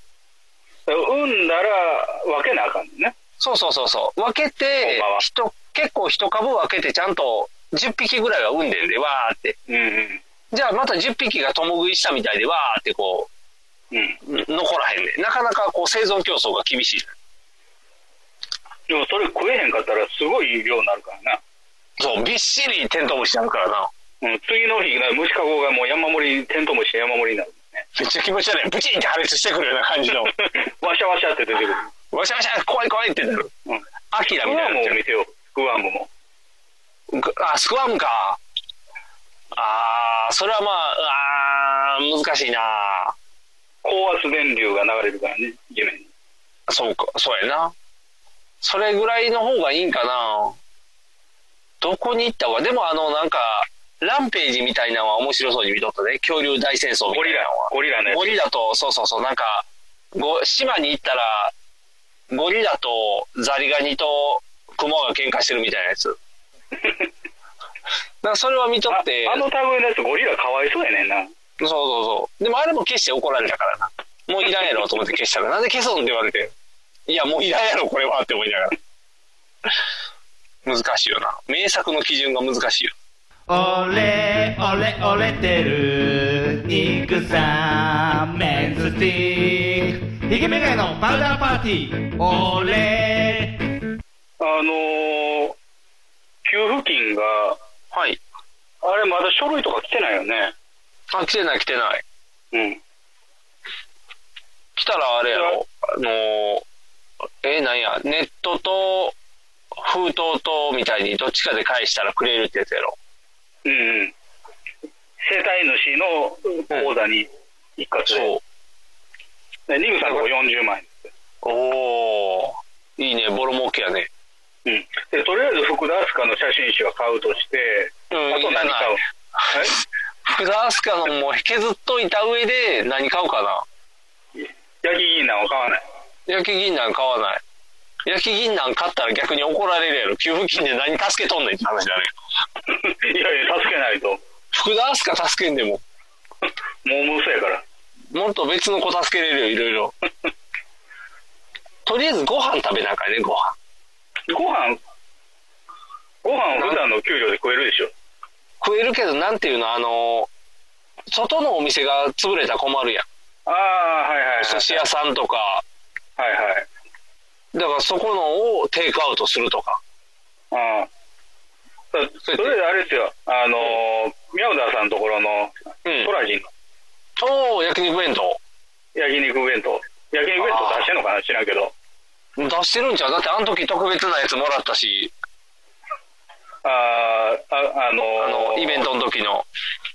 Speaker 3: 産んだら分けなあかんねんね。
Speaker 4: そうそうそうそう。分けて、人結構一株分けてちゃんと10匹ぐらいは産んでんで、わーって。
Speaker 3: うんうん。
Speaker 4: じゃあまた10匹が共食いしたみたいで、わーってこ
Speaker 3: うん。
Speaker 4: う、ん残らへんねん。なかなかこう生存競争が厳しい。
Speaker 3: でもそれ食えへんかったらすごい量になるからな。
Speaker 4: そう、びっしりテントウムシになるからな。
Speaker 3: うん、次の日、虫かごがもう山盛り、テントウムシ山盛りになる。
Speaker 4: めっちゃ気持ち悪い。ブチンって破裂してくるような感 じの。
Speaker 3: わしゃわしゃって出てくる。
Speaker 4: わしゃわしゃ、怖い怖いってなる。
Speaker 3: うん。
Speaker 4: アキラみたいになっちゃう
Speaker 3: 見てよ、スクワムも。
Speaker 4: あ、スクワムか。あー、それはまあ、あー難しいな
Speaker 3: 高圧電流が流れるからね、地面に。
Speaker 4: そうか、そうやな。それぐらいの方がいいんかなどこに行ったわ。でもあの、なんか、ランページみたいなのは面白そうに見とったね。恐竜大戦争みたいなのは。
Speaker 3: ゴリラゴリラのやつ
Speaker 4: ゴリラと、そうそうそう、なんか、ご島に行ったら、ゴリラとザリガニとクモが喧嘩してるみたいなやつ。だ からそれは見とって。
Speaker 3: あの類のやつゴリラかわいそうやねんな。
Speaker 4: そうそうそう。でもあれも消して怒られたからな。もういらんやろと思って消したから、なんで消すんって言われて。いや、もういらんやろ、これはって思いながら。難しいよな。名作の基準が難しいよ。
Speaker 1: 俺俺俺てる肉さメンズスティックヒゲメガネのパウダーパーティー俺
Speaker 3: あのー、給付金が、
Speaker 4: はい。
Speaker 3: あれまだ書類とか来てないよね。
Speaker 4: あ、来てない来てない。
Speaker 3: うん。
Speaker 4: 来たらあれやろ。あのー、えーなんや、ネットと封筒とみたいにどっちかで返したらくれるってやつやろ。
Speaker 3: うんうん。世帯主の口座に一括で。そう。で、ニグさんのとこ40万円。
Speaker 4: おー、いいね、ボロ儲けやね。
Speaker 3: うん。で、とりあえず福田明日香の写真集は買うとして、
Speaker 4: うん
Speaker 3: あと何買う
Speaker 4: い福田明日香のも削っといた上で何買うかな。
Speaker 3: 焼き銀杏は買わない。
Speaker 4: 焼き銀杏買わない。焼き銀杏買ったら逆に怒られるやろ。給付金で何助けとんねんって話だね。
Speaker 3: いやいや、助けないと。も
Speaker 4: 福田明日香助けんでも、
Speaker 3: う無嘘やから。
Speaker 4: もっと別の子助けれるよ、いろいろ。とりあえずご飯食べなあかんね、ご飯。
Speaker 3: ご飯、ご飯は普段の給料で食えるでしょ。
Speaker 4: 食えるけど、なんていうの、あの、外のお店が潰れたら困るやん。
Speaker 3: ああ、はいはい。
Speaker 4: お寿司屋さんとか。
Speaker 3: はいはい。
Speaker 4: だからそこのをテイクアウトするとか。
Speaker 3: うん。そそれであれですよ、あのー、ミャウダーさんのところの、ソラジンの。
Speaker 4: お焼肉弁当。
Speaker 3: 焼肉弁当。焼肉弁当出してんのかな知らんけど。
Speaker 4: 出してるんちゃうだってあの時特別なやつもらったし、
Speaker 3: あーあ、あのー
Speaker 4: イベントの時の。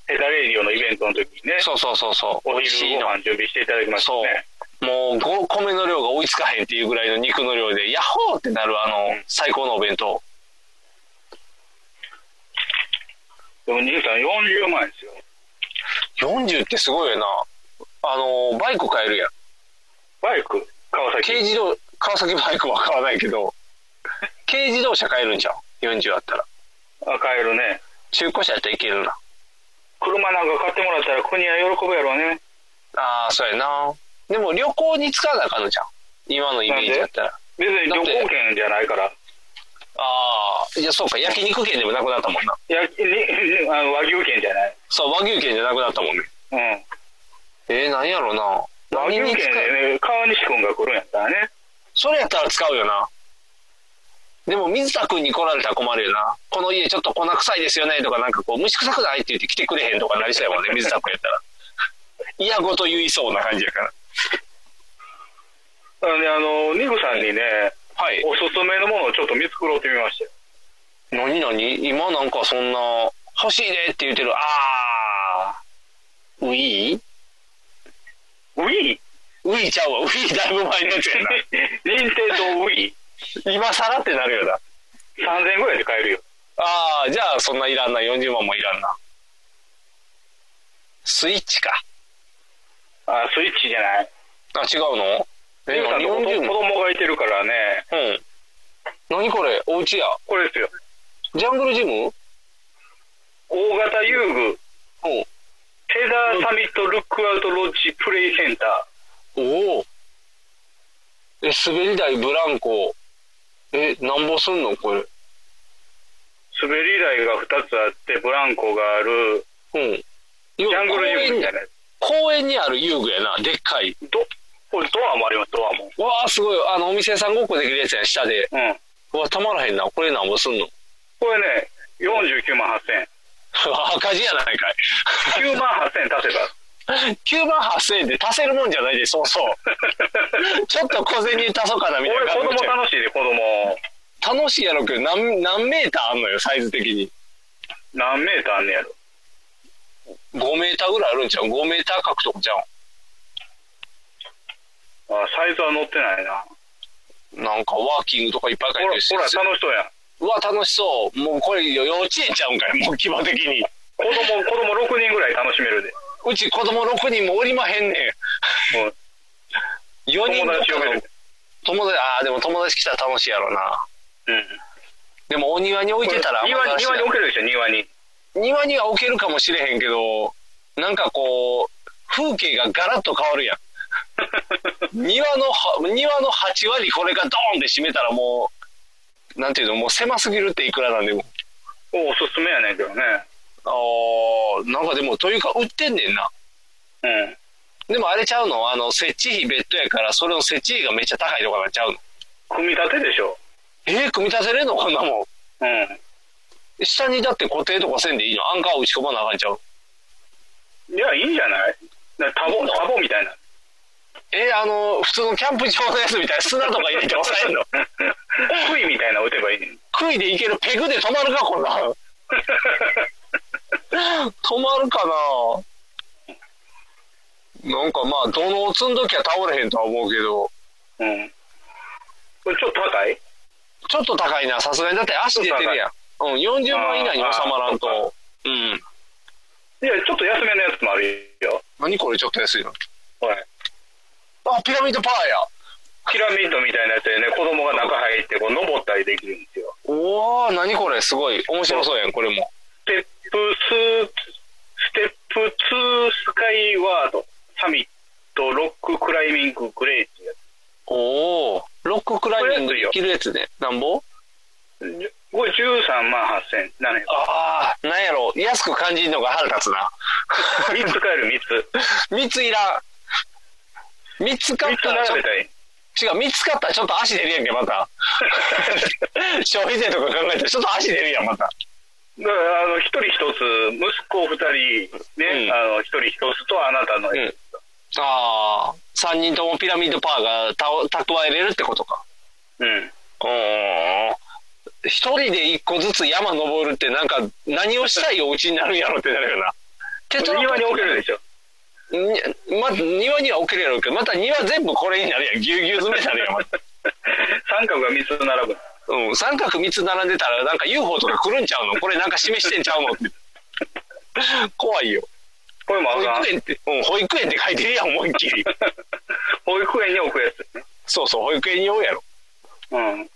Speaker 3: ヘタレイディオのイベントの時にね。
Speaker 4: そうそうそうそう。
Speaker 3: お昼ご飯準備していただきましたね。
Speaker 4: もうご米の量が追いつかへんっていうぐらいの肉の量で、ヤッホーってなるあの、最高のお弁当。
Speaker 3: でも、兄さん40万円ですよ。
Speaker 4: 40ってすごいよな。あの、バイク買えるやん。
Speaker 3: バイク川崎。
Speaker 4: 軽自動、川崎バイクは買わないけど、軽自動車買えるんじゃん。40あったら。
Speaker 3: あ、買えるね。
Speaker 4: 中古車やったらいけるな。
Speaker 3: 車なんか買ってもらったら国は喜ぶやろうね。
Speaker 4: ああ、そうやな。でも旅行に使わなあかんのじゃん。今のイメージやったら。
Speaker 3: 別に旅行券じゃないから。
Speaker 4: ああ、いや、そうか。焼肉券でもなくなったもんな。
Speaker 3: やににあの和牛券じゃない。
Speaker 4: そう、和牛券じゃなくなったもんね。
Speaker 3: うん。
Speaker 4: えー、何やろうな。
Speaker 3: 和牛券
Speaker 4: 何に使
Speaker 3: でね、川西君が来るんやったらね。
Speaker 4: それやったら使うよな。でも水田君に来られたら困るよな。この家ちょっと粉臭いですよねとか、なんかこう、虫臭くないって言って来てくれへんとかなりそうやもんね、水田君やったら。嫌ごと言いそうな感じやから。
Speaker 3: あのね、あの、ニグさんにね、おすすめのものをちょっと見繕ってみましたよ。
Speaker 4: 何何今なんかそんな、欲しいねって言ってる。あー。ウィー
Speaker 3: ウ ィー
Speaker 4: ウィーちゃうわ。ウィーだいぶ前のやつやな。
Speaker 3: 任天堂ウィー。
Speaker 4: 今更ってなるよな。
Speaker 3: 3000円ぐらいで買えるよ。
Speaker 4: あー、じゃあそんないらんな。40万もいらんな。スイッチか。
Speaker 3: あ、スイッチじゃない。
Speaker 4: あ、違うの
Speaker 3: ニグさんの子供子供がいてるからね。
Speaker 4: うん。何これお家や。
Speaker 3: これですよ。
Speaker 4: ジャングルジム
Speaker 3: 大型遊具。
Speaker 4: お
Speaker 3: テダーサミットルックアウトロッジプレイセンター。
Speaker 4: おお。え、滑り台、ブランコ。え、なんぼすんのこれ。
Speaker 3: 滑り台が2つあって、ブランコがある。
Speaker 4: うん。
Speaker 3: ジャングルジムみたいなやつ。
Speaker 4: 公園にある遊具やな。でっかい。
Speaker 3: ど、これドアもあります、ドアも。
Speaker 4: うわあ、すごい。あの、お店さんごっこできるやつやん、下で。
Speaker 3: うん。
Speaker 4: うわ、たまらへんな。これなんぼすんの
Speaker 3: これね、49万8000円。
Speaker 4: 赤字やないかい。
Speaker 3: 9万8000円足せば。
Speaker 4: 9万8000円で足せるもんじゃないで、そう そう。ちょっと小銭足そうかな、みたい
Speaker 3: 俺
Speaker 4: な感
Speaker 3: 子
Speaker 4: じ。
Speaker 3: 供楽しいで、子供。
Speaker 4: 楽しいやろうけど、何、何メーターあんのよ、サイズ的に。
Speaker 3: 何メーターあんねやろ。
Speaker 4: 5メーターぐらいあるんちゃう ?5 メーター角とかちゃう
Speaker 3: あ、サイズは乗ってないな。
Speaker 4: なんかワーキングとかいっぱい書いてるし。
Speaker 3: ほら、ほら楽しそうやん。
Speaker 4: うわ、楽しそう。もうこれ幼稚園ちゃうんかい、もう基本的に。
Speaker 3: 子供、子供6人ぐらい楽しめるで。
Speaker 4: うち子供6人もおりまへんね
Speaker 3: うん
Speaker 4: ん。4人
Speaker 3: 友達
Speaker 4: と
Speaker 3: 呼
Speaker 4: か
Speaker 3: べ
Speaker 4: の
Speaker 3: る。
Speaker 4: 友達、ああ、でも友達来たら楽しいやろな。
Speaker 3: うん。
Speaker 4: でもお庭に置いてたら
Speaker 3: これ庭に、庭に置け
Speaker 4: る。
Speaker 3: るでしょ、庭に。
Speaker 4: 庭には置けるかもしれへんけど、なんかこう、風景がガラッと変わ るやん。庭のは、庭の8割これがドーンって閉めたらもう、なんていうの、もう狭すぎるっていくらなんでも。
Speaker 3: おおすすめやねんけどね。
Speaker 4: ああ、なんかでも、というか、売ってんねんな。
Speaker 3: うん。
Speaker 4: でもあれちゃうのあの、設置費別途やから、それの設置費がめっちゃ高いとかなっちゃうの
Speaker 3: 組み立てでしょ。
Speaker 4: えー、組み立てれんのこんなも。
Speaker 3: うん
Speaker 4: 下にだって固定とかせんでいいのアンカー打ち込まなあかんちゃう。
Speaker 3: ん。いや、いいんじゃないだからタボ、タボみたいな。
Speaker 4: えー、あの、普通のキャンプ場のやつみたいな砂とか入れて押さえ んの
Speaker 3: 杭みたいなの打てばいいねん。
Speaker 4: 杭でいけるペグで止まるか、こんなん止まるかななんかまあ、土のを積んどきゃ倒れへんとは思うけど。
Speaker 3: うん。 これちょっと高い
Speaker 4: ちょっと高いな、さすがに。だって足出てるやん。うん、40万以内に収ま
Speaker 3: あー
Speaker 4: らん
Speaker 3: あー
Speaker 4: と。うん。
Speaker 3: いや、ちょっと安めのやつもあるよ。
Speaker 4: 何これちょっと安いの
Speaker 3: これ。
Speaker 4: あ、ピラミッドパワーや。
Speaker 3: ピラミッドみたいなやつでね、子供が中入って、こう、登ったりできるんですよ。
Speaker 4: おー、何これすごい。面白そうやん、これも。
Speaker 3: ステップス、ステップ2スカイワード、サミット、ロッククライミング、グレイってや
Speaker 4: おー、ロッククライミングできるやつね。なんぼ
Speaker 3: つ。これ13万8700円。
Speaker 4: あー、なんやろ。安く感じるのが腹立つな。
Speaker 3: 3つ買える、3つ。
Speaker 4: 3ついらん。3つ買ったらちょっと、違う、3つ買ったらちょっと足出るやんけ、ま た。消費税とか考えてちょっと足出るやん、また。
Speaker 3: だからあの、1人1つ、息子2人、ね、あの1人1つとあなたのやつ。
Speaker 4: ああ、3人ともピラミッドパワーがた蓄えれるってことか。
Speaker 3: うん。
Speaker 4: うん。一人で一個ずつ山登るってなんか何をしたいお家になるんやろってなるよな。
Speaker 3: 庭に置けるでしょ。
Speaker 4: にまず庭には置けるやろうけど、また庭全部これになるやん。ぎゅうぎゅう詰めになるやん、また。
Speaker 3: 三角が3つ並ぶ。
Speaker 4: うん、三角3つ並んでたらなんか UFO とか来るんちゃうのこれなんか示してんちゃ うのって。怖いよ。
Speaker 3: これもあかん
Speaker 4: 保育園って、うん、保育園って書いてるやん、思いっき り。
Speaker 3: 保育園に置くやつ。
Speaker 4: そうそう、保育園に置くやろ。
Speaker 3: うん。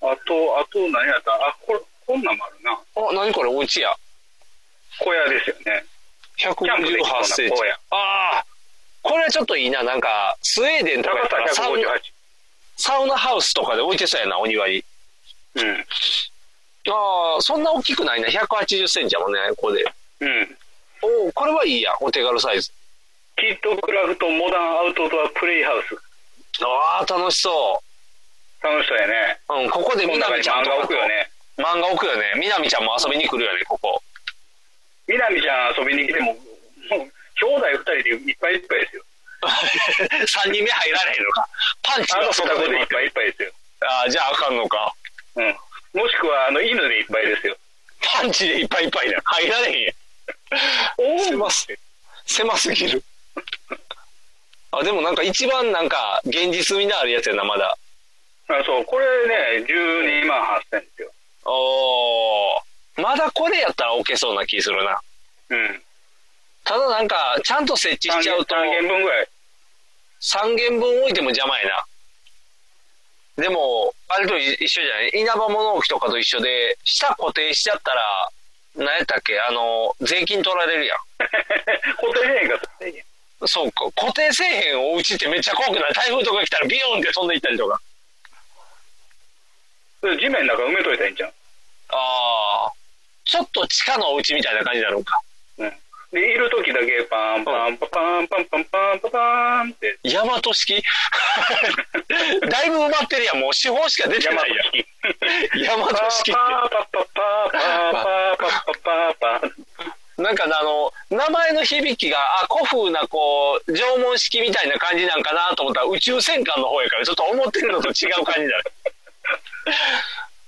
Speaker 3: あと、あと何やったあ、これ、こんなんもあるな。
Speaker 4: あ、何これ、お家や。
Speaker 3: 小屋ですよね。
Speaker 4: 158センチ
Speaker 3: キャンプできそうな小屋。
Speaker 4: ああ、これはちょっといいな、なんか、スウェーデンとかやったら
Speaker 3: 高さ
Speaker 4: サウナ
Speaker 3: 158
Speaker 4: サウナハウスとかで置いてそうやな、お庭に。
Speaker 3: うん。
Speaker 4: ああ、そんな大きくないな、180センチやもんね、ここで。
Speaker 3: うん。
Speaker 4: おお、これはいいやん、お手軽サイズ。
Speaker 3: キッドクラフトモダンアウトドアプレイハウス。
Speaker 4: ああ、楽しそ
Speaker 3: 楽しそうやね。
Speaker 4: う。うん、ここでみなみちゃんと
Speaker 3: この中に漫画置くよね。
Speaker 4: 漫画置くよね。みなみちゃんも遊びに来るよね、こ こ。
Speaker 3: みなみちゃん遊びに来ても、もう、兄弟二人でいっぱいいっぱいですよ。
Speaker 4: 3人目入られへんのか。パンチ
Speaker 3: あの
Speaker 4: がそ
Speaker 3: 双
Speaker 4: こ
Speaker 3: 子
Speaker 4: で
Speaker 3: でい
Speaker 4: 待
Speaker 3: っ
Speaker 4: って
Speaker 3: ぱいいっ
Speaker 4: る。
Speaker 3: ぱいですよ。
Speaker 4: ああ、じゃああかんのか。
Speaker 3: うん。もしくは、あの、犬でいっぱいですよ。
Speaker 4: パンチでいっぱいいっぱいだ。入られへんやん。狭す狭すぎるあでもなんか一番なんか現実味のあるやつやなまだ
Speaker 3: あそう、これね、12万8000ですよ。
Speaker 4: おーまだこれやったら置けそうな気するな
Speaker 3: うん。
Speaker 4: ただなんかちゃんと設置しちゃうと
Speaker 3: 3軒分ぐらい。
Speaker 4: 3軒分置いても邪魔やなでもあれと一緒じゃない稲葉物置とかと一緒で下固定しちゃったら何やったっけあの税金取られるやん
Speaker 3: 固定へんかった。
Speaker 4: そうか固定せえへんお家ってめっちゃ怖くない台風とか来たらビヨーンって飛んでいったりとか
Speaker 3: 地面の中埋めといたらいいんじゃん。
Speaker 4: ああ。ちょっと地下のお家みたいな感じなのか。
Speaker 3: うん。で、いる時だけパンパンパパンパンパンパンパパンって。
Speaker 4: 大和 式だいぶ埋まってるやん。もう四方しか出てないや
Speaker 3: 式。
Speaker 4: ん。大和式っ
Speaker 3: パパパパパパパパパパパ。
Speaker 4: て。なんかあの、名前の響きが、あ、古風なこう、縄文式みたいな感じなんかなと思ったら宇宙戦艦の方やから、ちょっと思ってるのと違う感じだ。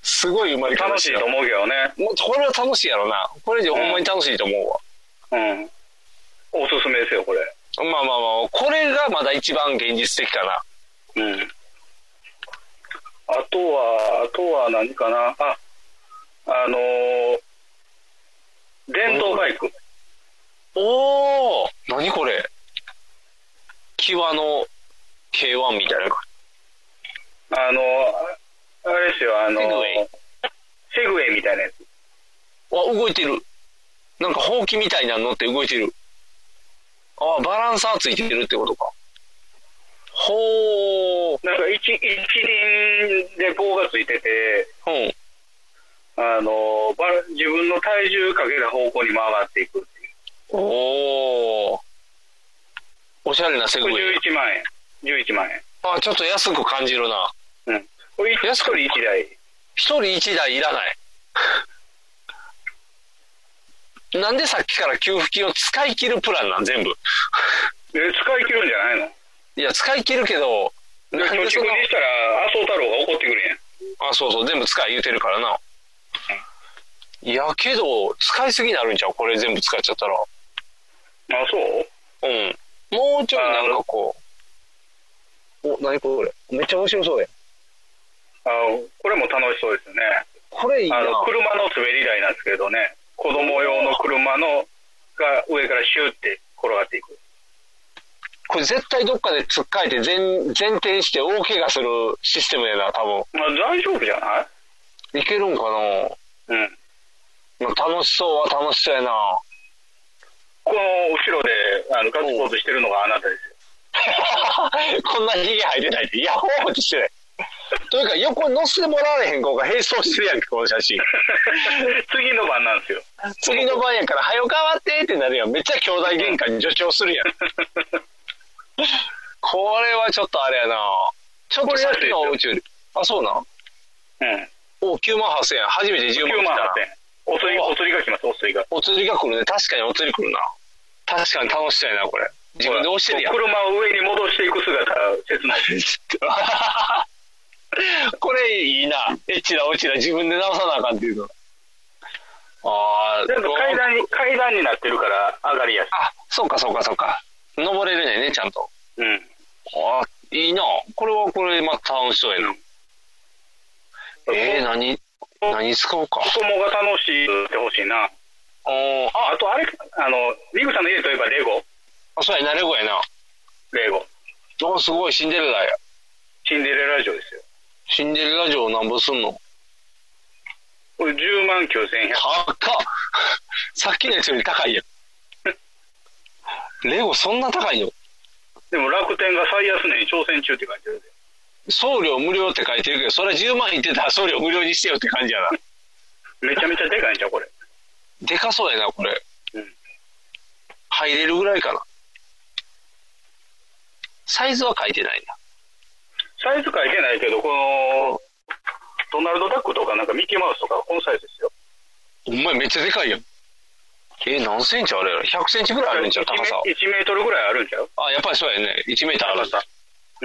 Speaker 4: すごい埋まり方
Speaker 3: 楽しいと思うけどね。
Speaker 4: もうこれは楽しいやろな。これ以上ほんまに楽しいと思うわ。
Speaker 3: うん。おすすめですよ、これ。
Speaker 4: まあまあまあ、これがまだ一番現実的かな。
Speaker 3: うん。あとは、あとは何かな。あ、あのー電動バイク。
Speaker 4: おお何これ際の K1 みたいな
Speaker 3: あのーあれですよ、あのー
Speaker 4: セグウェイ
Speaker 3: セグウェイみたいなやつ。
Speaker 4: あ動いてるなんかほうきみたいなのって動いてるあバランサーついてるってことかほー
Speaker 3: なんか一、一輪で棒がついてて、
Speaker 4: ほん
Speaker 3: あのーバラ自分の体重かけた方向に曲がっていくっていう。
Speaker 4: おーおしゃれなセグウェイ
Speaker 3: 11万円。11万円。
Speaker 4: あちょっと安く感じるな
Speaker 3: うん。これ、一人一台。
Speaker 4: 一人一台いらない なんでさっきから給付金を使い切るプランなん全部
Speaker 3: え使い切るんじゃないの
Speaker 4: いや使い切るけどなん
Speaker 3: 貯
Speaker 4: で
Speaker 3: 蓄
Speaker 4: そんな
Speaker 3: にしたら、麻生太郎が怒ってくるやん。
Speaker 4: あ、そうそう、全部使い言うてるからな。いやけど、使いすぎなるんちゃうこれ全部使っちゃったら。
Speaker 3: あ、そう
Speaker 4: うん。もうちょいなんかこう。お、何これめっちゃ面白そうやん。
Speaker 3: あこれも楽しそうですよね。
Speaker 4: これいいな
Speaker 3: あ。の、車の滑り台なんですけどね、子供用の車のが上からシューって転がっていく。
Speaker 4: これ絶対どっかでつっかえて前、前転して大怪我するシステムやな、多
Speaker 3: まあ、大丈夫じゃない
Speaker 4: 分。いけるんか
Speaker 3: うん。
Speaker 4: な楽しそうは楽しそうやな。
Speaker 3: この後ろで、あの、ガッツポーズしてるのがあなたですよ。
Speaker 4: こんなヒゲ生えてないって。ヤッホーってしてない。というか、横に載せてもらわれへん子が並走してるやんけ、この写真。
Speaker 3: 次の番なんですよ。
Speaker 4: 次の番やから、はよ変わってってなるやん。めっちゃ兄弟喧嘩に助長するや ん。これはちょっとあれやなちょっとさっきの宇宙あ、そうなん
Speaker 3: うん。
Speaker 4: お、9万8000円。初めて10万来たな。
Speaker 3: お釣り、お釣りが来ます、お釣りが。
Speaker 4: お釣りが来るね。確かにお釣り来るな。確かに楽しそうやな、これ。自分で押してるやん。
Speaker 3: 車を上に戻していく姿、切ない。
Speaker 4: これいいな。えちらおちら自分で直さなあかんっていうの。ああ、
Speaker 3: 全部階段に、階段になってるから、上がりやすい。
Speaker 4: あ、そうかそうかそうか。登れるねんね、ちゃんと。
Speaker 3: うん。
Speaker 4: ああ、いいな。これはこれ、また楽しそうやな。えー、何、何使おうか。
Speaker 3: 子供が楽しいってほしいな。
Speaker 4: お
Speaker 3: あ、あとあれ、あの、リグさんの家といえばレゴ。
Speaker 4: あ、そうやな、レゴやな。
Speaker 3: レゴ。
Speaker 4: おすごい、シンデレラや。
Speaker 3: シンデレラ城ですよ。
Speaker 4: シンデレラ城なんぼすんの
Speaker 3: これ10万9100円。
Speaker 4: 高っ さっきのやつより高いやん。 レゴそんな高いの
Speaker 3: でも楽天が最安値に挑戦中って書いてるで。
Speaker 4: 送料無料って書いてるけど、それは10万いってたら送料無料にしてよって感じや な。
Speaker 3: めちゃめちゃでかいんちゃうこれ。
Speaker 4: でかそうやな、これ。
Speaker 3: うん
Speaker 4: 入れるぐらいかな。サイズは書いてないな。
Speaker 3: サイズ書いてないけど、この、ドナルド・ダックとかなんかミッキーマウスとかこのサイズですよ。
Speaker 4: お前めっちゃでかいやん。え何センチあるやろ ?100 センチぐらいあるんちゃう高さ。
Speaker 3: 1メートルぐらいあるんちゃう
Speaker 4: あ、やっぱりそうやね。1メーターある。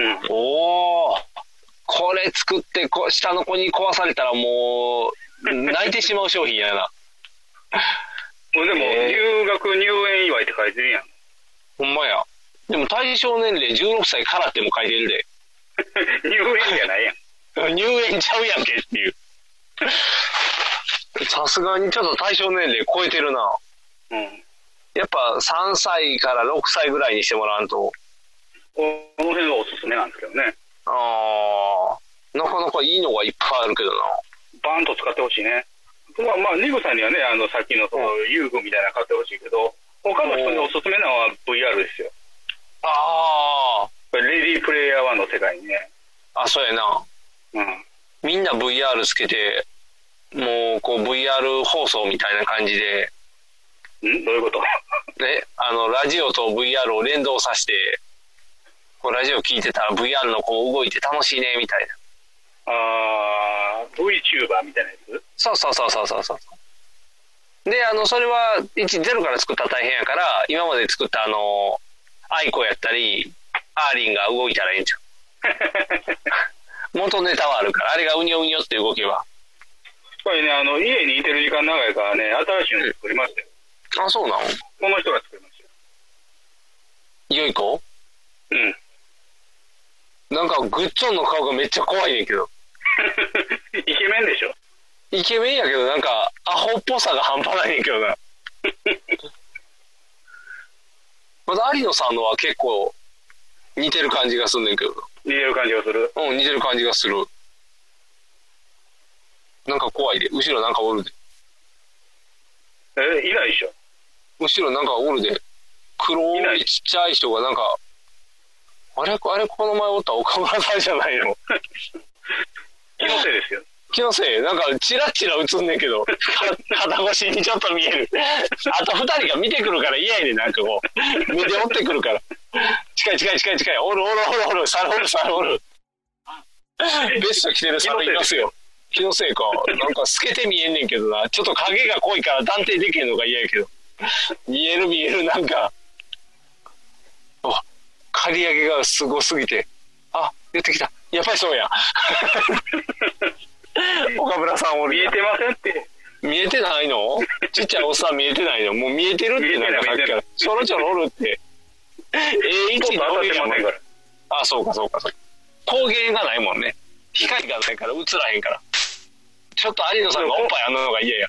Speaker 3: うん。
Speaker 4: おおこれ作ってこ、下の子に壊されたらもう、泣いてしまう商品やな。
Speaker 3: もうでも、入学入園祝いって書いてるやん。
Speaker 4: ほんまや。でも対象年齢16歳からっても書いてるで。
Speaker 3: 入園じゃないやん。
Speaker 4: 入園ちゃうやんけっていう。さすがにちょっと対象年齢超えてるな。
Speaker 3: うん。
Speaker 4: やっぱ3歳から6歳ぐらいにしてもらわんと。
Speaker 3: この辺がおすすめなんですけどね。
Speaker 4: あー、なかなかいいのがいっぱいあるけどな。
Speaker 3: バーンと使ってほしいね。まあまあ、ニグさんにはね、あの、さっきのその遊具みたいなの買ってほしいけど、他の人におすすめなのは VR ですよ。
Speaker 4: あ
Speaker 3: これレディープレイヤー1の世界にね。
Speaker 4: ー、あ、そうやな。
Speaker 3: うん。
Speaker 4: みんな VR つけて、もうこう VR 放送みたいな感じで、
Speaker 3: んどういうこと
Speaker 4: ね、あの、ラジオと VR を連動させて、こうラジオ聞いてたら VR のこう動いて楽しいね、みたいな。
Speaker 3: あー、VTuber みたいなやつ
Speaker 4: そうそうそうそうそうそう。で、あの、それは、一ゼロから作ったら大変やから、今まで作ったあの、アイコやったり、アーリンが動いたらいいんちゃう。元ネタはあるから、あれがうにょうにょって動けば。
Speaker 3: これね、あの、家にいてる時間長いからね、新しいの作りましたよ。
Speaker 4: あ、そうなの
Speaker 3: この人が作りまし
Speaker 4: よい子
Speaker 3: たよ。うん。
Speaker 4: なんか、グッチョンの顔がめっちゃ怖いねんけど。
Speaker 3: イケメンでしょ。
Speaker 4: イケメンやけど、なんか、アホっぽさが半端ないねんけどな。 まだ有野さんのは結構、似てる感じがすんねんけどな。
Speaker 3: 似てる感じがする。
Speaker 4: うん、似てる感じがする。なんか怖いで。後ろなんかおるで。
Speaker 3: え、いないでしょ。
Speaker 4: 後ろなんかおるで。黒
Speaker 3: いないい
Speaker 4: ちっちゃい人がなんか、あれ、あれ、この前おった岡村さんじゃないの
Speaker 3: 気のせいですよ。
Speaker 4: 気のせいなんか、チラチラ映んねんけど、か肩越しにちょっと見える。あと二人が見てくるから嫌やねん、なんかこう。目で追ってくるから。近い近い近い近い。おるおるおるおる。猿おる猿おる。ベスト着てる猿いますよ。気のせいか。なんか透けて見えんねんけどな。ちょっと影が濃いから断定できへんのが嫌やけど。見える見える、なんか。あ、刈り上げがすごすぎて。あ、出てきた。やっぱりそうや。 岡村さんおる
Speaker 3: 見
Speaker 4: や
Speaker 3: え
Speaker 4: ん
Speaker 3: てませんって。
Speaker 4: 見えてないのちっちゃいおっさん見えてないのもう見えてるってなんかさっきから。ちょろちょろおるって。A1 に
Speaker 3: ちょっと当
Speaker 4: お
Speaker 3: たっ
Speaker 4: る
Speaker 3: て
Speaker 4: やん
Speaker 3: ま。せんから。
Speaker 4: あ、そうかそうかそうか。光源がないもんね。光がないから映らへんから。ちょっと有野さんがおっぱいあんなのが嫌や。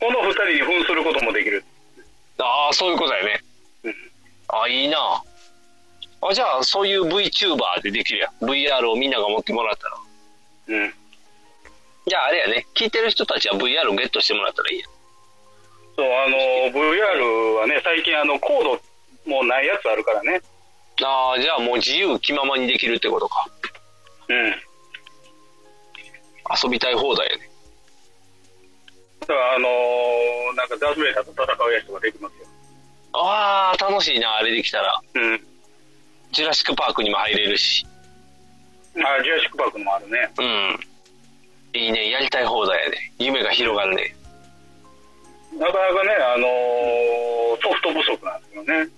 Speaker 3: この二人に扮することもできる。
Speaker 4: ああ、そういうことやね
Speaker 3: うん。
Speaker 4: あいいな。あ、じゃあ、そういう VTuber でできるやん。VR をみんなが持ってもらったら。
Speaker 3: うん。
Speaker 4: じゃあ、あれやね。聞いてる人たちは VR をゲットしてもらったらいいやん。
Speaker 3: そう、あの、VR はね、最近あの、コードもないやつあるからね。
Speaker 4: ああ、じゃあもう自由気ままにできるってことか。
Speaker 3: うん。
Speaker 4: 遊びたい放題やね。
Speaker 3: だからあのーなんかダースベイダーと戦うやつとかできますよ。
Speaker 4: ああ、楽しいな、あれできたら。
Speaker 3: うん。
Speaker 4: ジュラシックパークにも入れるし。
Speaker 3: あ、ジュラシックパークもあるね。
Speaker 4: うん。いいね、やりたい放題やね。夢が広がるね。
Speaker 3: なかなかね、あのーソフト不足なんですよね。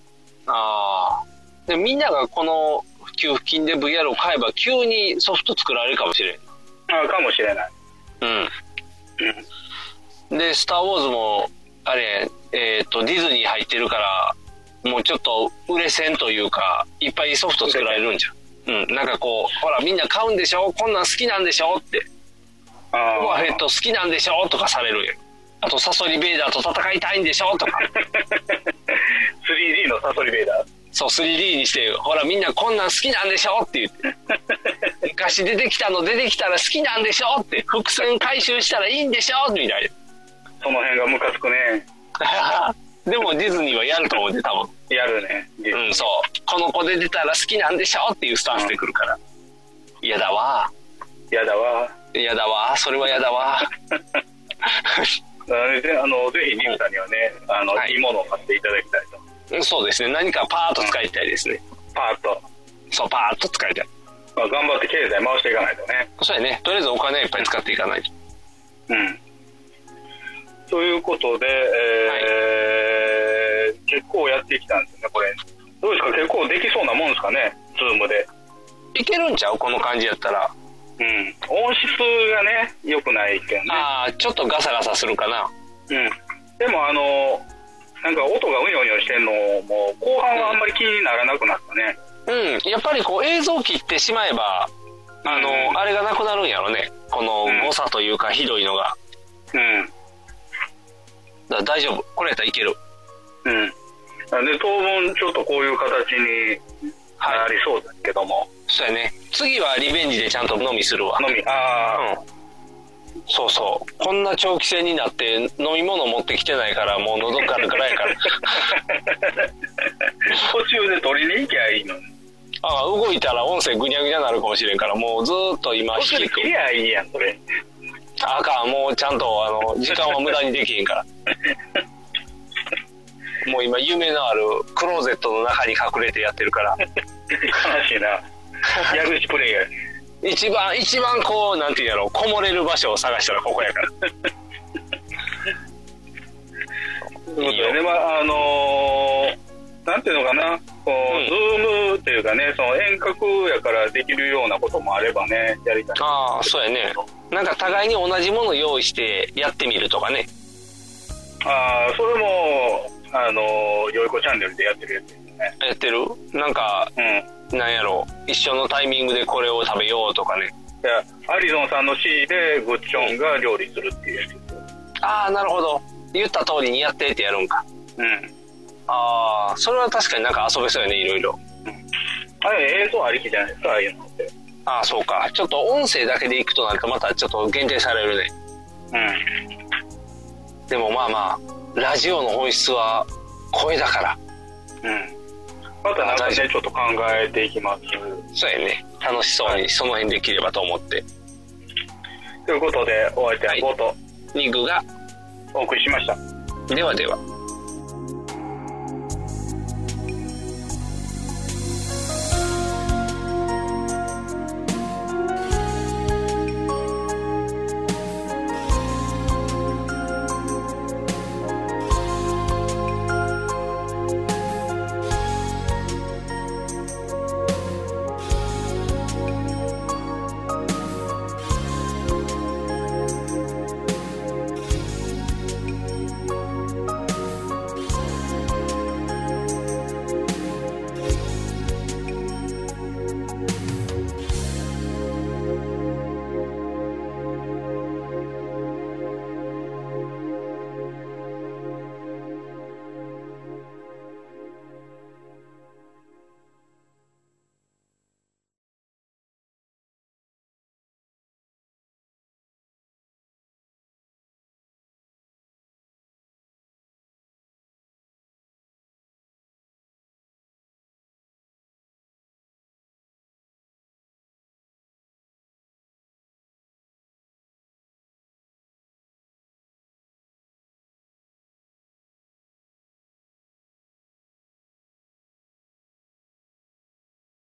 Speaker 4: ああ。で、みんながこの給付金で VR を買えば急にソフト作られるかもしれん。
Speaker 3: あかもしれない。
Speaker 4: うん。で、スター・ウォーズも、あれ、えっ、と、ディズニー入ってるから、もうちょっと売れ線というか、いっぱいソフト作られるんじゃん。うん。なんかこう、ほら、みんな買うんでしょこんなん好きなんでしょって。
Speaker 3: あ
Speaker 4: ボバフェッ ト好きなんでしょとかされるんや。あと、サソリ・ベイダーと戦いたいんでしょとか。
Speaker 3: 3D のサソリ・ベイダー
Speaker 4: そう、3D にして、ほら、みんなこんなん好きなんでしょって言って。昔出てきたの出てきたら好きなんでしょって。伏線回収したらいいんでしょみたいな。
Speaker 3: その辺がムカつくね。
Speaker 4: でもディズニーはやると思うね、多
Speaker 3: 分。やるね。
Speaker 4: うん、そう。この子で出たら好きなんでしょっていうスタンスで来るから。嫌、だわ。
Speaker 3: 嫌だわ。
Speaker 4: 嫌だわ。それは嫌だわ。
Speaker 3: なのであのぜひ、ニムさんにはね、あの、い、いものを買っていただきたいと。
Speaker 4: うんそうですね。何かパーッと使いたいですね。
Speaker 3: パーッと。
Speaker 4: そう、パーッと使いたい。
Speaker 3: まあ、頑張って経済回していかないとね。
Speaker 4: そうやね。とりあえずお金はいっぱい使っていかないと。
Speaker 3: うん。ということで、えー結構やってきたんですよね、これ。どうですか、結構できそうなもんですかね、ズームで。
Speaker 4: いけるんちゃうこの感じやったら。
Speaker 3: うん。音質がね、良くないけどね。
Speaker 4: ああ、ちょっとガサガサするかな。
Speaker 3: うん。でも、あの、なんか音がうにょうにょしてんのも、後半はあんまり気にならなくなったね。
Speaker 4: うん。やっぱりこう映像切ってしまえば、あの、あれがなくなるんやろね。この誤差というか、ひどいのが。
Speaker 3: うん。
Speaker 4: だから大丈夫。これやったらいける。
Speaker 3: うん。なんで、当分、ちょっとこういう形になりそうだけども。
Speaker 4: そうやね。次はリベンジでちゃんと飲みするわ。
Speaker 3: 飲み、ああ、
Speaker 4: そうそう。こんな長期戦になって飲み物持ってきてないから、もう喉からから やから。
Speaker 3: 途中で取りに行きゃいいのに。
Speaker 4: ああ、動いたら音声ぐにゃぐにゃなるかもしれんから、もうずーっと今
Speaker 3: 途中
Speaker 4: 引
Speaker 3: で
Speaker 4: き
Speaker 3: 切りゃいいやん、これ。
Speaker 4: あかん、もうちゃんと、あの、時間は無駄にできへん から。もう今、夢のあるクローゼットの中に隠れてやってる から。
Speaker 3: 悲しいな。矢口プレイヤー。
Speaker 4: 一番、一番こう、なんていうんやろう、こもれる場所を探したらここやから。
Speaker 3: ということでね、まあ、あのーなんていうのかな、こう、ズームっていうかね、その遠隔やからできるようなこともあればね、やりたい。
Speaker 4: ああ、そうやね。なんか互いに同じもの用意してやってみるとかね。
Speaker 3: ああ、それも、あのー、よいこチャンネルでやってるやつですね。
Speaker 4: やってるなんか、なんやろう、一緒のタイミングでこれを食べようとかね。
Speaker 3: いや、アリゾンさんの指示で、グッチョンが料理するっていうやつ。
Speaker 4: ああ、なるほど。言った通りにやってってやるんか。
Speaker 3: うん。
Speaker 4: ああ、それは確かになんか遊べそうやね、いろいろ。
Speaker 3: あれ、映像ありきじゃないですか、ああいうのって。
Speaker 4: ああ、そうか。ちょっと音声だけで行くとなんかまたちょっと限定されるね。うん。でもまあまあ、ラジオの本質は声だから。
Speaker 3: またなんかね、ちょっと考えていきます。
Speaker 4: そうやね。楽しそうにその辺できればと思って。
Speaker 3: ということで、お相手はボート、
Speaker 4: ニグが
Speaker 3: お送りしました。
Speaker 4: ではでは。